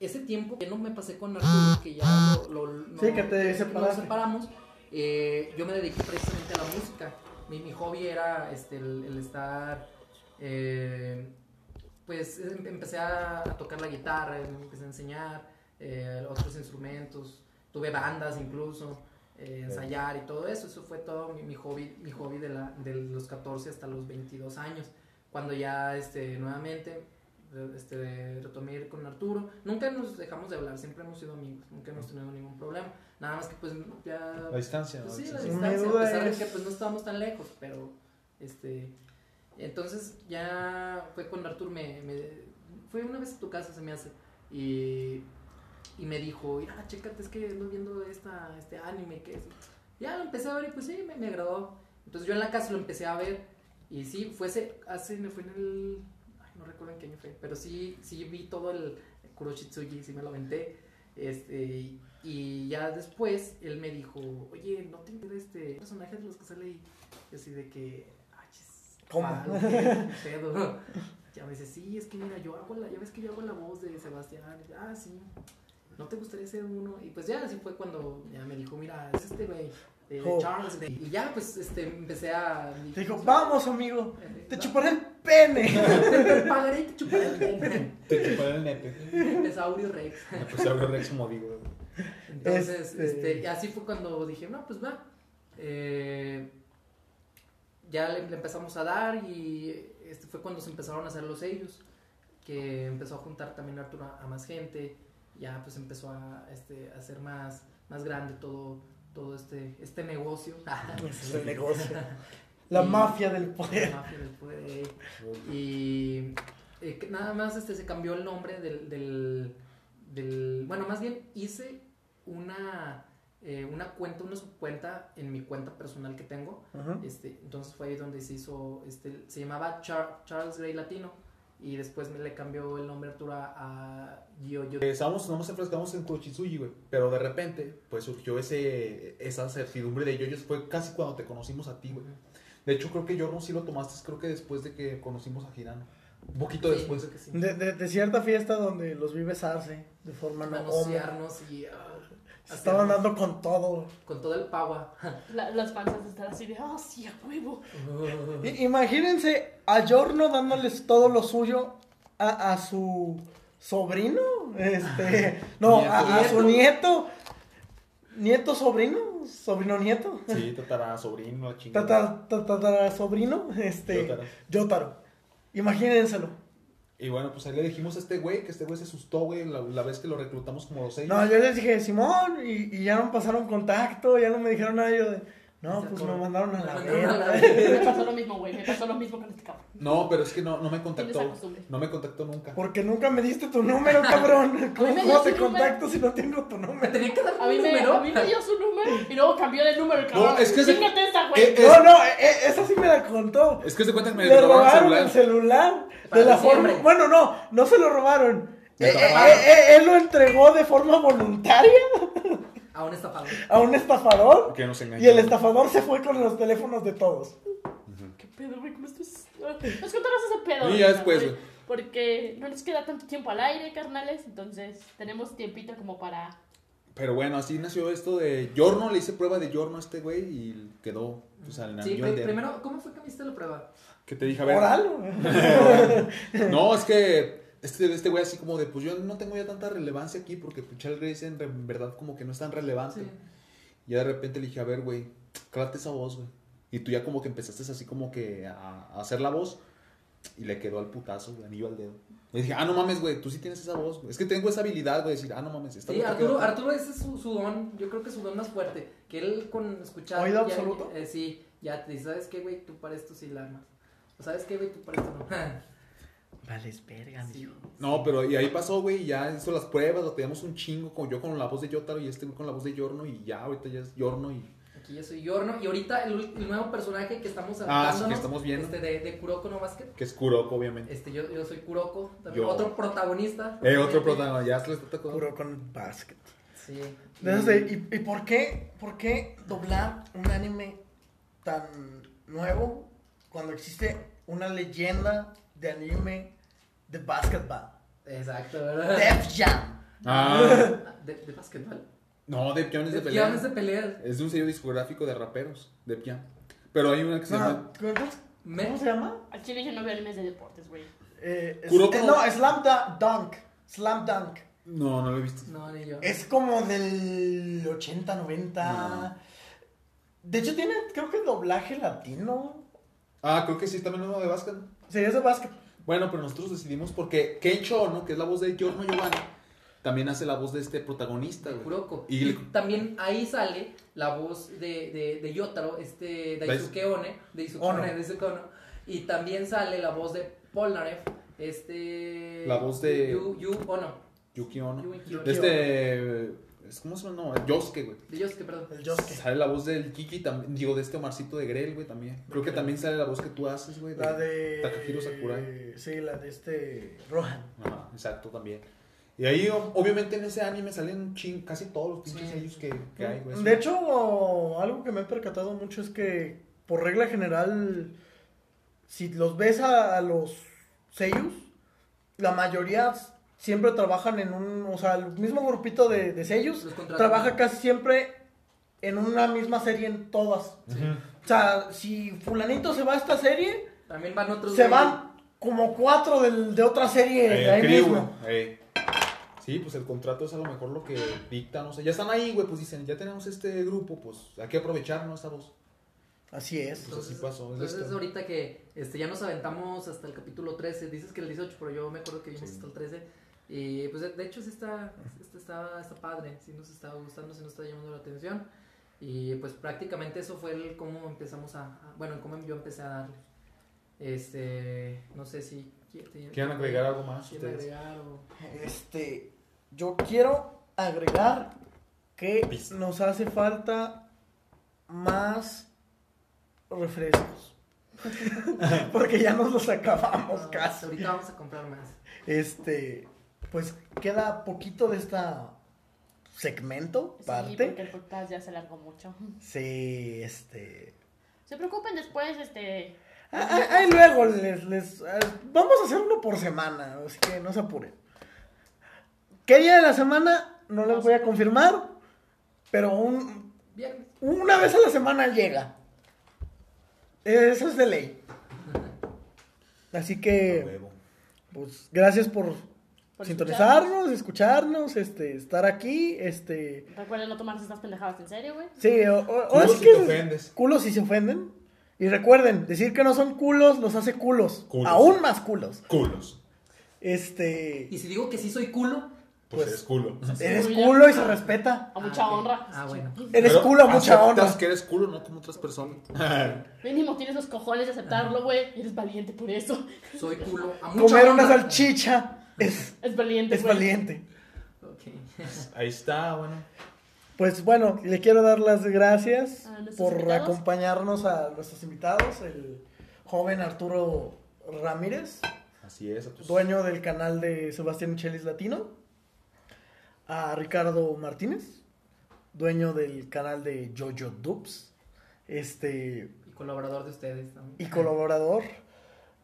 ese tiempo que no me pasé con Arturo, que ya lo, lo- no- Ah. Sí, que te nos separaste. separamos, eh, yo me dediqué precisamente a la música. Mi, mi hobby era este, el, el estar, eh, pues em- empecé a, a tocar la guitarra, me empecé a enseñar eh, otros instrumentos, tuve bandas incluso. eh, ensayar y todo eso, eso fue todo mi, mi hobby, mi hobby de, la, de los 14 hasta los 22 años cuando ya este, nuevamente re- este, retomé ir con Arturo. Nunca nos dejamos de hablar, siempre hemos sido amigos, nunca hemos tenido ningún problema. Nada más que pues ya... La distancia, ¿no? pues, sí, la Sí. distancia. distancia, Mi a pesar de duda que es- pues no estábamos tan lejos, pero este... Entonces ya fue cuando Arturo me... me- fue una vez a tu casa, se me hace, y, y me dijo, mira, chécate, es que ando viendo esta, este anime, que es... Ya lo empecé a ver y pues sí, me, me agradó. Entonces yo en la casa lo empecé a ver y sí, fuese, hace, fue en el, ay, no recuerdo en qué año fue, pero sí, sí vi todo el Kuroshitsuji, sí me lo aventé, este, y ya después él me dijo, oye, no te interesa este personaje de los que sale ahí, y así de que, ay, chis, ¿Cómo? malo, qué- qué pedo. Ya me dice, sí, es que mira, yo hago la, ya ves que yo hago la voz de Sebastián, Y yo, ah, sí, ¿no te gustaría ser uno? Y pues ya, así fue cuando ya me dijo, mira, es este güey, de, de Oh. Charles. de- y ya, pues, este, empecé a... Te dijo, vamos, amigo, Eh, te va- chuparé el pene. Te pagaré y te chuparé el pene. Te chupan el nete. Empezaurio Rex. Pues abre Rex como digo, güey. Entonces, Este- este, y así fue cuando dije, no, pues va. Eh, ya le, le empezamos a dar y este fue cuando se empezaron a hacer los sellos, que empezó a juntar también Arturo a, a más gente, ya pues empezó a, este, a hacer más, más grande todo, todo este, este negocio. Pues Es el negocio. La Y- mafia del poder. Mafia del poder. Y eh, que nada más este, se cambió el nombre del, del, del- Bueno, más bien hice una, eh, una cuenta, una subcuenta en mi cuenta personal que tengo. Ajá. Este, entonces fue ahí donde se hizo... Este, se llamaba Char- Charles Gray Latino. Y después me le cambió el nombre Arturo a a Gio. Yo- Eh, Estábamos, no nos enfrascamos en Kochitsuji, güey. Pero de repente, pues surgió ese, esa certidumbre de yoyos. Fue casi cuando te conocimos a ti, güey. De hecho, creo que Jordan sí lo tomaste, creo que después de que conocimos a Girano. Un poquito Sí, después. creo que sí. De, de- de cierta fiesta donde los vi besarse de forma no homo. Manosearnos y... ah, Se Estaban hacernos dando con todo. Con todo el pagua. La- las falsas están así de, ah, sí, a huevo. I- imagínense a Giorno dándoles todo lo suyo a, a su sobrino. Este, no, a, a su nieto. Nieto sobrino, sobrino nieto. Sí, tatara, sobrino, la chingada. Tata, tata- sobrino, este, Yotaro. Yotaro. Imagínenselo. Y bueno, pues ahí le dijimos a este güey, que este güey se asustó, güey, la, la vez que lo reclutamos como los seis. No, yo les dije, Simón, y, y ya no pasaron contacto, ya no me dijeron nada. Yo de, no, pues me mandaron a la Me mandaron a la verga. Me pasó lo mismo, güey. Me pasó lo mismo con este cabrón. No, pero es que no, no me Tienes contactó. esa costumbre. No me contactó nunca. Porque nunca me diste tu número, cabrón. ¿Cómo, me dio cómo te su número. contacto si no tengo tu número? Tenía que darme A mí, un me, número. a mí me dio su número y luego cambió de número, el cabrón. No, es que se- Chíngate esta, güey. Eh, eh. No, no, e- e- esa sí me la contó. Es que se cuentan que me Le robaron el robaron celular. el celular. Para De la diciembre. forma. Bueno, no, no se lo robaron. Le Eh, eh, taparon. eh, él lo entregó de forma voluntaria A un estafador. Pues a un estafador. Que nos engañó. Y el estafador se fue con los teléfonos de todos. ¿Qué pedo, güey? ¿Cómo estás? Ah, Nos contarás ese pedo. Y ya ahorita, después, güey. Porque no nos queda tanto tiempo al aire, carnales. Entonces, tenemos tiempito como para. Pero bueno, así nació esto de Yorno, le hice prueba de Yorno a este güey y quedó, pues, al Sí, anillo pri- de- primero, ¿cómo fue que me hiciste la prueba? Que te dije, a ver. Oral. No, es que este, este güey así como de, pues yo no tengo ya tanta relevancia aquí porque pues, Charles Grace en, re- en verdad como que no es tan relevante. Sí. Y de repente le dije, a ver, güey, clárate esa voz, güey. Y tú ya como que empezaste así como que a, a hacer la voz y le quedó al putazo, güey, anillo al dedo. Le dije, ah, no mames, güey, tú sí tienes esa voz, güey. Es que tengo esa habilidad, güey, de decir, ah, no mames, esta Sí, voz te Arturo, queda- Arturo ese es su, su don, yo creo que es su don más fuerte, que él con escuchar... ¿Oído ya- absoluto? eh, sí, ya te dice, ¿sabes qué, güey? Tú para esto sí la armas. O ¿sabes qué, güey? Tú para esto no. Vale, es verga, Sí. No, pero y ahí pasó, güey, y ya hizo las pruebas, lo teníamos un chingo, con yo con la voz de Yotaro y este güey con la voz de Yorno y ya, ahorita ya es Yorno y... Aquí yo soy Yorno, y ahorita el, ul- el nuevo personaje que estamos Ah, adaptándonos, que estamos viendo. Este, de, de Kuroko no Basket, Que es Kuroko, obviamente. este, yo, yo soy Kuroko, también Yo. otro protagonista. Eh, otro protagonista, ya se les está acordando. Puro con basket. Sí. De esos de, Mm. ¿y, y por qué? ¿Por qué doblar un anime tan nuevo cuando existe una leyenda de anime de basketball? Exacto, Eh. ¿verdad? Def Jam. Ah, De, de basquetbal. no, de Pion es de pelea. Guiones de peleas. Es de un sello discográfico de raperos, de Pian. Pero hay una que se llama. No, ¿Cómo Me- cómo se llama? Al chile yo no veo animes de deportes, güey. Eh, es- Kuroko. eh, no, Slam Da- Dunk. Slam Dunk. No, no lo he visto. No, ni yo. Es como del 80, 90. No. De hecho, tiene, creo que doblaje latino. Ah, creo que sí, también uno de Vasca. Sería de básquet. Bueno, pero nosotros decidimos porque Kencho, ¿no? Que es la voz de Giorno Giovanni, también hace la voz de este protagonista, de güey. Kuroko. Y Y, le- también ahí sale la voz de, de, de Yotaro, este Daisuke One, Daisuke Ono. One, Daisuke Ono. Y también sale la voz de Polnareff, este... La voz de- Yu, Yu Ono, Yuki Ono. Yu Iki Ono. De este. es- ¿Cómo se llama? No, Yosuke, güey. De Yosuke, perdón. El Josuke. Sale la voz del Kiki también. Digo, de este Omarcito de Grell, güey, también. Creo que también sale la voz que tú haces, güey. La de. Takahiro Sakurai. Sí, la de este. Rohan. Ajá, exacto, también. Y ahí, o- obviamente, en ese anime salen chin, casi todos los pinches sellos que, que hay, güey. De hecho, algo que me he percatado mucho es que, por regla general, si los ves a, a los sellos, la mayoría siempre trabajan en un. O sea, el mismo grupito de, de sellos Los contratan. trabaja casi siempre en una misma serie en todas. O sea, si fulanito se va a esta serie, También van otros. se güey. van como cuatro del- de otra serie Eh, de ahí crew, mismo. güey. Eh. Sí, pues el contrato es a lo mejor lo que dicta, no sé. Ya están ahí, güey, pues dicen, ya tenemos este grupo, pues hay que aprovechar, ¿no? Esta voz. Así es. Pues así Entonces, pasó, es entonces esto. ahorita que este, ya nos aventamos hasta el capítulo 13, dices que el 18, pero yo me acuerdo que vimos hasta el 13. Y pues de, de hecho sí está, sí está, está padre, sí nos está gustando, sí nos está llamando la atención. Y pues prácticamente eso fue el cómo empezamos a, a- bueno, el cómo yo empecé a darle. Este, no sé si... ¿Quieren agregar algo más ¿Quieren ustedes? agregar o- Este, yo quiero agregar que Pista. nos hace falta más refrescos. Porque ya nos los acabamos Ah, casi. Ahorita vamos a comprar más. Este, pues queda poquito de esta segmento, Sí, parte. porque el podcast ya se largó mucho. Sí, este. Se preocupen después, este. ah, ah, Ahí luego les, les- ah, Vamos a hacer uno por semana, así que no se apuren. ¿Qué día de la semana? No les voy a confirmar, pero un, Viernes. una vez a la semana llega. Eso es de ley. Así A que, huevo. pues, gracias por, por sintonizarnos, escucharnos, este, estar aquí, este. escucharnos. Recuerden no tomarse estas pendejadas en serio, güey. Sí, o, o- o Culos es si que te ofendes. culos si se ofenden. Y recuerden, decir que no son culos los hace culos, Culos. aún más culos. Culos. Este, Y si digo que sí soy culo... Pues, Pues- eres culo. eres sí. culo y se respeta. A mucha Ah, ok. honra. Ah, bueno. Eres Pero culo a mucha aceptas honra. que eres culo, no como otras personas. Mínimo tienes los cojones de aceptarlo, güey. Eres valiente por eso. Soy culo. A mucha Comer una honra. salchicha es, Es valiente, es güey. valiente. Ok. Ahí está, bueno. Pues bueno, le quiero dar las gracias A nuestros por invitados. acompañarnos a nuestros invitados, el joven Arturo Ramírez. Así es. a tus- dueño del canal de Sebastián Chelis Latino, a Ricardo Martínez, dueño del canal de Jojo Dubs, este, Y colaborador de ustedes también. y colaborador,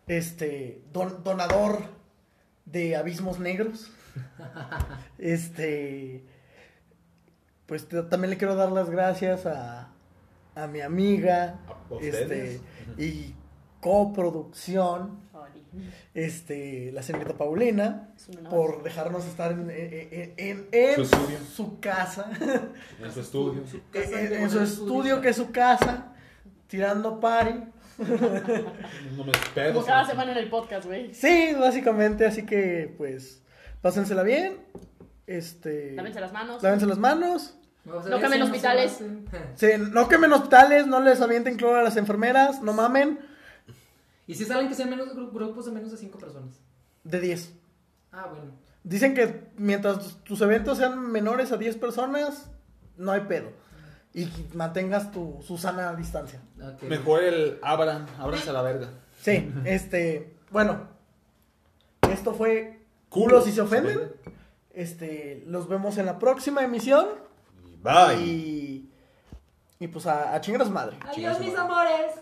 este, don- donador de Abismos Negros, este, pues t- también le quiero dar las gracias a, a mi amiga, A este, ustedes. y coproducción, Sorry. este, la señorita Paulina, Es una por dejarnos estar en, en- en- en Su estudio. su casa, En su estudio. en, en su estudio que es su casa, tirando party. No me espero. Como cada semana en el podcast, güey. Sí, básicamente, así que pues pásensela bien. Este, Lávense las manos. lávense las manos. No quemen hospitales. Sí, no quemen hospitales, no les avienten cloro a las enfermeras, no mamen. Y si salen que sean menos gru- grupos de menos de 5 personas. De 10. Ah, bueno. Dicen que mientras tus eventos sean menores a 10 personas, no hay pedo. Y mantengas tu, su sana distancia. Ok. Mejor el abran, ábranse a la verga. Sí, este, bueno, esto fue Culos si se ofenden. Este, los vemos en la próxima emisión Bye. Ah, y y pues a, a chingar a su madre. Adiós, mis amores.